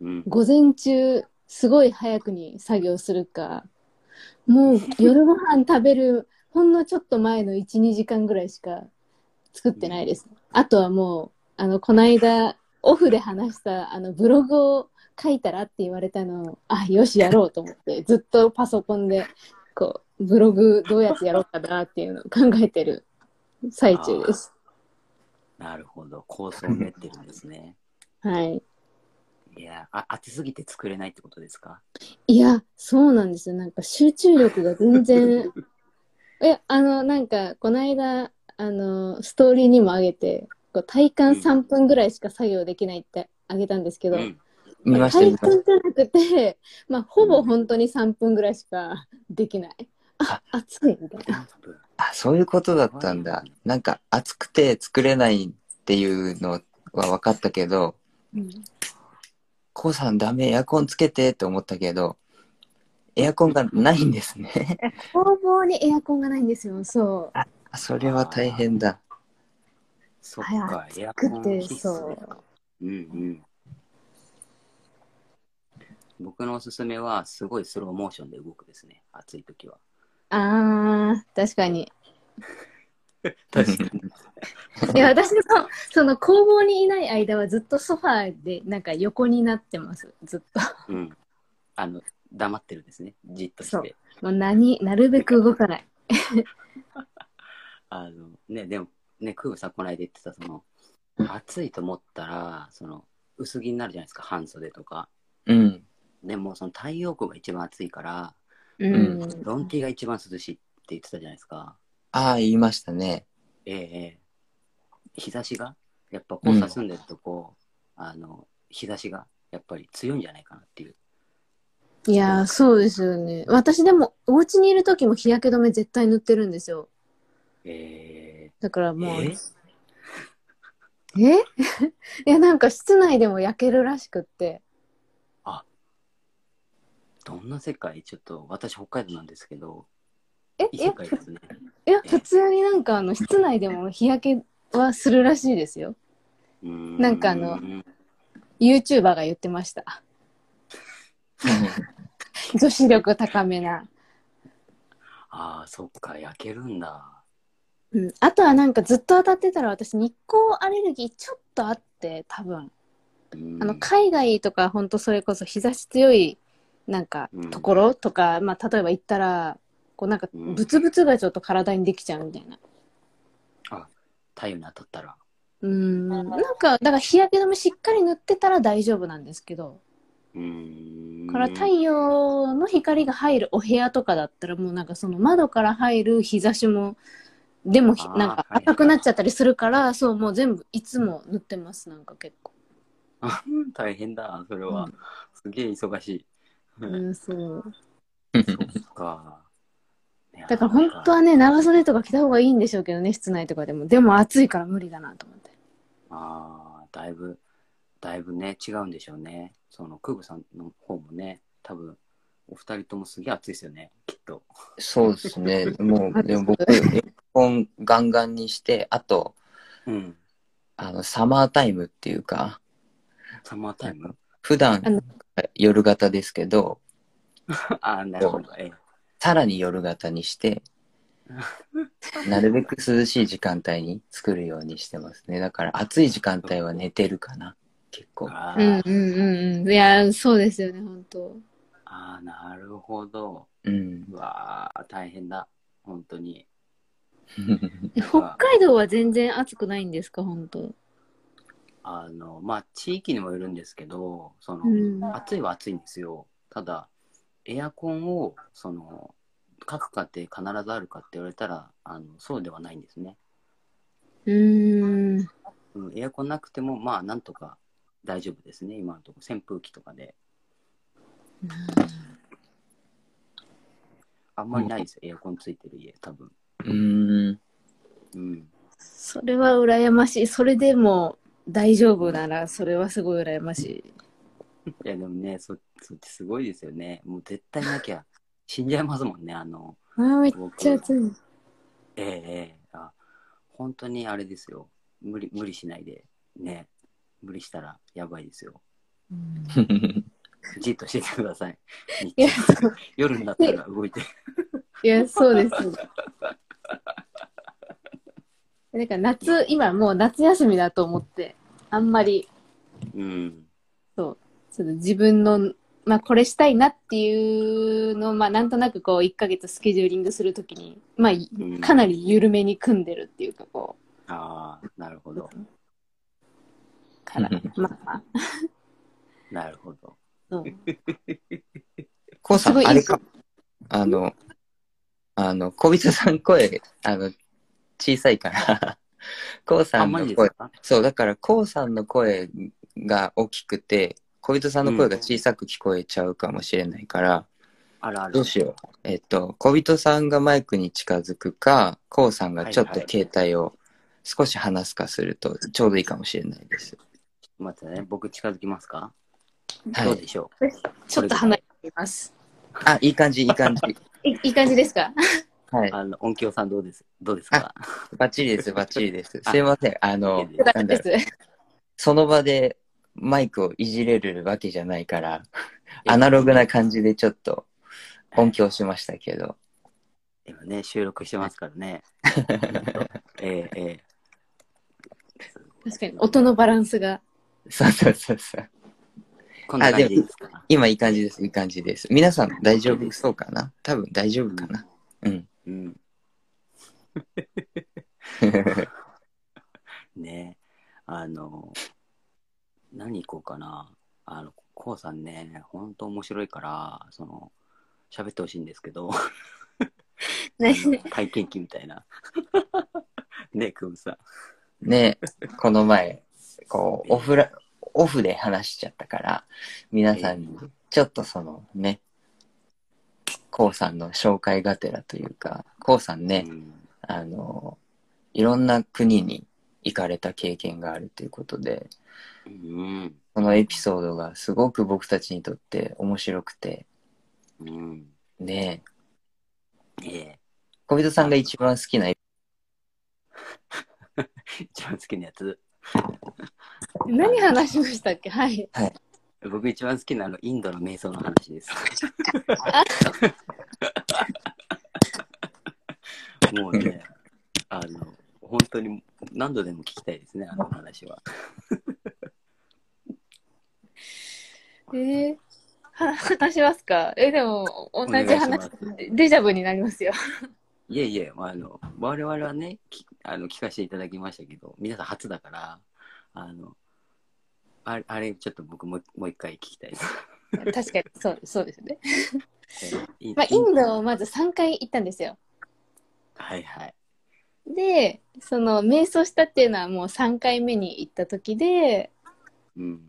A: うん、
C: 午前中すごい早くに作業するかもう夜ご飯食べるほんのちょっと前の12時間ぐらいしか作ってないです、あとはもうあのこの間オフで話したあのブログを書いたらって言われたのをあよしやろうと思ってずっとパソコンでこうブログどうやってやろうかなっていうのを考えてる最中です
A: なるほど、構想を練ってるんですね。
C: はい
A: いやあ、暑すぎて作れないってことですか
C: いや、そうなんですよ。なんか集中力が 全然。え、あの、なんか、この間、あの、ストーリーにも上げて、こう体感3分ぐらいしか作業できないってあげたんですけ
A: う
C: ど、
A: ん。
B: 見ました、見
C: 体
B: ました。
C: 感じゃなくて、まあ、ほぼ本当に3分ぐらいしかできない。あ、暑いみたいな。
B: あ、そういうことだったんだ。なんか、暑くて作れないっていうのは分かったけど、コウさんダメ、エアコンつけてって思ったけど、エアコンがないんですね。
C: 工房にエアコンがないんですよ、そう。
B: あそれは大変だ。
A: そっか
C: は、
A: エアコ
C: 暑く
A: ン
C: て、
A: 必須
C: そう。
A: うんうん。僕のおすすめは、すごいスローモーションで動くですね、暑い時は。
C: あー、確 かに。
A: 確かに。
C: いや私のその工房にいない間はずっとソファーでなんか横になってますずっと
A: うん。あの、黙ってるですね、じっと
C: そ
A: し
C: う
A: て。
C: もう何なるべく動かない
A: あの、ね、でも、ね、クーブさん、この間言ってた、その、暑いと思ったら、その、薄着になるじゃないですか、半袖とか。
B: うん。
A: でも、その太陽光が一番暑いから、
C: うん
A: ロンティが一番涼しいって言ってたじゃないですか。
B: ああ、言いました ね。
A: ええええ日差しが、やっぱ交差住んでるとこ、あの、日差しが、やっぱり強いんじゃないかなっていう。
C: いやーそうですよね私でもお家にいる時も日焼け止め絶対塗ってるんですよ
A: え
C: だから
A: え
C: もう
A: え
C: え いやなんか室内でも焼けるらしくって
A: どんな世界ちょっと、私、北海道なんですけど、
C: え
A: 異
C: い
A: 世
C: や
A: 界ですね。
C: いや普通になんかあの室内でも日焼けはするらしいですよな
A: なん
C: かあの YouTuber が言ってました女子力高めな
A: ああ、そっか、焼けるんだ。
C: うん、あとはなんかずっと当たってたら私日光アレルギーちょっとあって多分
A: うん
C: あの海外とか本当それこそ日差し強いなんかところとか、まあ、例えば行ったらこうなんか
A: うん
C: ブツブツがちょっと体にできちゃうみたいな
A: 太陽に当たったら。
C: うんなんかだから日焼け止めしっかり塗ってたら大丈夫なんですけど
A: うーん。
C: から太陽の光が入るお部屋とかだったらもうなんかその窓から入る日差しもでもひ
A: あー
C: なんか
A: はい
C: 赤くなっちゃったりするから、そうもう全部いつも塗ってますなんか結 構、
A: あ大変だ、それは。
C: うん
A: すげえ忙し い。
C: うん、そう
A: そっか。
C: だから本当は
A: ね。
C: ね長袖とか着た方がいいんでしょうけどね室内とかでもでも暑いから無理だなと思って
A: ああ、だいぶ、だいぶね、違うんでしょうね。その、クーブさんの方もね、多分、お二人ともすげえ暑いですよね、きっと。
B: そうですね。もう、でも僕、
C: 暑
B: エ
C: い
B: アコンガンガンにして、あと、
A: うん。
B: あの、サマータイムっていうか、
A: サマータイ ム
B: 普段
C: あの
B: 夜型ですけど、
A: ああ、なるほど。ええ
B: さらに夜型に して、なるべく涼しい時間帯に作るようにしてますね。だから暑い時間帯は寝てるかな、結構。
A: あ
C: うん
A: ー
C: うんうんうんいやーそうですよね本当
A: あー、なるほど。
B: うん。
A: うわあ、大変だ。本当に。
C: 北海道は全然暑くないんですか本当
A: あの、まあ、地域にもよるんですけど、その、
C: うん
A: 暑いは暑いんですよ。ただ、エアコンを、その、各家庭必ずあるかって言われたら、あのそうではないんですね。
C: うーん
A: うん、エアコンなくても、まあ、なんとか大丈夫ですね、今のところ。扇風機とかで。あんまりないですよ、エアコンついてる家、多分。
B: うん。
A: うん。
C: それは羨ましいそれでも大丈夫ならそれはすごい羨ましい
A: いや、でもね、そそっちすごいですよね。もう絶対な きゃ、死んじゃいますもんね、あの、
C: あーめっ
A: 僕
C: ちゃ暑い
A: ええええあ本当にあれですよ無理無理しないでね無理したらやばいですよじっとしててください日
C: いや
A: 中夜になったら動いて
C: いや、そうです。 なんか夏、今もう夏休みだと思って、あんまり、
A: うん
C: その自分の、まあこれしたいなっていうのを、まあなんとなくこう1ヶ月スケジューリングするときに、まあい
A: うん
C: かなり緩めに組んでるっていうかこ
A: ああなるほど
C: う、 から、まあまあ、
A: なるほど
C: そう。
B: コウさ
C: すごい
B: ん、あれか。あの、あの、小人さん声、あの、小さいから、 コウさ
A: あ
B: ん
A: マ
B: の
A: ジで
B: 声
A: す、か
B: そう、だから、コウさんの声が大きくて、小人さんの声が小さく聞こえちゃうかもしれないから、
A: あるある
B: どうしよう。えっと、小人さんがマイクに近づくか、コウさんがちょっと携帯を少し離すかすると、ちょうどいいかもしれないです。
A: 待ってね僕近づきますか、
B: はい
A: どうでしょ
C: ちょっと離れています。
B: あ、いい感じ、いい
A: 。
B: 感じ。
C: いいい感じですか
B: はいう
A: あの音響さんどうですどうですか
B: バッチリです、バッチリです。すいません。あの、
A: いいです
B: なんだろう
C: です。
B: その場でマイクをいじれるわけじゃないから、アナログな感じでちょっと音響しましたけど。
A: 今ね収録してますから ねええええ
C: 確かに、音のバランスが。
B: そうそうそうそう。
A: こんな感じでいいですか
B: 今いい感じです、いい感じです。皆さん大丈夫そうかな多分大丈夫かなうん。
A: うんねあの何行こうかなあのこうさんね本当面白いからその喋ってほしいんですけど あ
C: ね
A: の体験記みたいな ねえくんさん
B: ねこの前、こう、オフラ、オフで話しちゃったから、皆さんにちょっとそのね、こうさんの紹介がてらというか、こうさんね、
A: うん
B: あの、いろんな国に行かれた経験があるということで、
A: うん
B: そのエピソードがすごく僕たちにとって面白くて、
A: うん
B: ねえ、
A: ええ
B: 小人さんが一番好きなエピ
A: 一番好きなやつ
C: 何話しましたっけはい。
A: 僕一番好きなあのインドの瞑想の話ですもうねあの本当に何度でも聞きたいですねあの話は
C: えー、は話しますかえでも同
A: 願い
C: じ
A: しま
C: 話
A: す
C: デジャブになりますよ
A: いえいえ、まあ、あの我々はねきあの聞かせていただきましたけど皆さん初だからあのあれあれちょっと僕もうもう一回聞きたいです、
C: 確かにそうそうですね、
A: えーい
C: まあ、インドをまず3回行ったんですよ
A: はいはい
C: でその瞑想したっていうのはもう3回目に行った時で
A: うん。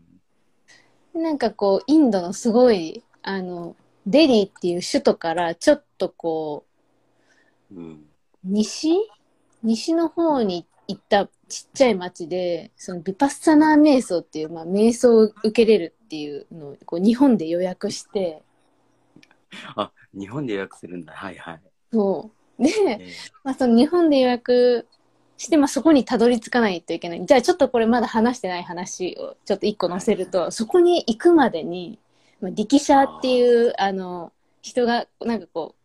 C: なんかこうインドのすごいあのデリーっていう首都からちょっとこ
A: うん。
C: う西西の方に行ったちっちゃい町でそのヴィパッサナー瞑想っていう、まあ、瞑想を受けれるっていうのをこう日本で予約して
A: あ、日本で予約するんだ。はいはい。
C: そうで、
A: えー
C: まあ、その日本で予約して、まあ、そこにたどり着かないといけないじゃあちょっとこれまだ話してない話をちょっと一個載せるとそこに行くまでに、まあ、力車っていうあの人がなんかこ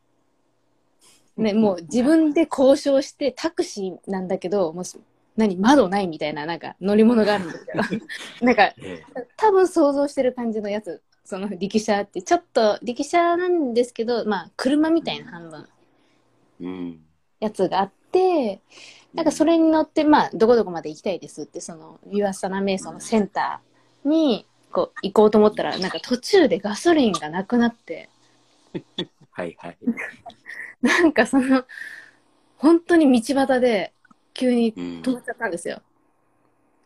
C: う、ね、もう自分で交渉してタクシーなんだけどもう何窓ないみたいななんか乗り物があるんです よなんか
A: え
C: 多分想像してる感じのやつその力車ってちょっと力車なんですけどまあ車みたいな半分
A: ーうん。
C: やつがあってなんかそれに乗って、まあ、どこどこまで行きたいですって、その、湯浅名瞑想のセンターに、こう、行こうと思ったら、なんか途中でガソリンがなくなって、
A: はいはい。
C: なんかその、本当に道端で、急に
A: うん。
C: 止まっちゃったんですよ。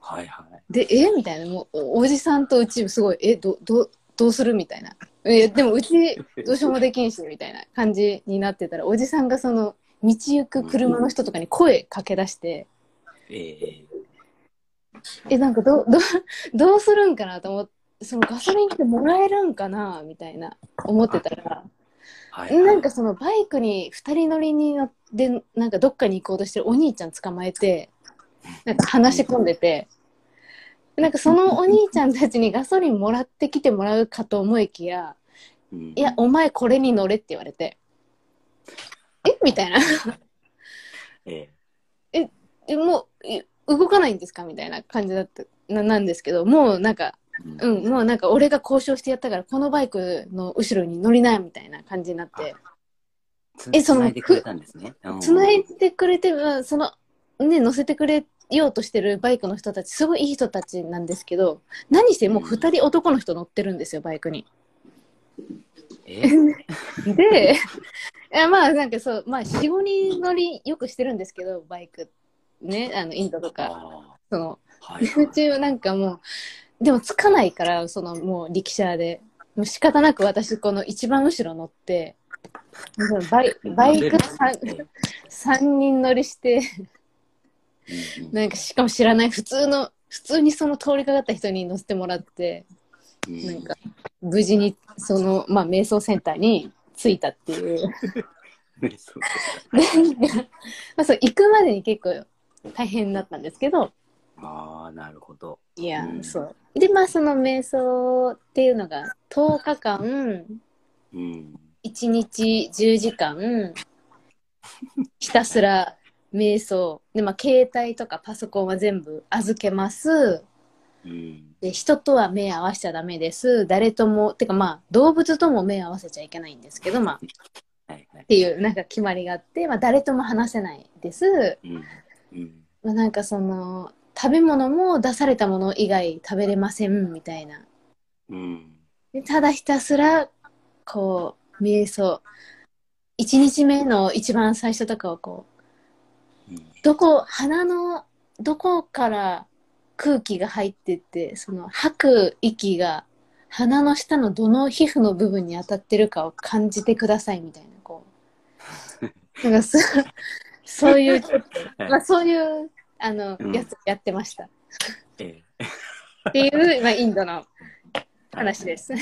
A: はいはい。
C: で、えみたいな、もう、おおじさんとうち、すごい、え、ど、ど、どうするみたいな。え、でもうち、どうしようもできんし、みたいな感じになってたら、おじさんがその、道行く車の人とかに声かけ出して、
A: え
C: えなんかどど どうするんかなと思ってそのガソリンってもらえるんかなみたいな思ってたら
A: ーはいはい。
C: なんかそのバイクに2人乗りに乗ってなんかどっかに行こうとしてるお兄ちゃん捕まえてなんか話し込んでてなんかそのお兄ちゃんたちにガソリンもらってきてもらうかと思いきや
A: うん、
C: 「いやお前これに乗れ」って言われて「えみたいな
A: え
C: 「えもうえ動かないんですか?」みたいな感じだったななんですけどもうなんか
A: ー
C: うん、もうなんか俺が交渉してやったからこのバイクの後ろに乗りなみたいな感じになって
A: つ
C: えその
A: 繋いでくれたんですね。うん
C: 繋いでくれて、まあ、そのね乗せてくれようとしてるバイクの人たちすごいいい人たちなんですけど何せもう2人男の人乗ってるんですよバイクに。
A: え
C: でいやまあなんかそう、まあ、45人乗りよくしてるんですけどバイクねあのインドとか
A: あ
C: その
A: ーはいは
C: う
A: い。
C: ちなんかもうでもつかないからそのもう力車でもう仕方なく私この一番後ろ乗ってそのバイバイク 3, 三人乗りして
A: うんうん
C: なんかしかも知らない普通の普通にその通りかかった人に乗せてもらって
A: うん
C: なんか無事にそのまあ瞑想センターに着いたっていう
A: ねそう
C: でまあそう行くまでに結構大変だったんですけど
A: ああ、なるほど。
C: いや、
A: うん
C: そう。で、まあ、その瞑想っていうのが、10日間、
A: うん。
C: 1日10時間、ひたすら瞑想。で、まあ、携帯とかパソコンは全部預けます。
A: うん。
C: で、人とは目合わせちゃダメです。誰とも、てかまあ、動物とも目合わせちゃいけないんですけど、まあ、っ
A: はいはい。
C: ていう、なんか決まりがあって、まあ、誰とも話せないです。
A: うん。うん。
C: まあ、なんかその、食べ物も出されたもの以外食べれませんみたいな。
A: うん。
C: でただひたすらこう瞑想1日目の一番最初とかはこう
A: うん
C: どこ鼻のどこから空気が入ってってその吐く息が鼻の下のどの皮膚の部分に当たってるかを感じてくださいみたいなこうなんかそそういうちょっと、まあ、そういうあの、
A: うん
C: やつやってました
A: え
C: っていう、まあ、インドの
A: ー
C: 話ですい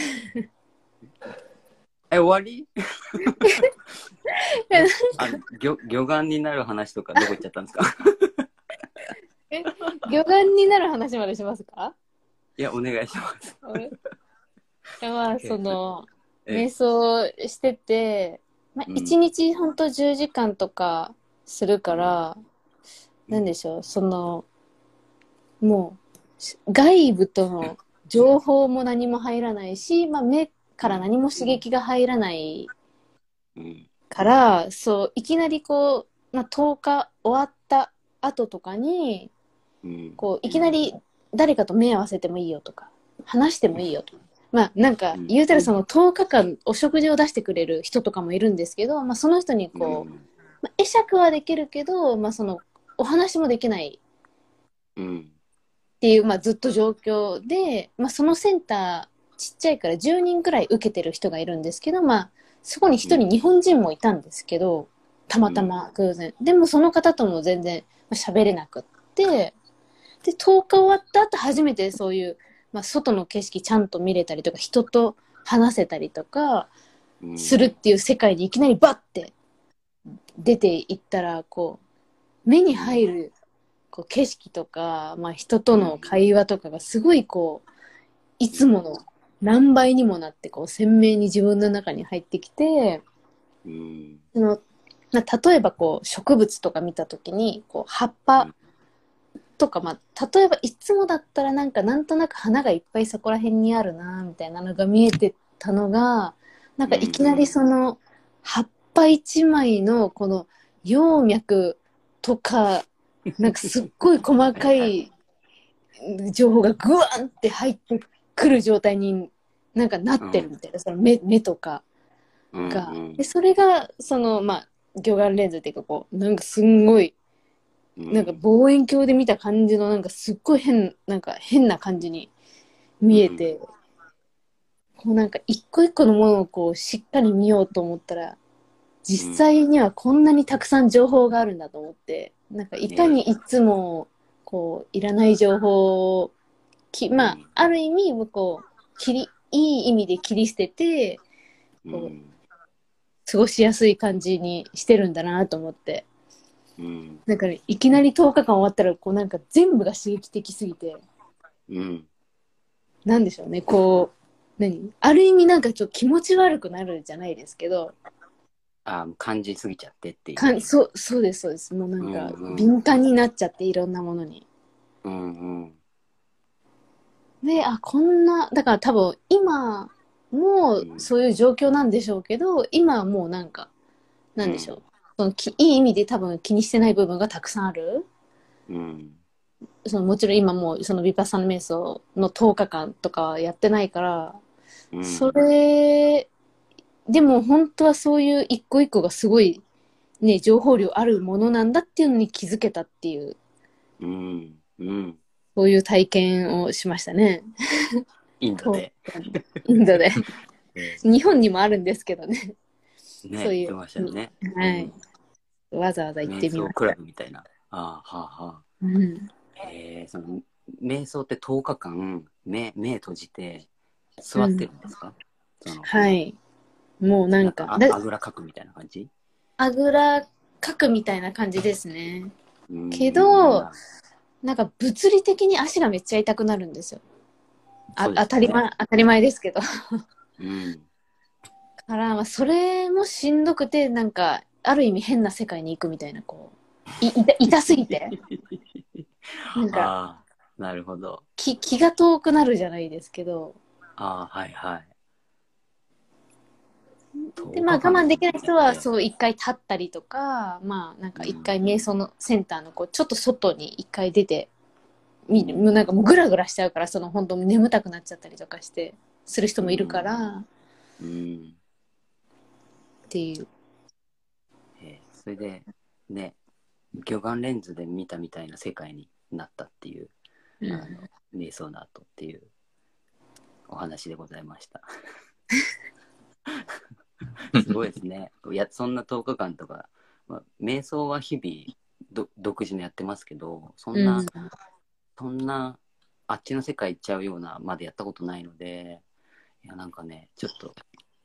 A: え、終わ り
C: や
A: あ魚魚眼になる話とかどこ行っちゃったんですか
C: 魚眼になる話までしますか
A: いや、お願いします。
C: あれいやまあその
A: え
C: 瞑想してて、まあ、
A: うん
C: 1日ほんと10時間とかするから、
A: うん
C: なんでしょうそのもうし外部との情報も何も入らないし、まあ、目から何も刺激が入らない
A: うん。
C: からそういきなりこう、まあ、10日終わった後とかに
A: うん。
C: こういきなり誰かと目合わせてもいいよとか話してもいいよとか。まあなんか
A: うん
C: 言うたらその10日間お食事を出してくれる人とかもいるんですけど、まあ、その人にこ
A: うん
C: う、まあ、会釈はできるけど、まあ、そのお話もできない
A: うん。
C: っていう、まあ、ずっと状況で、まあ、そのセンターちっちゃいから10人くらい受けてる人がいるんですけど、まあ、そこに一
A: う
C: 人
A: ん
C: 日本人もいたんですけどたまたま偶然、でもその方とも全然まあ喋れなくってで10日終わった後初めてそういう、まあ、外の景色ちゃんと見れたりとか人と話せたりとか
A: うん、
C: するっていう世界にいきなりバッて出ていったらこう目に入るこう景色とか、まあ、人との会話とかがすごいこういつもの何倍にもなってこう鮮明に自分の中に入ってきて
A: うん。
C: その、まあ、例えばこう植物とか見た時にこう葉っぱとか、まあ、例えばいつもだったらなんかなんとなく花がいっぱいそこら辺にあるなみたいなのが見えてたのがなんかいきなりその葉っぱ一枚のこの葉脈とかなんかすっごい細かい情報がグワンって入ってくる状態になんかなってるみたいな、その目目とか
A: うん
C: が、
A: うん
C: でそれがそのまあ魚眼レンズっていうかこうなんかすんごいなんか望遠鏡で見た感じのなんかすっごい変なんか変な感じに見えて、こうなんか一個一個のものをこうしっかり見ようと思ったら実際にはこんなにたくさん情報があるんだと思ってなんかいかにいつもこういらない情報をきまあ
A: うん
C: ある意味こう切りいい意味で切り捨てて
A: う。
C: こうん過ごしやすい感じにしてるんだなと思って
A: うん。
C: なんかね、いきなり10日間終わったらこうなんか全部が刺激的すぎて
A: うん。
C: なんでしょうねこう何ある意味なんかちょっと気持ち悪くなるじゃないですけど
A: あー感じすぎちゃってっていう。
C: かんそうそうですそうですもうなんか
A: うんうん
C: 敏感になっちゃっていろんなものに。
A: うんうん。
C: であこんなだから多分今もうそういう状況なんでしょうけど今はもうなんかなんでしょう、そのきいい意味で多分気にしてない部分がたくさんある
A: うん。
C: そのもちろん今もうそのヴィパッサの瞑想の10日間とかはやってないから
A: うん
C: それでも本当はそういう一個一個がすごい、ね、情報量あるものなんだっていうのに気づけたっていう
A: うん。うん。
C: そういう体験をしまし たね
A: インドで。
C: インドで
A: え
C: 日本にもあるんですけどね、
A: ーね、
C: そう
A: 言
C: いう
A: ってましたよね。
C: はい、わざわざ行って
A: 瞑
C: みま
A: 想
C: し
A: クラ
C: た、
A: ブみたいな。あーはあは
C: うん、
A: あ。えー、その、瞑想って10日間、目、目閉じて、座ってるんですか、その
C: はいもうなんか
A: あ
C: だ
A: あぐらかくみたいな感じ
C: あぐらかくみたいな感じですね
A: うん
C: けどなんか物理的に足がめっちゃ痛くなるんですよあ
A: そうですね
C: 当たり前当たり前ですけど
A: うん。
C: から、まあ、それもしんどくてなんかある意味変な世界に行くみたいなこうい痛痛すぎ てなんか
A: ああ、なるほど。
C: 気気が遠くなるじゃないですけど
A: ああ、はいはい。
C: で、まあ、我慢できない人は
A: う。
C: そう一回立ったりとかまあなんか一回瞑想のセンターのこうちょっと外に一回出てみもうなんかもうグラグラしちゃうからその本当眠たくなっちゃったりとかしてする人もいるから、
A: う
C: っ
A: うん。
C: ていう
A: えーそれで、ね、魚眼レンズで見たみたいな世界になったっていう、あの瞑想の後っていうお話でございました。すごいですね。いや、そんな10日間とか、まあ、瞑想は日々ど独自にやってますけど、そんな、
C: うん
A: そんなあっちの世界行っちゃうようなまでやったことないので、いやなんかね、ちょっと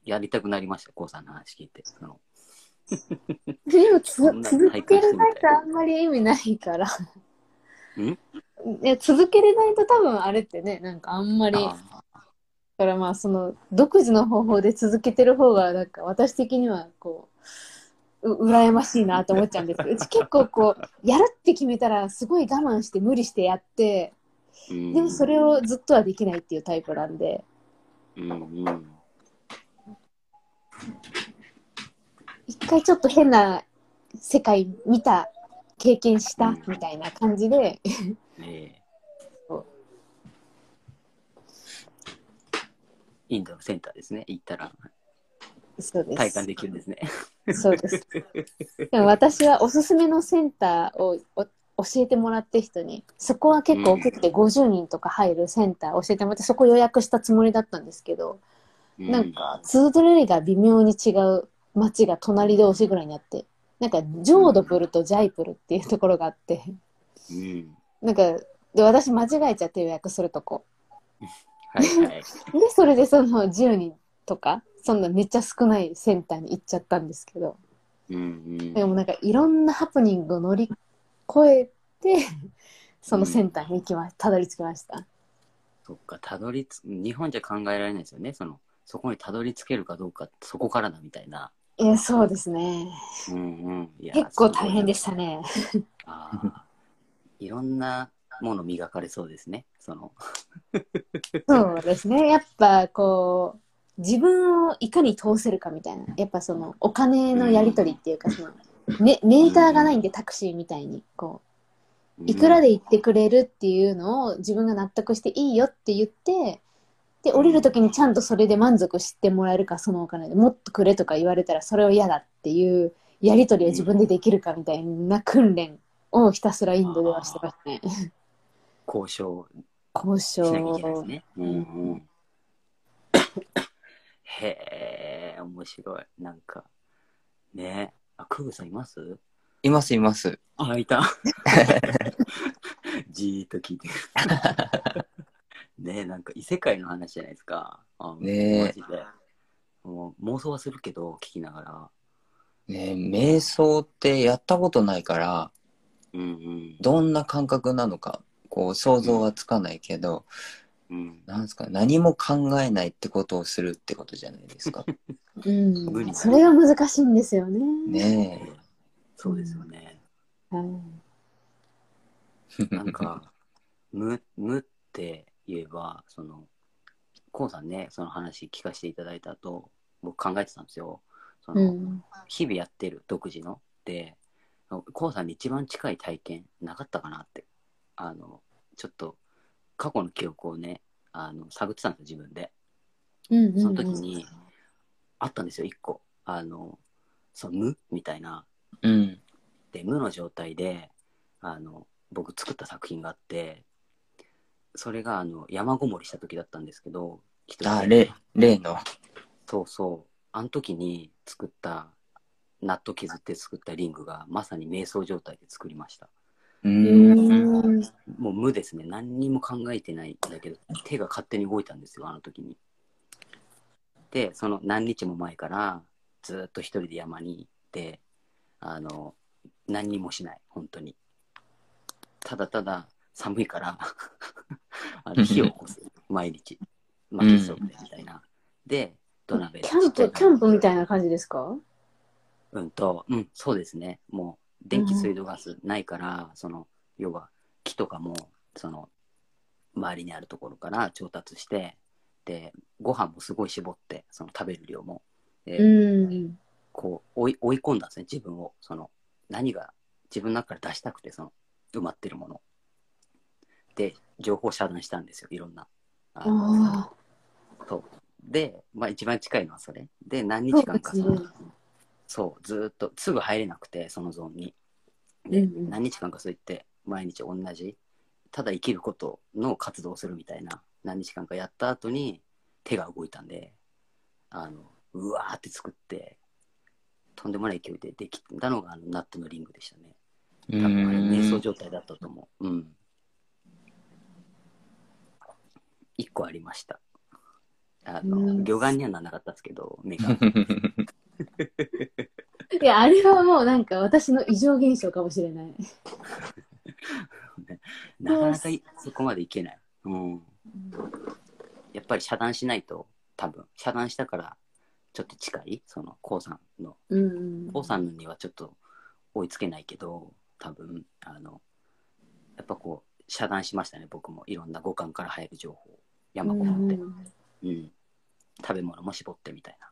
A: やりたくなりました、こうさんの話聞いて。その
C: でもつ
A: そんな
C: 続けれな
A: 体感してみ
C: いと
A: たい
C: あんまり意味ないから。
A: ん
C: いや続けれないと多分あれってねなんかあんまりだ
A: あ
C: からまあその独自の方法で続けてる方がなんか私的にはこうう羨ましいなと思っちゃうん ですけどうち結構こうやるって決めたらすごい我慢して無理してやって
A: うん
C: でもそれをずっとはできないっていうタイプなんで
A: うんうん
C: 一回ちょっと変な世界見た経験した
A: うん
C: みたいな感じで
A: ええ
C: そう
A: インドのセンターですね。行ったら
C: そうです
A: 体感できるんですね。
C: そうです。でも私はおすすめのセンターをお教えてもらって人にそこは結構大きくて50人とか入るセンター教えてもらってそこ予約したつもりだったんですけど、
A: うん
C: なんかツートレイが微妙に違う町が隣同士ぐらいにあってなんかジョードプルとジャイプルっていうところがあって
A: うん。
C: なんかで私間違えちゃって予約するとこ
A: はいはい。
C: でそれでその10人とかそんなめっちゃ少ないセンターに行っちゃったんですけど
A: うんうん。
C: でもなんかいろんなハプニングを乗り越えてそのセンターに行きまたどり着きました
A: そっか、たどりつ、日本じゃ考えられないですよね。その、そこにたどり着けるかどうか、そこからだみたいな。
C: えそうですね
A: うんうん。いや。
C: 結構大変でしたたね
A: ああ。いろんなもの磨かれそうですね。その、
C: そうですね。やっぱこう、自分をいかに通せるかみたいな。やっぱそのお金のやり取りっていうか、その、ね、メーターがないんでタクシーみたいに、こう、いくら
A: で、
C: で行ってくれるっていうのを自分が納得していいよって言って、で、降りるときにちゃんとそれで満足してもらえるか、そのお金でもっとくれとか言われたらそれを嫌だっていうやり取りを自分でできるかみたいな訓練をひたすらインドではしてますね。
A: 交渉
C: 交
A: しなきゃいけないで
C: 渉
A: す。ね。うんうん。へえ、面白い。なんか、ねえ。あ、クグさんいます
B: いますいます。
A: あ、いた。 じーっと聞いてる。 ねえ、なんか異世界の話じゃないですか。あ
B: ねえ
A: マジで。もう妄想はするけど、聞きながら。
B: ね、瞑想ってやったことないから、
A: うんうん。
B: どんな感覚なのか、こう想像はつかないけど、
A: うん、
B: なんですか、何も考えないってことをするってことじゃない ですか。
A: 無理
C: うん。それが難しいんですよね。
B: ねえ。
A: そうですよね。
C: はい
A: なんか、無、無って言えば、その、こうさんね、その話聞かせていただいた後、僕考えてたんですよ。その、
C: うん、
A: 日々やってる独自のでコウさんに一番近い体験なかったかなってあのちょっと過去の記憶をねあの探ってたんですよ自分で
C: うんうん
A: その時にあったんですよ一個あのその無みたいな
B: うん。
A: で無の状態であの僕作った作品があってそれがあの山ごもりした時だったんですけど一人で
B: あ、例、例の。
A: そうそう。あの時に作った、納豆削って作ったリングが、まさに瞑想状態で作りました。
B: う
C: う
B: ーん。
C: ん
A: もう無ですね。何にも考えてないんだけど、手が勝手に動いたんですよ、あの時に。で、その何日も前から、ずっと一人で山に行って、あの、何にもしない、本当に。ただただ寒いから、 あの火を起こす、毎日。薪ストーブでみたいな。で、土鍋で
C: キャン
A: ちっ
C: プ
A: ちゃい
C: キャンプみたいな感じですか
A: うんと、うん、そうですね。もう、電気水道ガスないから、その、要は、木とかも、その、周りにあるところから調達して、で、ご飯もすごい絞って、その食べる量も。で、
C: うん
A: こう追い、追い込んだんですね、自分を。その、何が自分の中から出したくて、その、埋まってるもの。で、情報遮断したんですよ、いろんな。あの
C: あ
A: で、まあ、一番近いのはそれ。で、何
C: ー
A: 日間かそ
C: そ
A: の
C: うですね
A: そう、ずーっと、すぐ入れなくて、そのゾーンに。
C: う
A: で、
C: んうん
A: 何日間かそう言って、毎日同じ、ただ生きることの活動をするみたいな、何日間かやった後に、手が動いたんで、あの、うわーって作って、とんでもない勢いでできたのが、あの、ナットのリングでしたね。
B: う
A: 多分あれ、瞑想
B: ん。
A: 状態だったと思う。うん。一個ありました。あ
C: うん
A: の、魚眼にはならなかったですけど、目が。
C: いやあれはもうなんか私の異常現象かもしれない
A: なかなかいそこまでいけない。うん。やっぱり遮断しないと、多分遮断したから、ちょっと近い、その、こうさんの、
C: うん
A: こうさんのにはちょっと追いつけないけど、多分あの、やっぱこう、遮断しましたね、僕も。いろんな五感から入る情報を。山
C: う
A: ごもって、
C: ん
A: うん。食べ物も絞ってみたいな。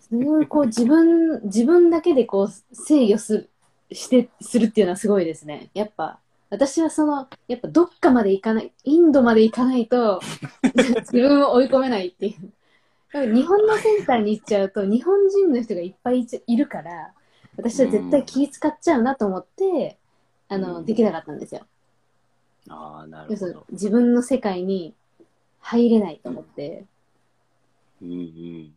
C: それをこう自分自分だけでこう制御するしてするっていうのはすごいですねやっぱ私はそのやっぱどっかまで行かないインドまで行かないと 自分を追い込めないっていうやっぱ日本のセンターに行っちゃうと日本人の人がいっぱいいちいるから私は絶対気使っちゃうなと思って、あの、
A: うん
C: できなかったんですよ。
A: ああ、な
C: 要
A: る
C: す
A: ほ
C: るに
A: ど。
C: 自分の世界に入れないと思 って、
A: うんうん。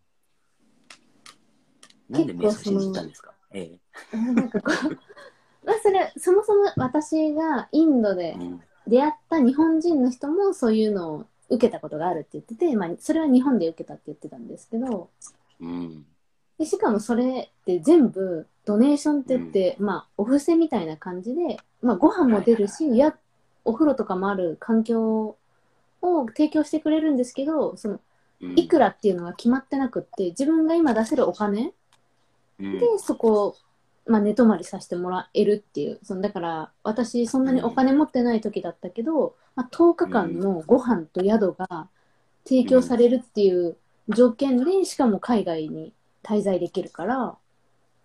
A: なんで瞑想しに行ったんですかええ。
C: なんかこう、 まあそれ、そもそも私がインドで
A: うん
C: 出会った日本人の人もそういうのを受けたことがあるって言ってて、まあ、それは日本で受けたって言ってたんですけど、
A: うん。
C: でしかもそれって全部ドネーションって言って、まあお布施みたいな感じで、まあ、ご飯も出るし、やお風呂とかもある環境を提供してくれるんですけどその
A: うん
C: いくらっていうのが決まってなくって自分が今出せるお金
A: うん
C: でそこを、まあ、寝泊まりさせてもらえるっていうそのだから私そんなにお金持ってない時だったけど、まあ、10日間のご飯と宿が提供されるっていう条件でしかも海外に滞在できるから。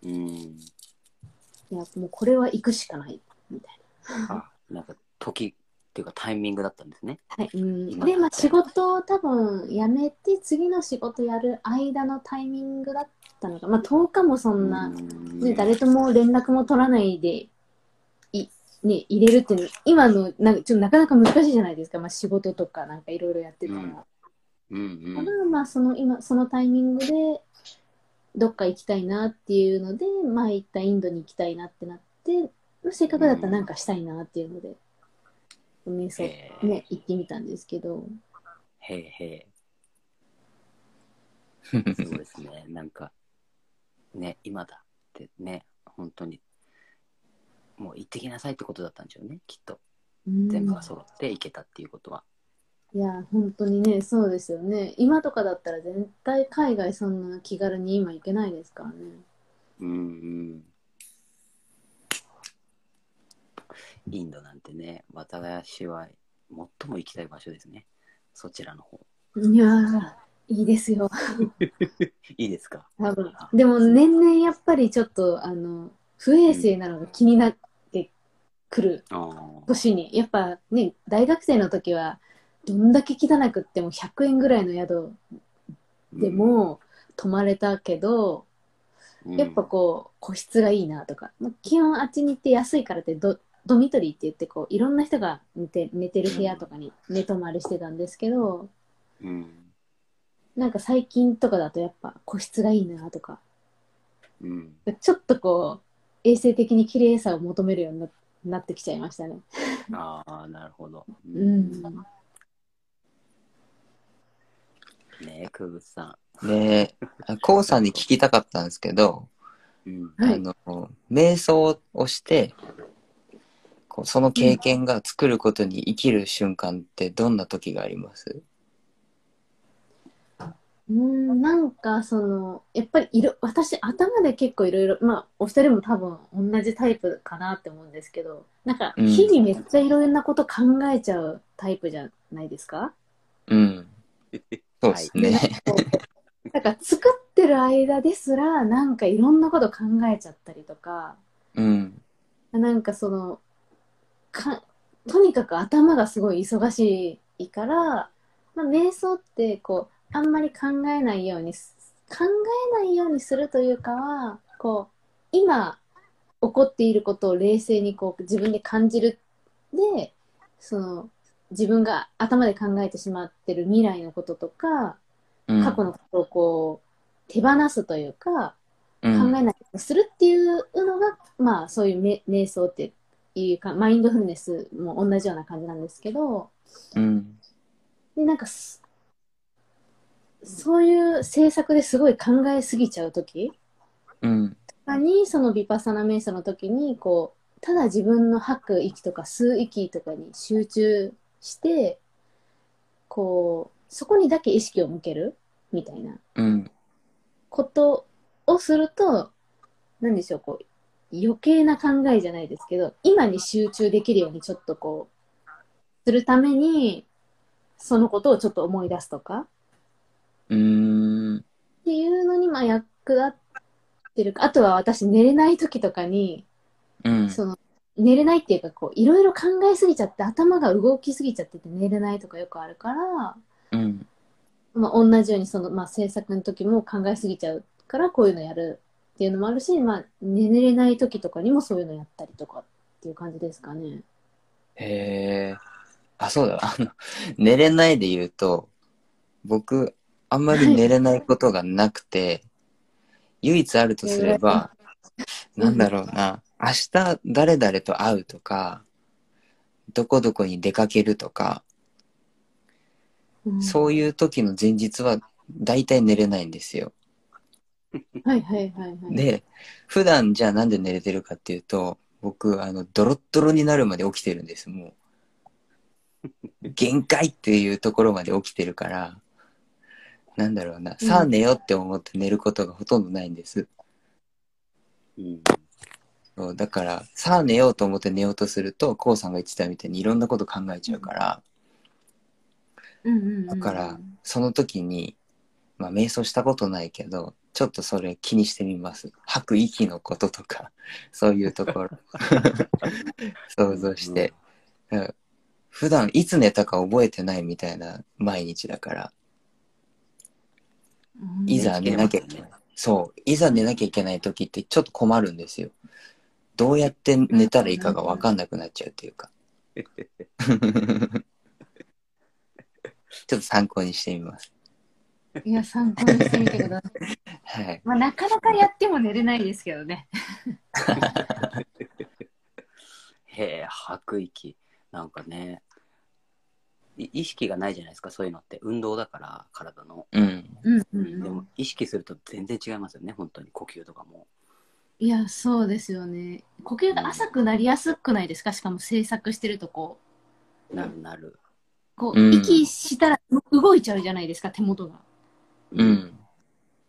A: うん。
C: いや、もうこれは行くしかない。
A: あ、なんか時っていうかタイミングだったんですね。
C: はい。うん、
A: 今
C: で、まあ仕事を多分辞めて、次の仕事やる間のタイミングだったのか。まあ10日もそんな、ね、
A: ね
C: 誰とも連絡も取らないで、い、ね、入れるっていうの、今の、なんか、ちょっとなかなか難しいじゃないですか。まあ仕事とかなんかいろいろやってたら。
A: うんうんう
C: た
A: ん
C: だ。まあその今そのタイミングでどっか行きたいなっていうのでまあ一旦インドに行きたいなってなってせっかくだったらなんかしたいなっていうので、瞑想
A: へえ
C: ね行ってみたんですけど
A: へえへえ。そうですね。なんか、ね、今だってね、本当に、もう行ってきなさいってことだったんでしょうね、きっと。
C: うん
A: 全部が揃って行けたっていうことは。
C: いや本当にねそうですよね今とかだったら絶対海外そんな気軽に今行けないですからね
A: うんうん。インドなんてね、私は最も行きたい場所ですね。そちらの方。
C: いやーいいですよ
A: いいですか
C: 多分
A: あ
C: でも年々やっぱりちょっとあの不衛生なのが気になってくる、
A: あー
C: 年にやっぱね大学生の時はどんだけ汚くっても100円ぐらいの宿で、も泊まれたけど、
A: うん
C: やっぱこう個室がいいなとか、まあ基本あっちに行って安いからってドドミトリーって言ってこういろんな人が寝て寝てる部屋とかに寝泊まりしてたんですけど
A: うん。
C: なんか最近とかだとやっぱ個室がいいなとか
A: うん。
C: ちょっとこう衛生的に綺麗さを求めるようにななってきちゃいましたね。
A: ああ、なるほど。う
C: うん
A: ねえ、空物さ
B: で、コウさんに聞きたかったんですけど、
A: ん。うん。
C: はい
B: あの、瞑想をして、こうその経験が作ることに生きる瞬間ってどんな時があります
C: うーん、なんかそのやっぱりいろ私頭で結構いろいろまあお二人も多分同じタイプかなって思うんですけどなんか
B: うん
C: 日々めっちゃいろんなこと考えちゃうタイプじゃないですか、
B: うん。そうですね。
C: なんか作ってる間ですらなんかいろんなこと考えちゃったりとか
B: うん。
C: なんかそのかとにかく頭がすごい忙しいから、まあ、瞑想ってこうあんまり考えないようにす考えないようにするというかはこう今起こっていることを冷静にこう自分で感じるでその自分が頭で考えてしまってる未来のこととか
B: うん
C: 過去のことをこう手放すというか
B: うん
C: 考えないようにするっていうのが、まあそういうめ瞑想っていうかマインドフルネスも同じような感じなんですけど
B: うん。
C: でなんかすそういう制作ですごい考えすぎちゃう時
B: うん。
C: とかにそのヴィパッサナ瞑想の時にこうただ自分の吐く息とか吸う息とかに集中してこうそこにだけ意識を向けるみたいな
B: うん。
C: ことをすると何でしょうこう余計な考えじゃないですけど今に集中できるようにちょっとこうするためにそのことをちょっと思い出すとか
B: うん。
C: っていうのにまあ役立ってるかあとは私寝れない時とかに
B: うん。
C: その寝れないっていうかこういろいろ考えすぎちゃって頭が動きすぎちゃってて寝れないとかよくあるから、
B: うん。
C: まあ、同じようにその、まあ、制作の時も考えすぎちゃうからこういうのやるっていうのもあるし、まあ、寝れない時とかにもそういうのやったりとかっていう感じですかね。
B: へえ。あ、そうだ。あの、寝れないで言うと、僕、あんまり寝れないことがなくて、唯一あるとすれば、なんだろうな、明日誰々と会うとか、どこどこに出かけるとか、
C: うん、
B: そういう時の前日は大体寝れないんですよ。
C: はいはいはいはい。
B: で、普段じゃあなんで寝れてるかっていうと、僕、あの、ドロッドロになるまで起きてるんです、もう。限界っていうところまで起きてるから、なんだろうな、さあ寝ようって思って寝ることがほとんどないんです。
A: うん。
B: そうだから、さあ寝ようと思って寝ようとすると、こうさんが言ってたみたいにいろんなこと考えちゃうから、
C: うんうんうん、
B: だからその時に、まあ、瞑想したことないけど、ちょっとそれ気にしてみます。吐く息のこととか、 そういうところ、想像して。うん普段いつ寝たか覚えてないみたいな毎日だから、
C: うん、
B: いざ寝なきゃいけない。そう、いざ寝なきゃいけない時ってちょっと困るんですよ。どうやって寝たらいいかがわかんなくなっちゃうって いうか。ちょっと参考にしてみます。
C: いや、参考にしてみてくだ さい。
B: はい。
C: まあ、なかなかやっても寝れないですけどね。
A: へえ、吐く息。なんかね、い意識がないじゃないですか、そういうのって。運動だから、体の。
B: うん。
C: うんうん
A: で
C: う
A: も
C: ん、
A: 意識すると全然違いますよね、本当に。呼吸とかも。
C: いや、そうですよね。呼吸が浅くなりやすくないですかしかも制作してるとこう。
A: なるなる。。
C: こ
B: う
C: うん息したら動いちゃうじゃないですか、手元が。
B: う。ん。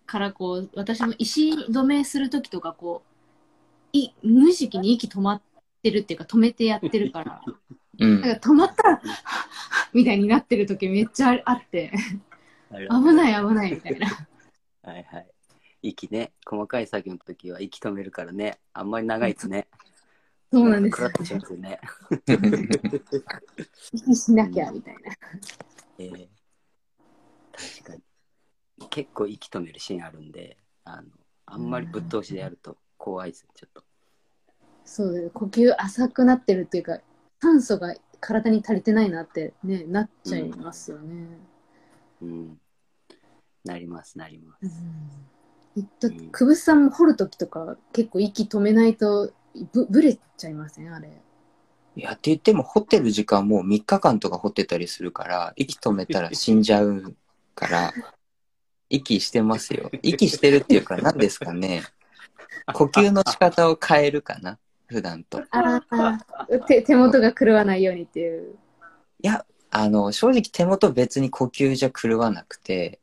C: からこう、私も石止めするときとか、こうい、無意識に息止まってるっていうか、止めてやってるから。
B: う
C: なん
B: ん。
C: か止まったら、はっはっはみたいになってるときめっちゃああって、危ないい危ないみたいな。
A: はいはい。息ね、細かい作業の時は息止めるからね、あんまり長いとね、
C: そうなんです
A: くら
C: よ
A: っとしちゃうんですよね。
C: 息しなきゃみたいな。
A: えー確かに。結構息止めるシーンあるんで、あの、あんまりぶっ通しでやると怖いです、ちょっと。
C: そうだよ呼吸浅くなってるっていうか酸素が体に足りてないなってねなっちゃいますよね、
A: うん。なります、なります。
C: うんだって
A: うん
C: 久保さんも掘る時とか結構息止めないとぶぶれちゃいませんあれ
B: いや、って言っても、掘ってる時間もう3日間とか掘ってたりするから、息止めたら死んじゃうから、 息してますよ。息してるっていうか、何ですかね。呼吸の仕方を変えるかな普段と。
C: ああ手手元が狂わないようにっていう
B: いや、あの、正直手元別に呼吸じゃ狂わなくて、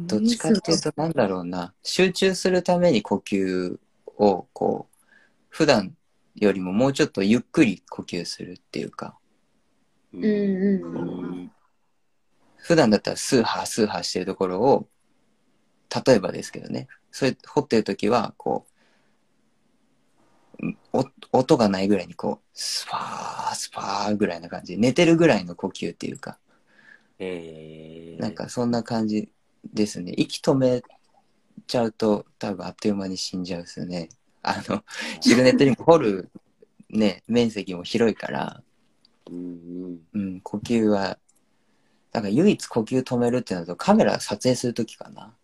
B: どっちかっていうと、なんだろうな、集中するために呼吸を、こう、普段よりももうちょっとゆっくり呼吸するっていうか、
A: う
C: うんうんうんうん
A: ん。
B: 普段だったらスーハースーハーしてるところを、例えばですけどね、それ掘ってるときは、こう、んお音がないぐらいにこう、スパー、スパーぐらいな感じで、寝てるぐらいの呼吸っていうか、
A: えー、
B: なんかそんな感じですね。息止めちゃうと多分あっという間に死んじゃうですね。あの、シグネットリング掘るね、面積も広いから、
A: うん
B: うん、呼吸は、だから唯一呼吸止めるってなるとカメラ撮影するときかな。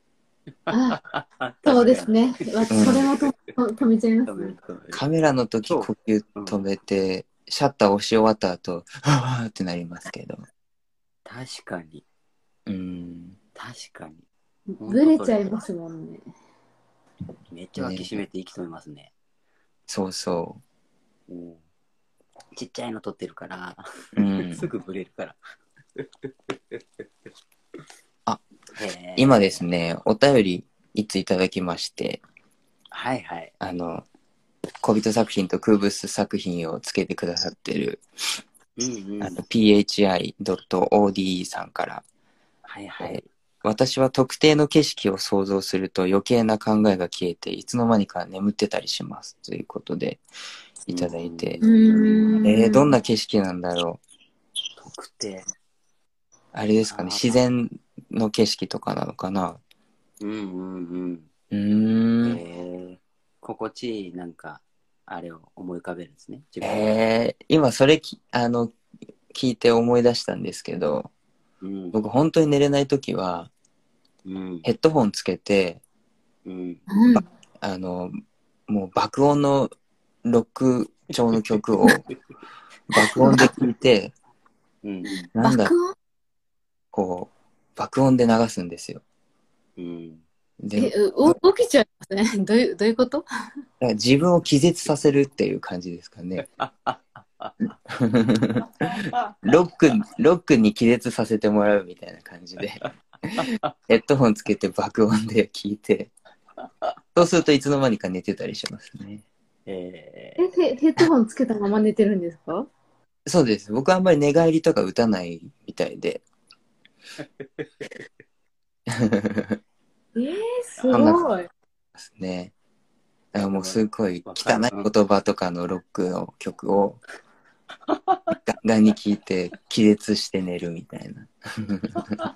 C: あ
A: うん。
C: そうですねわそれもと止めちゃい
A: 確かに。
C: ますね
A: 食べる
B: カメラの時
A: そう
B: 呼吸止めて、シャッター押し終わった後、はぁーってなりますけど。
A: 確かに。
B: うん。
A: 確かに。
C: ぶれちゃいますもんね
A: めっちゃ脇締めて息止めますね。
B: そうそ
A: うんちっちゃいの撮ってるから、
B: う。うん。
A: すぐブレるから。
B: あ
A: へー
B: 今ですね、お便りいついただきまして、
A: はいはい。
B: あの、小人作品と空物作品をつけてくださってる、
A: うんうん。
B: あの phi.ode さんから、
A: はいはい。
B: 私は特定の景色を想像すると余計な考えが消えて、いつの間にか眠ってたりします。ということで、いただいて、
C: うん
B: えーどんな景色なんだろう。
A: 特定。
B: あれですかね、
A: あー
B: 自然の景色とかなのかな
A: うんうん
B: う
A: う
B: ー
A: ん。
B: ん。
A: へ心地いいなんかあれを思い浮かべるんですね自分で
B: えー、今それきあの聞いて思い出したんですけど
A: うん
B: 僕本当に寝れない時は
A: うん
B: ヘッドホンつけて
A: うん
C: うん
B: あのもう爆音のロック調の曲を爆音で聞いて
A: うん
B: なんだ
C: 爆音
B: こう爆音で流すんですよ。
A: うん
C: え
B: で
C: うお起きちゃいますね どういうどういうこと
B: 自分を気絶させるっていう感じですかね。ロック、ロックに気絶させてもらうみたいな感じで、ヘッドホンつけて爆音で聞いて、そうするといつの間にか寝てたりしますね。
A: え
C: えヘヘッドホンつけたまま寝てるんですか
B: そうです。僕はあんまり寝返りとか打たないみたいで。で
C: えー、すごい
B: すね。だからもうすごい汚い言葉とかのロックの曲をガンガンに聞いて気絶して寝るみたいな。
A: ー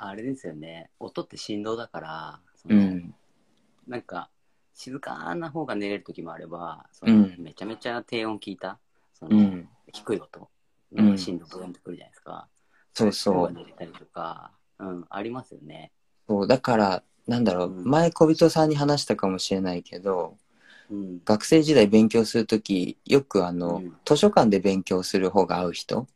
A: あれですよね音って振動だからそうの
B: ん。
A: なんか静かな方が寝れる時もあればそうの
B: ん
A: めちゃめちゃ低音聞いたそうの
B: ん。
A: 低い音う
B: う
A: んん振動ブーンってくるじゃないですか
B: そうそう。
A: 寝れたりとかうんありますよね
B: そう、だから、なんだろう、
A: うん
B: 前小人さんに話したかもしれないけど、
A: うん
B: 学生時代勉強するとき、よくあの、
A: うん
B: 図書館で勉強する方が合う人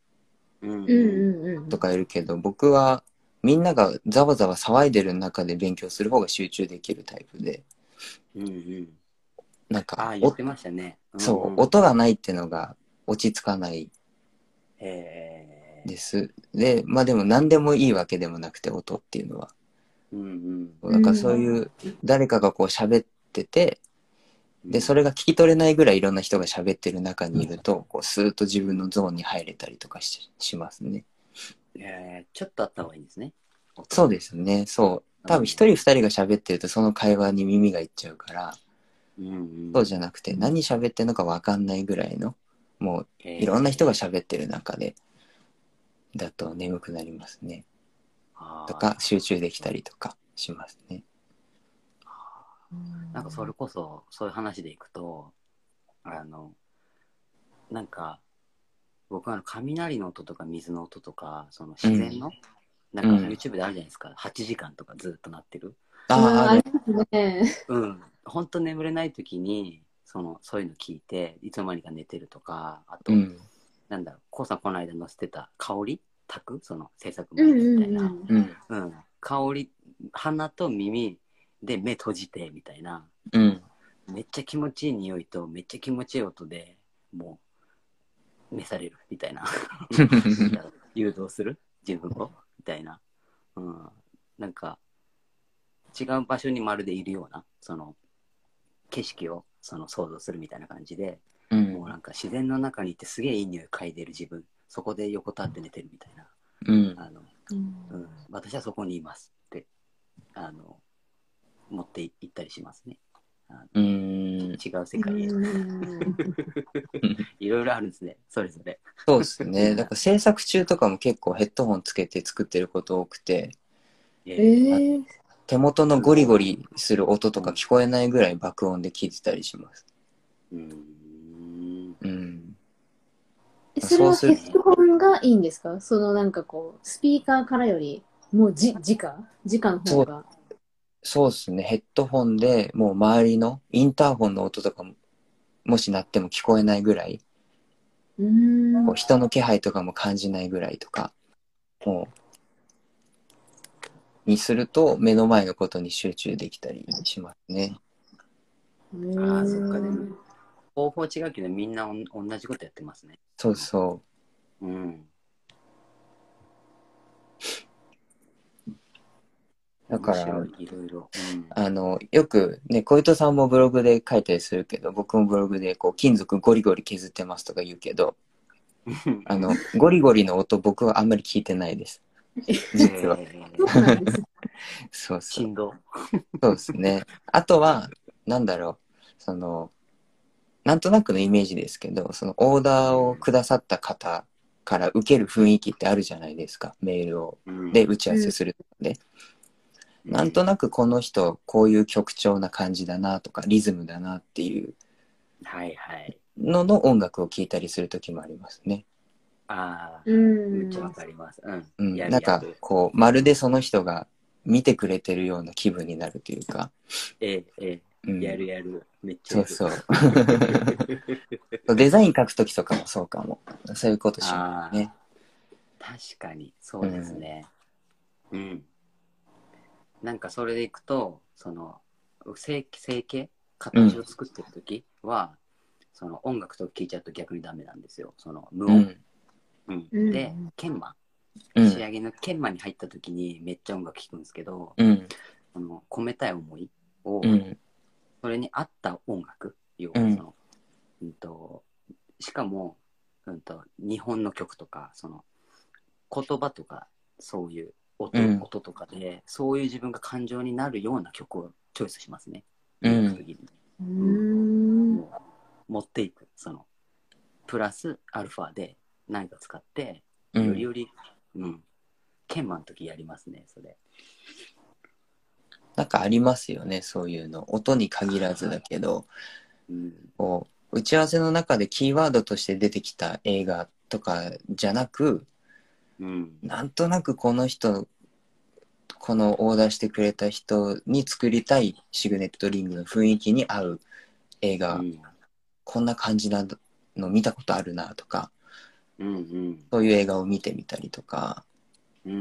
A: うん
C: うんうんうん
B: とかいるけど、僕はみんながざわざわ騒いでる中で勉強する方が集中できるタイプで、
A: うんうん
B: なんか
A: あ、あ
B: お
A: 言ってましたね
B: そう、
A: んん
B: 音がないっていうのが落ち着かない
A: えー
B: です。で、まあでも何でもいいわけでもなくて、音っていうのは。
A: うんうん
B: だからそういう、誰かがこう喋ってて、で、そ
A: れ、
B: れが聞き取れないぐらいいろんな人が喋ってる中にいると、こう、スーッと自分のゾーンに入れたりとかししますね。
A: えーちょっとあった方がいいんですね。
B: そうですね、そう。多分一人二人が喋ってると、その会話に耳がいっちゃうから、
A: うん
B: そううじゃなくて、何喋ってるのかわかんないぐらいの、もう、
A: ん、
B: いろんな人
A: が
B: が喋ってる中で、だと眠くなりますね。と
A: と
B: か、集中できたりとかしますね。
A: なんかそれこそそういう話でいくとあのなんか僕はあの雷の音とか水の音とかその自然の、なんか
B: うん
A: YouTube であるじゃないですか、8時間とかずっと鳴ってる
B: ああ、ある
C: うんね
A: うん本当眠れない時にそのそういうの聞いていつの間にか寝てるとかあと、
B: うん、
A: なんだろう k o さんこの間載せてた香り炊くその制作
C: う
A: 前
C: ん
A: み
C: う
A: たい
C: ん
A: な、
C: うん
B: うん、
A: うん、香り鼻と耳で目閉じてみたいな
B: うん。
A: めっちゃ気持ちいい匂いとめっちゃ気持ちいい音でもう召されるみたい な誘導する自分をみたいな、うん、なんか違う場所にまるでいるようなその景色をその想像するみたいな感じで
B: うん
A: もうなんか自然の中にいてすげえいい匂い嗅いでる自分そこで横たわって寝てるみたいな
B: うん。
A: あの
C: うん
A: うん、私はそこにいますってあの持っていったりしますね。あ
B: う
A: の
B: ん。
A: 違う世界へ、いろいろあるんですね、それぞれ。
B: そうですね。 だから制作中とかも結構ヘッドホンつけて作ってること多くて、
A: え
C: えー、
B: 手元のゴリゴリする音とか聞こえないぐらい爆音で聞いてたりします。
A: うーん
B: うん。
C: えそれは
B: そ
C: ヘ
B: うする
C: ッドホンがいいんですかそのなんかこうスピーカーからよりもうじ直直の方が
B: そうですね。ヘッドホンでもう周りのインターホンの音とかも、もし鳴っても聞こえないぐらい、
C: うーん
B: こう人の気配とかも感じないぐらいとか、もう、にすると目の前のことに集中できたりしますね。
A: ああ、そっか
C: う
A: ね
C: ん。
A: 方法違うけど、みんなおん同じことやってますね。
B: そうそう。
A: うん。
B: だから
A: 面白いいろいろ。うん
B: あの、よくね、小糸さんもブログで書いたりするけど、僕もブログでこう、金属ゴリゴリ削ってますとか言うけど、あの、ゴリゴリの音僕はあんまり聞いてな いです。実は。
A: えー
C: そうなんです
B: そうそう。
A: 振動。
B: そうですね。あとは、なんだろう、その、なんとなくのイメージですけど、そのオーダーをくださった方から受ける雰囲気ってあるじゃないですか、メールを。
A: うん
B: で、打ち合わせするとかで。なんとなくこの人こういう曲調な感じだなとかリズムだなっていう
A: はいはい。
B: のの音楽を聴いたりする時もありますね。
A: ああ、め
C: う
A: っ
C: ん。
A: ちゃわかります。うん。
B: うん、
A: や
B: な
A: る
B: ん
A: や
B: か
A: る
B: こうまるでその人が見てくれてるような気分になるというか、
A: ええ、え
B: うん、
A: え、やるやる。めっちゃ
B: そ
A: や
B: う
A: る。。
B: そうう デザイン書く時とかもそうかもそういうことしよ
A: ああ、
B: ね
A: 確かに、そうですね。うん。なんかそれでいくと、その、整整形形を作ってるときは、その音楽と聴いちゃうと逆にダメなんですよ。その無
B: うう
A: 音。
B: ん
A: うん
C: うん
A: で、研磨、
B: うん
A: 仕上げの研磨に入ったときにめっちゃ音楽聴くんですけど、
B: うん
A: この込めたい思いを、
B: うん
A: それに合った音楽要は
B: う
A: そ
B: ん
A: の、うんとしかも、うん、と日本の曲とかその言葉とかそういう音,、
B: うん
A: 音とかでそういう自分が感情になるような曲をチョイスしますね。
B: うん
A: 音楽的に
C: うん。
A: もう持っていくそのプラスアルファで何か使って
B: う
A: より
B: ん
A: より、うん、研磨の時やりますねそれ。
B: なんかありますよねそういうの音に限らずだけど
A: うん、
B: こう打ち合わせの中でキーワードとして出てきた映画とかじゃなく
A: うん、
B: なんとなくこの人このオーダーしてくれた人に作りたいシグネットリングの雰囲気に合う映
A: う
B: 画、
A: ん、
B: こんな感じなの見たことあるなとか
A: うん、うん、
B: そういう映画を見てみたりとか、
A: うん、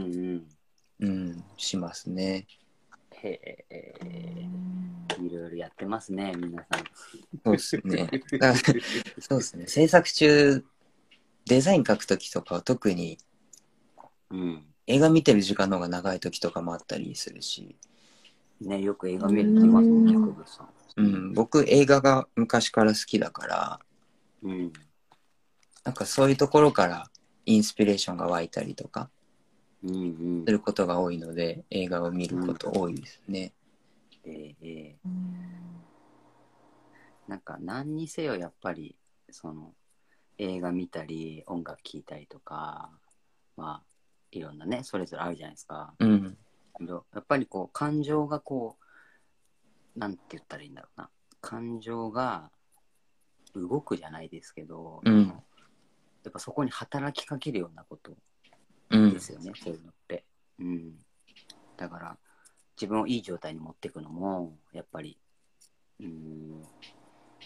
A: うん。
B: うん、しますね。
A: へえ、いろいろやってますね、皆さん。
B: そうです ね。だからそうですね。制作中、デザイン書くときとかは特に
A: うん。
B: 映画見てる時間の方が長いときとかもあったりするし、
A: ね、よく映画見るって言いますもんね、久保さん。
B: うん、僕映画が昔から好きだから、
A: うん。
B: なんかそういうところからインスピレーションが湧いたりとか
A: うんうん
B: す。ることが多いので、映画を見ること多いですね。
A: えーえーなんか何にせよやっぱり、その、映画見たり、音楽聴いたりとか、まあ、いろんなね、それぞれあるじゃないですか。
B: うん、
A: けどやっぱりこう、感情がこう、なんて言ったらいいんだろうな。感情が動くじゃないですけど、
B: うん
A: やっぱそこに働きかけるようなこと
B: うん
A: で、すよね、そういうのって。うん。だから、自分をいい状態に持っていくのも、やっぱり、うん、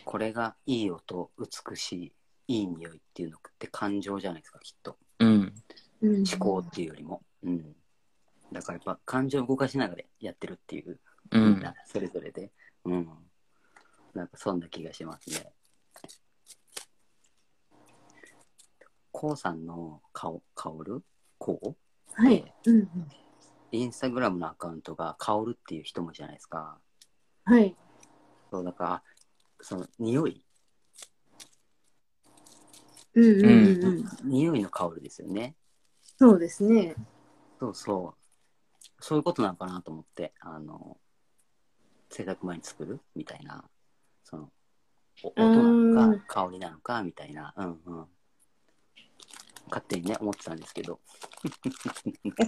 A: これがいい音、美しい、いい匂いっていうのって感情じゃないですか、きっと。
B: うん、
C: 思
A: 思考っていうよりも。うん。だからやっぱ感情を動かしながらやってるっていう、
B: う
A: みん
B: ん。
A: な、それぞれで。うん。なんかそんな気がしますね。こうさんの顔、薫るこう
C: はい。うん。
A: インスタグラムのアカウントが香るっていう人もじゃないですか。
C: はい。
A: そうだから、その匂い、
C: うんうんうんうん。
A: 匂いの香るですよね。
C: そうですね。
A: そうそう。そういうことなのかなと思って、あの、制作前に作るみたいな、その、お音な
C: あ
A: の
C: ー
A: か、香りなのかみたいな、うんうん。勝手にね、思ってたんですけど。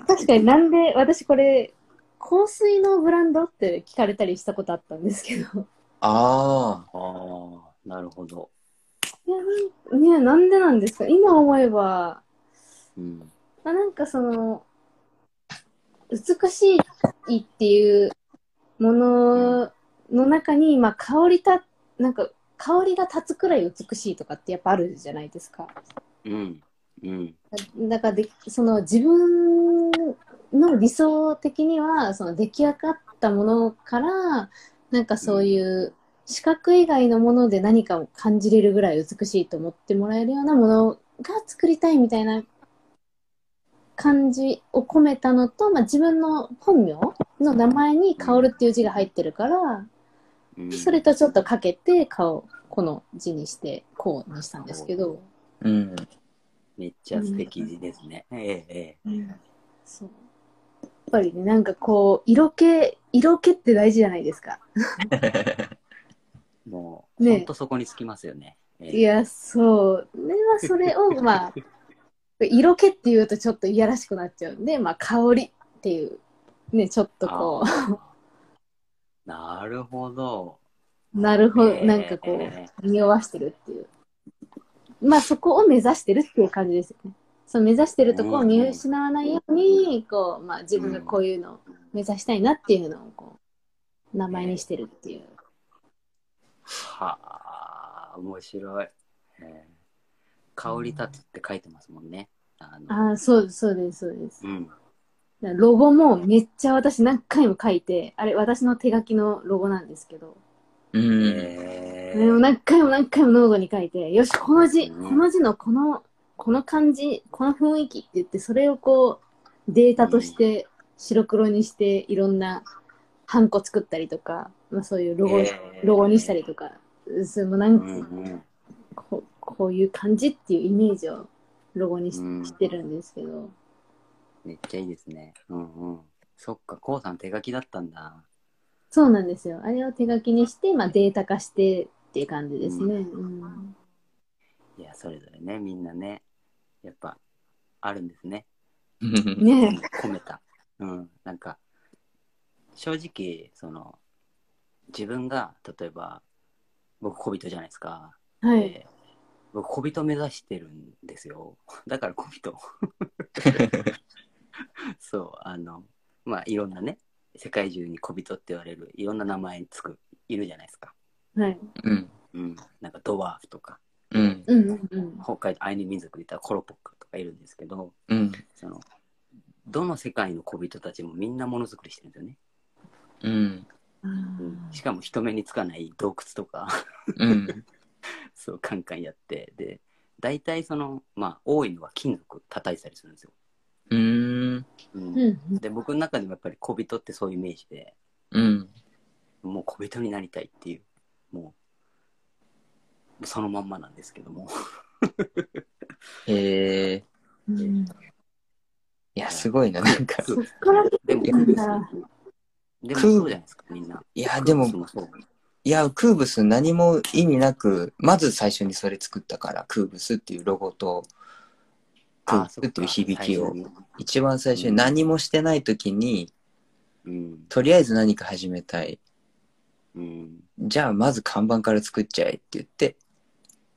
C: 確かになんで私これ香水のブランドって聞かれたりしたことあったんですけど
B: ああ、
A: ああ、なるほど。
C: いやなんねなんでなんですか今思えば
A: うん。
C: あなんかその美しいっていうものの中に、まあ、香りたなんか香りが立つくらい美しいとかってやっぱあるじゃないですか。
A: うん。うん。
C: だからでその自分の理想的にはその出来上がったものからなんかそういう視覚以外のもので何かを感じれるぐらい美しいと思ってもらえるようなものが作りたいみたいな感じを込めたのと、まあ、自分の本名の名前に「薫」っていう字が入ってるから
A: うん、
C: それとちょっとかけて顔この字にしてこうにしたんですけど。
B: うん。
A: めっちゃ素敵ですね。ええ、ええ。
C: そう。やっぱりね、なんかこう、色気、色気って大事じゃないですか。
A: もう、
C: ねえ
A: ほんとそこにつきますよね。ええ
C: いや、そう。それはそれを、 まあ、色気っていうとちょっといやらしくなっちゃうんで、まあ、香りっていうね、ちょっとこ
A: う。なるほど。
C: う、なるほど、
A: えー
C: なんかこう、匂わしてるっていう。まあそこを目指してるっていう感じですよね。そう目指してるとこを見失わないように、こう、まあ自分がこういうのを目指したいなっていうのをこう、名前にしてるっていう。
A: はあ、面白い。えー香り立つって書いてますもんね。あの
C: ああ、そう、そうです、そうです。
A: うん。
C: だからロゴもめっちゃ私何回も書いて、あれ私の手書きのロゴなんですけど、
B: うん。
A: え
C: でも
A: ー、
C: 何回も何回もノートに書いて、よし、この字、
A: うん
C: この字のこの、この感じ、この雰囲気って言って、それをこう、データとして白黒にして、いろんなハンコ作ったりとか、まあそういうロゴ、
A: えー
C: ロゴにしたりとか、それもなん
A: う
C: か、
A: んうん
C: こうこういう感じっていうイメージをロゴにし,、
A: うん
C: してるんですけど、
A: めっちゃいいですね。うんうん。そっか、こうさん手書きだったんだ。
C: そうなんですよ。あれを手書きにして、まあデータ化してっていう感じですね。うん
A: いや、それぞれね、みんなね、やっぱ、あるんですね。うん
C: ね
A: 込めた。うん、なんか、正直、その、自分が、例えば、僕、小人じゃないですか。
C: え。はい。
A: で僕、小人目指してるんですよ。 だから、小人。そう、あの、まあ、いろんなね、世界中に小人って言われる、いろんな名前つく、いるじゃないですか。
C: はい。
B: うん。
A: うん、なんか、ドワーフとか、
B: うん。
C: うんうんうん。
A: 北海道アイヌ民族で言ったらコロポックとかいるんですけど、
B: うん。
A: その、どの世界の小人たちもみんなものづくりしてるんですよね。
B: うん。
A: うん
C: あ
A: しかも人目につかない洞窟とか
B: うん。
A: そうカンカンやってで大体そのまあ多いのは金属叩いてたりするんですよ、
B: うん。
A: う
C: ー
A: ん
C: うん
A: で僕の中でもやっぱり小人ってそういうイメージで
B: うん。
A: もう小人になりたいっていうもうそのまんまなんですけど も
B: へえ。
C: うんうん。
B: いや、すごいな、なんか。
C: そっから出
A: で
C: て
A: も
C: きたんだ。
A: でもそうじゃないですかみんない
B: や、でも
A: そ、もそう
B: いや、クーブス何も意味なく、まず最初にそれ作ったから、クーブスっていうロゴと、クーブスっていう響き
A: あ
B: を
A: そっ、か
B: 一番最初に何もしてない時に、
A: 最初にうん
B: とりあえず何か始めたい。
A: うん
B: じゃあ、まず看板から作っちゃえって言って、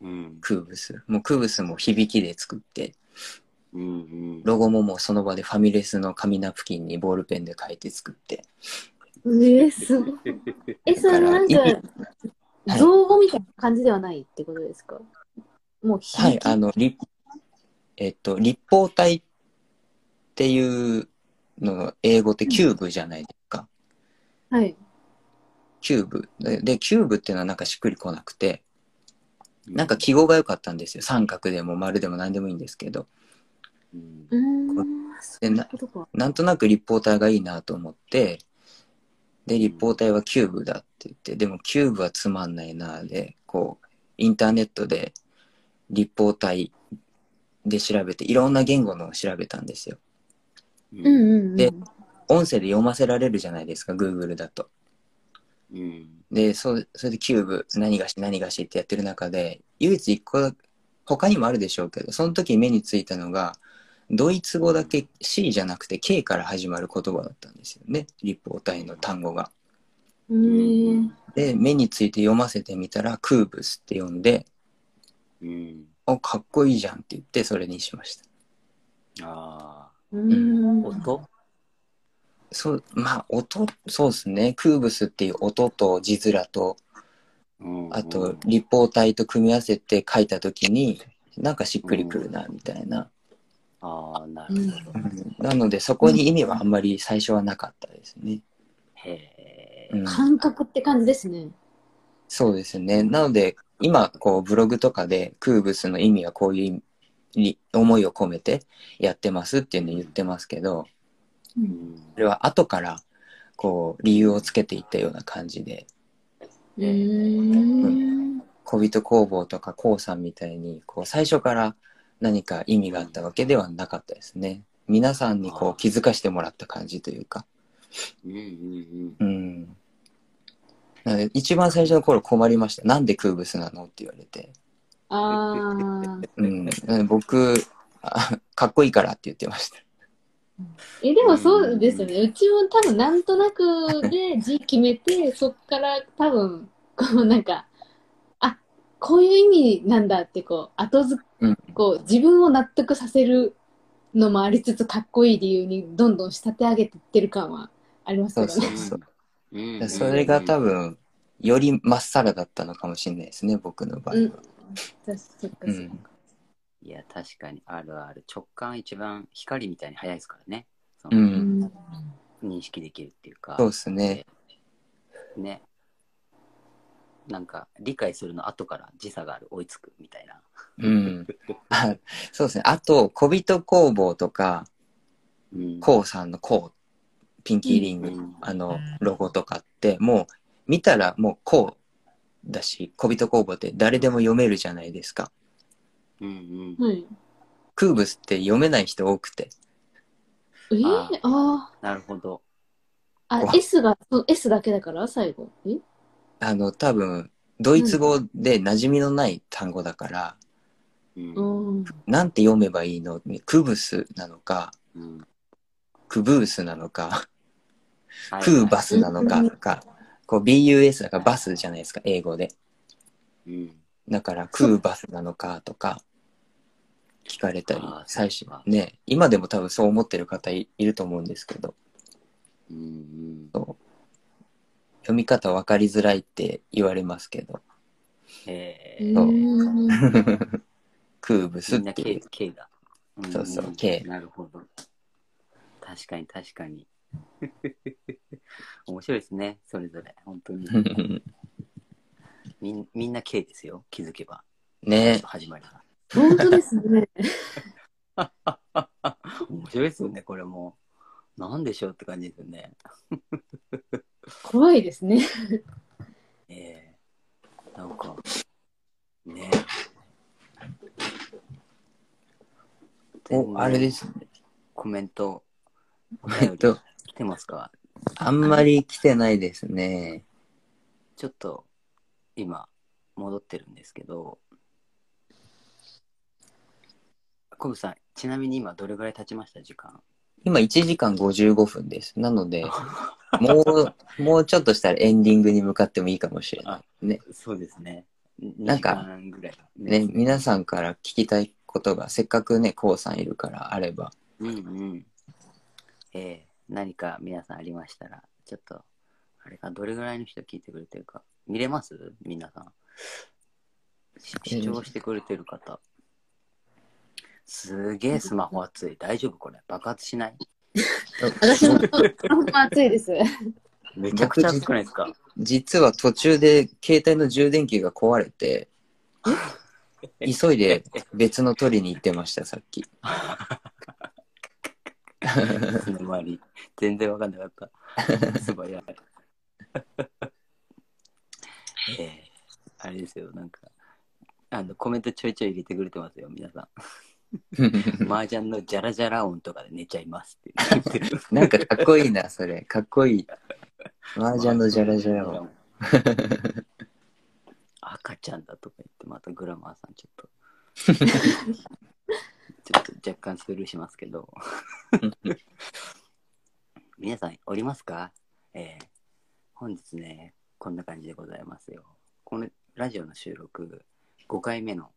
A: うん
B: クーブス。もうクーブスも響きで作って、
A: うんうん
B: ロゴももうその場でファミレスの紙ナプキンにボールペンで書いて作って。
C: えー、すごい。え、それなん
B: だから
C: か、
B: はい
C: 造語みたいな感じではないってことですかもう
B: は
C: 響
B: い、
C: き、
B: あの、立、えっと、立方体っていうの、英語ってキューブじゃないですか。
C: はい。
B: キューブ。でで、キューブっていうのはなんかしっくりこなくて、なんか記号が良かったんですよ。三角でも丸でも何でもいいんですけど。
A: うん
C: うーん、そう
B: で、
C: いう
B: な
C: ことか。
B: なんとなく立方体がいいなと思って、で、立方体はキューブだって言って、でもキューブはつまんないなで、こう、インターネットで立方体で調べて、いろんな言語のを調べたんですよ。
A: うん
C: うんうんうん。
B: で音声で読ませられるじゃないですか、Google だと。
A: うん
B: で、そう、それでキューブ、何がし何がしってやってる中で、唯一一個だ、他にもあるでしょうけど、その時目についたのが、ドイツ語だけ C じゃなくて K から始まる言葉だったんですよね。立方体の単語が。
C: うーん
B: で、目について読ませてみたら、クーブスって読んで、
A: うん
B: お、かっこいいじゃんって言って、それにしました。
A: あ
C: う
A: あ
C: ん
A: 音
B: そう、まあ、音、そうですね。クーブスっていう音と字面と、
A: うん
B: あ
A: う
B: と
A: ん、
B: 立方体と組み合わせて書いたときに、なんかしっくりくるな、みたいな。
A: ああ、な
C: う
A: る
C: ん
A: ほど。
B: うんなので、そこに意味はあんまり最初はなかったですね。
A: へ
B: うん
A: え。
C: 感覚って感じですね。
B: そうですね。なので、今、こう、ブログとかで、クーブスの意味はこういう意味に思いを込めてやってますっていうのを言ってますけど、
C: う
A: うんん
B: それは後からこう理由をつけていったような感じで
C: うーん。
B: 小人工房とかこうさんみたいにこう最初から何か意味があったわけではなかったですね皆さんにこ
A: あ
B: う気づかしてもらった感じというか
A: うんうん
B: うんなので一番最初の頃困りましたなんでクーブスなのって言われて、
C: あ
B: うん、なので僕あかっこいいからって言ってました
C: あ。え、でもそうですよね。うちも多分なんとなくで字決めて、そっから多分、こうなんか、あ、こういう意味なんだってこう、後付
B: うん
C: こう、自分を納得させるのもありつつ、かっこいい理由にどんどん仕立て上げてってる感はあります
B: そ
C: け
B: うそ
C: どね。
B: うそう。
A: うん
B: でそれが多分、よりまっさらだったのかもしれないですね、僕の場合
C: う
B: は。
C: ん。確かそっかそっか
A: いや、確かにあるある。直感一番光みたいに早いですからね。そうの
B: ん。
C: うん
A: 認識できるっていうか。
B: そうですね。
A: ね。なんか、理解するの後から時差がある、追いつくみたいな。
B: うん。あそうですね。あと、小人工房とか、
A: うん
B: こうさんのこう、ピンキーリング、
A: うん
B: あの、ロゴとかって、もう、見たらもうこうだし、小人工房って誰でも読めるじゃないですか。
A: うんうん。
C: はい。
B: クーブスって読めない人多くて。
C: えー
A: あー
C: あ
A: なるほど。
C: ーあ
B: わ、
C: S が、そう S だけだから最後。え
B: あの、多分、ドイツ語で馴染みのない単語だから、
A: うん
C: う。ん。
B: なんて読めばいいのクブスなのか、
A: うん
B: クブースなのか、
A: はい
B: クーバスなのか
C: うん
B: とか、こう BUS だからバスじゃないですか、英語で。
A: うん。
B: だからクーバスなのかとか、聞かれたり
A: あー、
B: 最初
A: そっか
B: ね、今でも多分そう思ってる方いいると思うんですけど、
A: うんうん。
B: 読み方分かりづらいって言われますけ ど、
A: え
C: う
A: ー、
C: ん
B: クーブス
A: み
B: っ
A: んな
B: ていう
A: K、K だ。ん
B: そうそう K
A: なるほど。確かに確かに。 面白いですね、それぞれ。本当に。みんみんな K ですよ、気づけば。
B: ね、
A: 始まりが。
C: 本当ですね。
A: 面白いですよね、これも。なんでしょうって感じですよね。
C: 怖いですね。
A: えー、なんか、ね
B: お、あれですね。
A: コメント、お
B: え
A: 便
B: っ
A: り
B: と、
A: 来てますか
B: あんまり来てないですね。
A: ちょっと今戻ってるんですけど、コブさん、ちなみに今どれぐらい経ちました時間
B: 今1時間55分です。なので、もう、もうちょっとしたらエンディングに向かってもいいかもしれない。ね。
A: そうですね。
B: な
A: なん
B: か
A: 時間ぐらい。
B: ね、皆さんから聞きたいことが、せっかくね、こうさんいるからあれば。
A: うんうん。えー何か皆さんありましたら、ちょっと、あれか、どれぐらいの人聞いてくれてるか。見れます皆さん。し視聴してくれてる方。すげえスマホ熱い。大丈夫これ。爆発しない
C: 私も、暑いです。
A: めちゃくちゃ熱くないですか
B: 実は途中で携帯の充電器が壊れて、急いで別の取りに行ってました、さっき。
A: つの間に全然わかんなかった。すごいやばい。 ええあれですよ、なんか、あの、コメントちょいちょい入れてくれてますよ、皆さん。麻雀のジャラジャラ音とかで寝ちゃいますって言ってる。
B: なんかかっこいいな、それ。かっこいい。麻雀のジャラジャラを。
A: 赤ちゃんだとか言って、またグラマーさんちょっと。ちょっと若干スルーしますけど。皆さんおりますかえー本日ね、こんな感じでございますよ。このラジオの収録、5回目の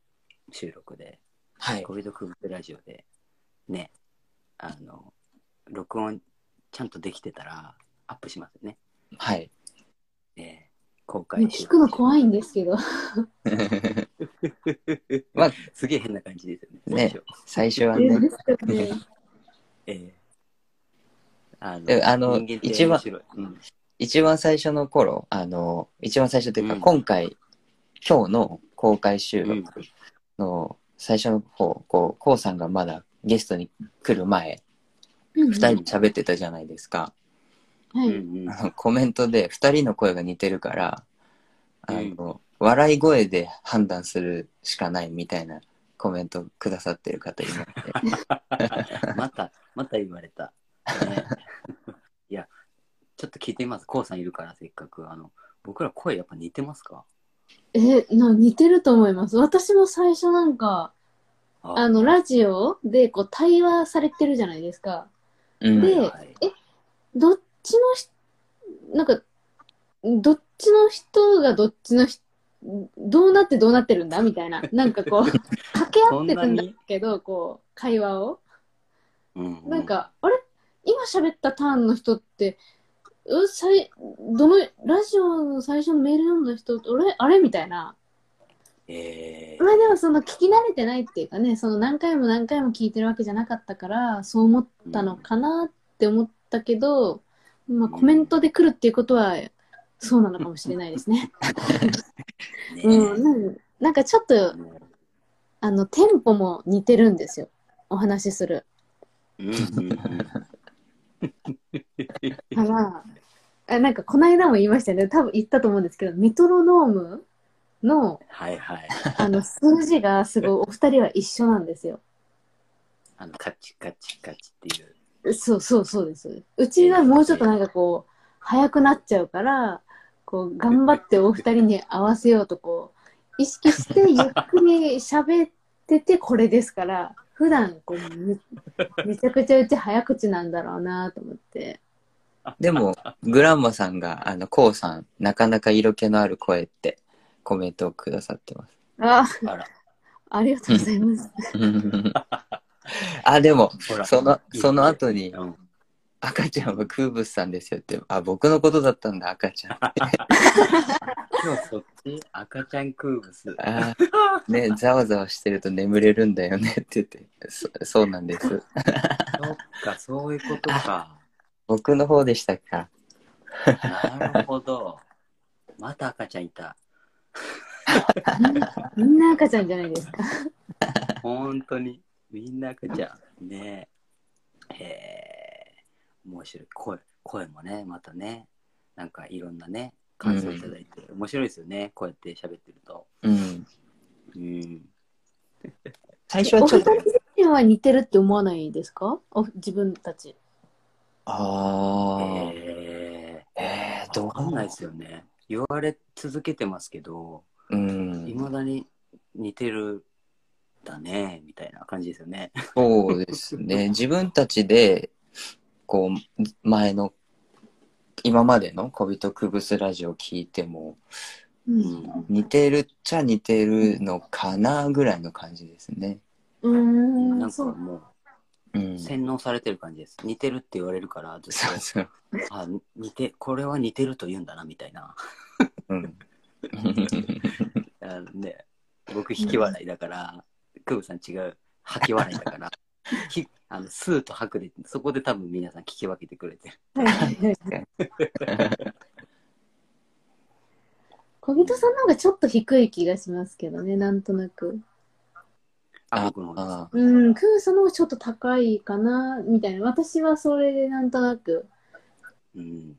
A: 収録で、
B: はい。
A: コビドクブラジオで、ね、あの、録音ちゃんとできてたらアップしますよね。
B: はい。
A: えー公開
C: 聞くの怖いんですけど。
B: まあ、
A: すげえ変な感じですよね。
B: ね
A: 最初
B: 最初は
C: え
B: ね
C: で。すよね。
A: ええ
B: えあの
A: 人間って
B: 一番
A: 面白いうん
B: 一番最初の頃、あの、一番最初というか、
A: うん
B: 今回、今日の公開収録の最初の方、こう、こうさんがまだゲストに来る前、
C: うん
B: 二人で喋ってたじゃないですか。
C: は
A: う
C: い。
A: んうん
B: あのコメントで二人の声が似てるから、あの、笑い声で判断するしかないみたいなコメントくださってる方い まして。
A: また、また言われた。ねいや、ちょっと聞いてみます。こうさんいるから、せっかく。あの、僕ら声やっぱ似てますか
C: え、な似てると思います。私も最初なんか、
A: あ
C: あの、ラジオでこう対話されてるじゃないですか。
B: うん
C: で
A: はい
C: どっちのし、なんか、どっちの人がどっちの人、どうなってどうなってるんだみたいな。なんかこう、掛け合ってくんだけど、こう、会話を。
A: うんうん
C: なんか、あれ今喋ったターンの人って、うさいどの、ラジオの最初のメール読んだ人、あれあれみたいな。
A: えー
C: まあでもその聞き慣れてないっていうかね、その何回も何回も聞いてるわけじゃなかったから、そう思ったのかなって思ったけど、まあコメントで来るっていうことは、そうなのかもしれないですね。
A: ね
C: うん、なんなんかちょっと、あの、テンポも似てるんですよ。お話しする。
A: うんうんうん
C: から、あなんかこの間も言いましたよね、多分言ったと思うんですけど、メトロノームの
A: はいはい。
C: あの数字がすごいお二人は一緒なんですよ。
A: あの、カチカチカチっていう。
C: そうそうそうです。うちはもうちょっとなんかこう、早くなっちゃうから、こう、頑張ってお二人に合わせようとこう、意識してゆっくり喋っててこれですから、普段こうめ、めちゃくちゃうち早口なんだろうなと思って。
B: でも、グランマさんが、あの、コウさん、なかなか色気のある声ってコメントをくださって ます。
C: あ、
A: あら、
C: ありがとうございます。
B: あ、でも、
A: ほら。
B: その
A: いいね
B: その後に
A: うん
B: 赤ちゃんはクーブスさんですよって、あ、僕のことだったんだ、赤ちゃんって。
A: 今日そっち赤ちゃんクーブス。
B: あーね、ざわざわしてると眠れるんだよねって言って、そそうなんです。
A: そっか、そういうことか。
B: 僕の方でしたか。
A: なるほど。また赤ちゃんいた。
C: みんな赤ちゃんじゃないですか。
A: 本当に。みんな赤ちゃん。ねえ。へえ。面白い。声、声もね、またね。なんかいろんなね、感想いただいて。面白いですよね。こうやって喋ってると。
B: うん。
A: うん。
B: 最初はちょっと
C: お、二人自身は似てるって思わないですかお自分たち。
B: あー
A: え
B: え
A: え
B: ー、ど
A: わかん
B: う
A: ないですよね。言われ続けてますけど、
B: うん
A: い。まだに似てるだね、みたいな感じですよね。
B: そうですね。自分たちで、こう、前の、今までの小人くぶすラジオを聞いても、
C: う。
A: うんん。
B: 似てるっちゃ似てるのかなぐらいの感じですね。
C: うん。
A: なんか
C: そう。
A: も
B: うん。
A: う
B: そう
A: 洗脳されてる感じです。似てるって言われるから、ずっと
B: そう。
A: あ似てこれは似てると言うんだなみたいな。
B: うん。
A: あね僕引き笑いだから、クーブさん違う吐き笑いだ からひあのスーと吐くでそこで多分皆さん聞き分けてくれてる。
C: はいはいはい。小人さんの方がちょっと低い気がしますけどね、なんとなく。
A: あ
B: あ
A: 僕の方です
B: あ
C: うん、クーさんの方がちょっと高いかな、みたいな。私はそれでなんとなく、
A: うん。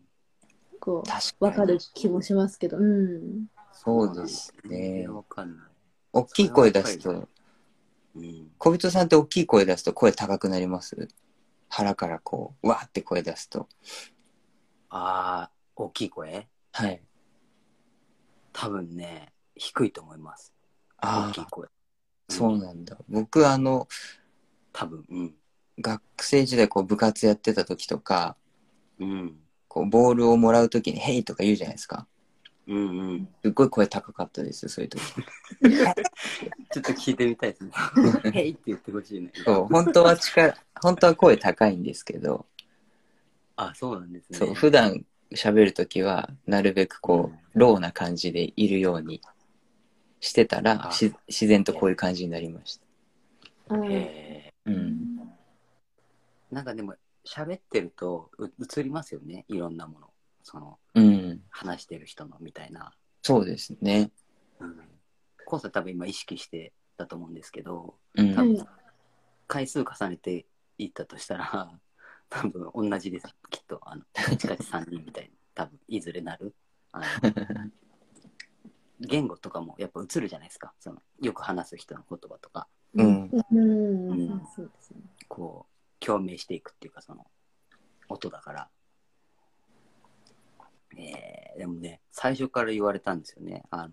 C: こう、
B: 確か
C: わ
B: に。
C: かる気もしますけど。うん。
B: そうですね。
A: わかんな
B: 大きい声出すと、
A: い。うん。
B: 小人さんって大きい声出すと声高くなります腹からこう、わーって声出すと。
A: ああ大きい声
B: はい。
A: 多分ね低いと思います。
B: あ
A: 大きい
B: あ、
A: 声。
B: そううんなんだ。僕、あの、
A: 多分うん。
B: 学生時代こう部活やってた時とか、
A: うん。
B: こうボールをもらう時に、ヘイとか言うじゃないですか。
A: うんうん。
B: すっごい声高かったですよ、そういう 時。
A: ちょっと聞いてみたい ですね。へいって言ってほしいね。
B: そう、本当は力、本当は声高いんですけど、
A: あそうなんですね。
B: そう、普段喋る時は、なるべくこう、ローな感じでいるようにしてたら、し自然とこういう感じになりました。
C: あー
A: へー
B: うん。
A: なんかでも喋ってるとう映りますよねいろんなものその
B: うん。
A: 話してる人のみたいな、
B: そうですね。
A: うん、コースは多分今意識してだと思うんですけど
B: うん。
A: 多
C: う
A: 分
C: ん
A: 回数重ねていったとしたら 多分同じですきっとあのカチカチ3人みたいに多分いずれなるあの言語とかもやっぱ映るじゃないですかそのよく話す人の言葉とか
B: うん。
C: うん。
A: う
C: うんん。そうですね。
A: こう共鳴していくっていうかその音だから、えーでもね最初から言われたんですよねあの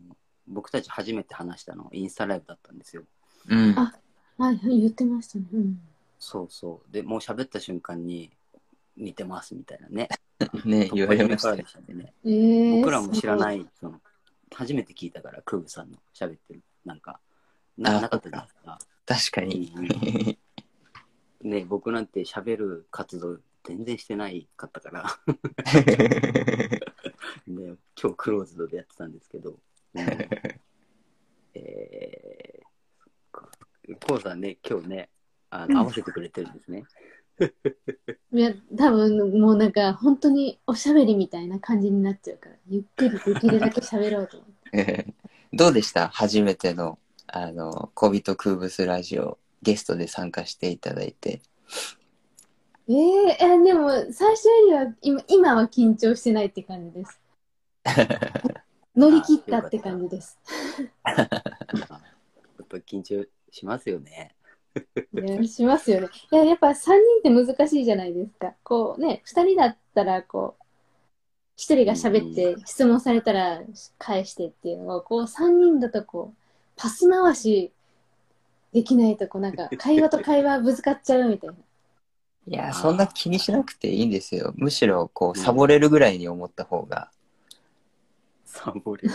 A: 僕たち初めて話したのインスタライブだったんですよ
B: うん。
C: あはいはい、言ってましたね。うん。
A: そうそうでもう喋った瞬間に似てますみたいなね。
B: ね言われまし
A: 初めから
B: たね
A: でしたんでね。
C: えー、。
A: 僕らも知らないい、その、初めて聞いたから、クーブさんの喋ってる、なんか、
B: あ
A: ななかったじゃないですか。
B: 確かに
A: うんうんね僕なんて喋る活動全然してないかったから、 ね、今日クローズドでやってたんですけど、うんえー、そっかコウさんね、今日ね、あの合わせてくれてるんですね。
C: いや、多分もうなんか、本当におしゃべりみたいな感じになっちゃうから、ゆっくりできるだけ喋ろうと思って。
B: どうでした初めての、あの、恋人空物ラジオ、ゲストで参加していただいて。
C: えー、いやでも、最初よりは今、今は緊張してないって感じです。乗り切ったって感じです。
A: やっぱ緊張しますよね。
C: いや、しますよね。いや、やっぱ3人って難しいじゃないですか。こうね、2人だったら、こう、1人が喋って、質問されたら返してっていうのが、こう、3人だと、こう、パス回しできないと、こう、なんか、会話と会話ぶつかっちゃうみたいな。
B: いや、そんな気にしなくていいんですよ。むしろ、こう、サボれるぐらいに思った方が、
A: サボり、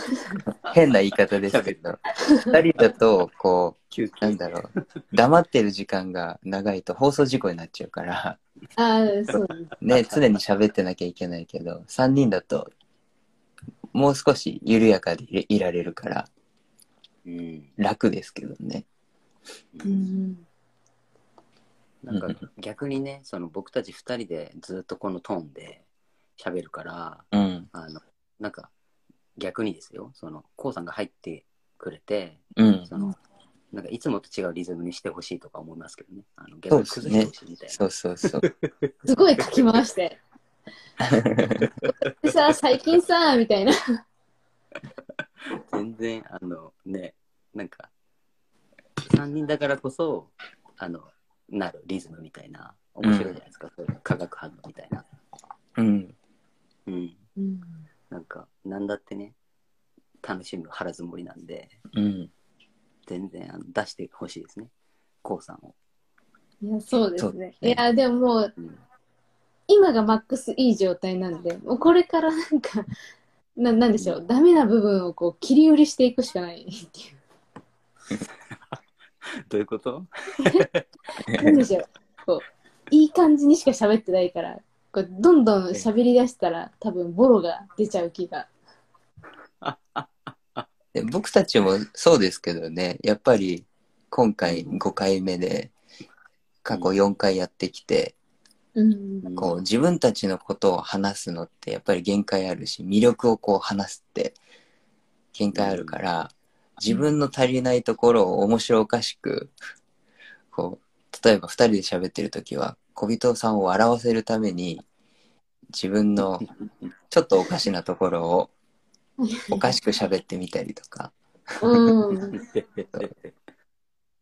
B: 変な言い方ですけど、二人だと、こ
A: 休
B: う、な
A: 憩。
B: んだろう、黙ってる時間が長いと放送事故になっちゃうから、
C: ああ、そうなんです。
B: ね、常に喋ってなきゃいけないけど、三人だと、もう少し緩やかでいれいられるから、
A: うん。
B: 楽ですけどね。
C: うん。
A: なんか逆にね、その僕たち二人でずっとこのトーンで喋るから、
B: うん、
A: あの、なんか逆にですよ、その、こうさんが入ってくれて、
B: うん。
A: そうの
C: ん、
A: なんかいつもと違うリズムにしてほしいとか思いますけどね。あの逆
B: そう
A: に崩
B: ですね
A: してほしいみたいな。
B: そうそうそう。
C: すごい書き回して。でさ、最近さ、みたいな。
A: 全然、あのね、なんか、3人だからこそ、あの、なるリズムみたいな、面白いじゃないですか、そういう化学反応みたいな。
B: うん。
A: うん。
C: うん。
A: なんか、なんだってね、楽しむ腹積もりなんで、
B: うん。
A: 全然あの出してほしいですね、こうさんを。
C: いや、そうですね。
B: そう
C: いや、でももう、
A: うん、
C: 今がマックスいい状態なんで、もうこれからなんか、 ななんでしょう、ダメな部分をこう切り売りしていくしかないってい
A: どういうこと
C: う。なんで しょう、こう、いい感じにしか喋ってないから、こうどんどん喋り出したら、多分ボロが出ちゃう気が。
B: で 僕たちもそうですけどね、やっぱり今回5回目で、過去4回やってきて、
C: うん。
B: こ う自分たちのことを話すのってやっぱり限界あるし、魅力をこう話すって限界あるから、自分の足りないところを面白おかしく、こう、例えば2人で喋ってる時は、小人さんを笑わせるために、自分のちょっとおかしなところをおかしく喋ってみたりとか、
C: うん。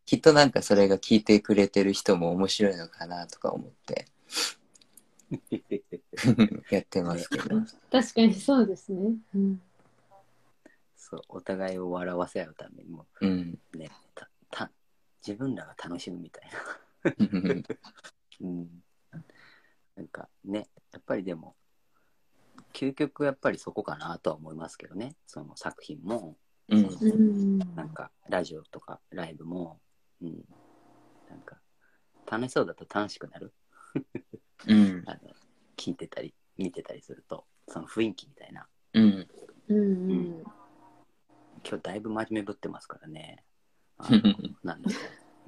B: きっとなんかそれが聞いてくれてる人も面白いのかなとか思って やってますけど。
C: 確かにそうですね。うん。
A: そう、お互いを笑わせ合うためにも、
B: うん。
A: ね、たた自分らが楽しむみたいな。うん、なんかねやっぱりでも究極やっぱりそこかなとは思いますけどねその作品も
B: うん。
C: うん。
A: なんかラジオとかライブも、うん、なんか楽しそうだと楽しくなる
B: うん。
A: あの聞いてたり見てたりするとその雰囲気みたいな
B: うん。
C: うんうん。
A: 今日だいぶ真面目ぶってますからねあのなんだろう、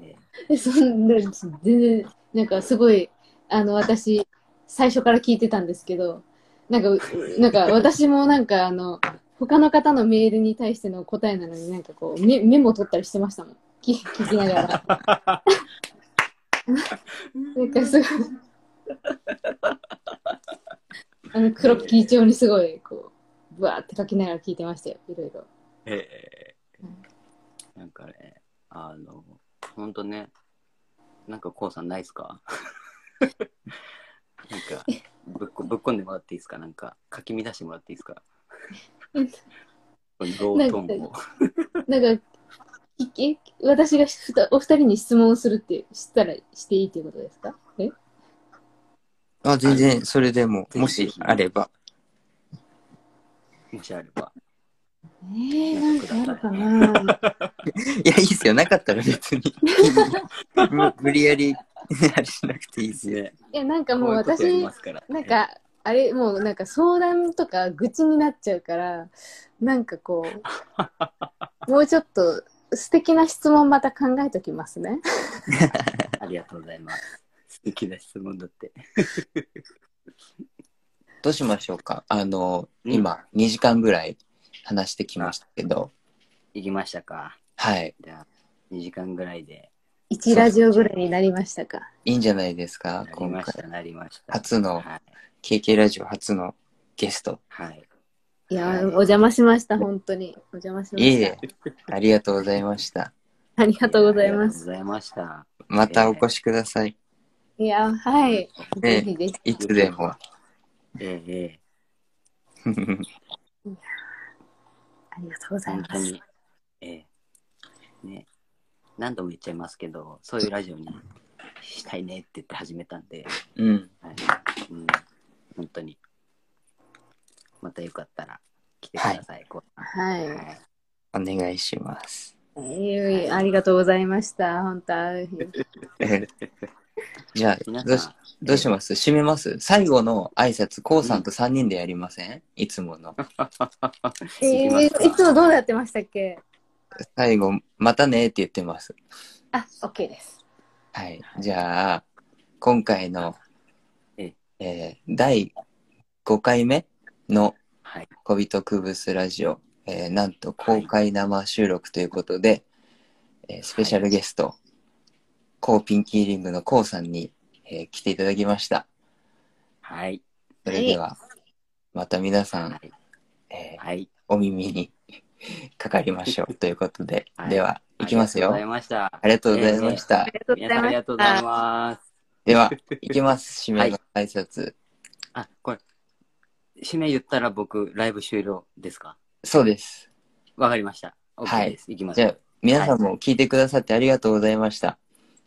A: え
C: え そんな全然なんかすごいあの私最初から聞いてたんですけどなんかうなんか私もなんかあの他の方のメールに対しての答えなのになんかこうメメモ取ったりしてましたもん聞聞きながらなんかすごいあの黒木一調にすごいこうぶわーって書きながら聞いてましたよいろいろ
A: えなんかねあのほんとねなんかこうさんないっすか なんかぶっこぶっこんでもらっていいですかなんかかき乱してもらっていいですかロートーンを
C: なんか聞き私がふたお二人に質問するってしたらしていいっていうことですかえ
B: あ、全然、それでも、
A: ぜひ
B: もしあれば。
A: もしあれば。
C: ええなんかあるかな。
B: いや、いいっすよ。なかったら別 に。む無理やり、あれしなくていいっすよ。
A: ね、
C: いや、なんか
A: こ
C: もう
A: いことやり
C: 私
A: ま、すから
C: なん、か、あれ、もうなんか相談とか愚痴になっちゃうから、なんか こう、もうちょっと素敵な質問また考えときます ね。
A: ありがとうございます。素敵な質問だって。
B: どうしましょうか。あの、
A: うん
B: 今、2時間ぐらい話してきましたけど、
A: 行きましたか。
B: はい。
A: じゃあ、2時間ぐらいで。
C: 1ラジオぐらいになりましたか。
B: いいんじゃないですか
A: な、り
B: 今
A: まし
B: 回。
A: た、なりました。
B: 初の
A: はい。
B: KK ラジオ初のゲスト。
A: はい。
C: いやー、お邪魔しました、本当に。お邪魔しま
B: いえ
C: し
B: い
C: た
B: え。、ありがとうございました。
C: ありがとうございま
A: ありがとうご
C: す。
A: ざいました。
B: またお越しください。
C: いやー、はい。
B: ええ
C: ぜひぜひ。
B: いつでも。
A: ええええ
C: ありがとうござい
A: 本
C: ま
A: 当
C: す。
A: に。ええね。何度も言っちゃいますけど、そういうラジオにしたいねって言って始めたんで、
B: うん。
A: はい。うん。本当に。またよかったら来てください、こう
C: はい。
A: はい。
B: お願いします。
C: いえいえありがとうございました。本当会 う日
B: じゃあ、
A: 皆
B: どうし
A: さ
B: どうします締めます最後の挨拶、こうさんと3人でやりません、いつもの。
A: ん、
C: え
A: 行きます
C: ーいつもどうやってましたっけ
B: 最後、またねって言ってます。
C: あ、OK です。
B: はい。じゃあ、今回の、
A: え
B: えー第5回目の
A: はい。
B: 小人クブスラジオ、えーなんと公開生収録ということで、えースペシャルゲスト、コーピンキーリングのコウさんに、えー来ていただきました。
A: はい。
B: それでは、また皆さん、
A: はい
B: えー
A: はい。
B: お耳に かかりましょうということで、
A: はい
B: では、いきますよ
A: ありがとうござい。ました
B: あ。りがとうございました。
C: ありがとうご
A: 皆
C: ざ
A: さんあ
C: いま
A: り
C: し
A: がとうござい
C: た。
A: ます。
B: では、いきます。締めの挨拶。
A: あ、これ、締め言ったら僕、ライブ終了ですか
B: そうです。
A: わかりました。
B: は
A: OK
B: い
A: です。いきます
B: じ。ゃあ、皆さんも聞いてくださってありがとうございました。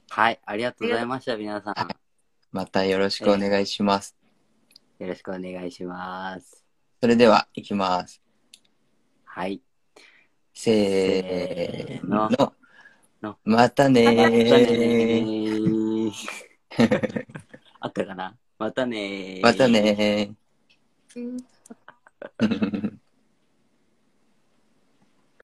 A: はい、ありがとうございました、皆さん。
B: はまたよろしくお願いします。
A: よろしくお願いします。
B: それでは、いきます。
A: はい。
B: せーの
A: せー。の
B: またね
A: またね
B: ー。
A: ー。あったかなまたねー。
B: またね
C: うん
B: ー。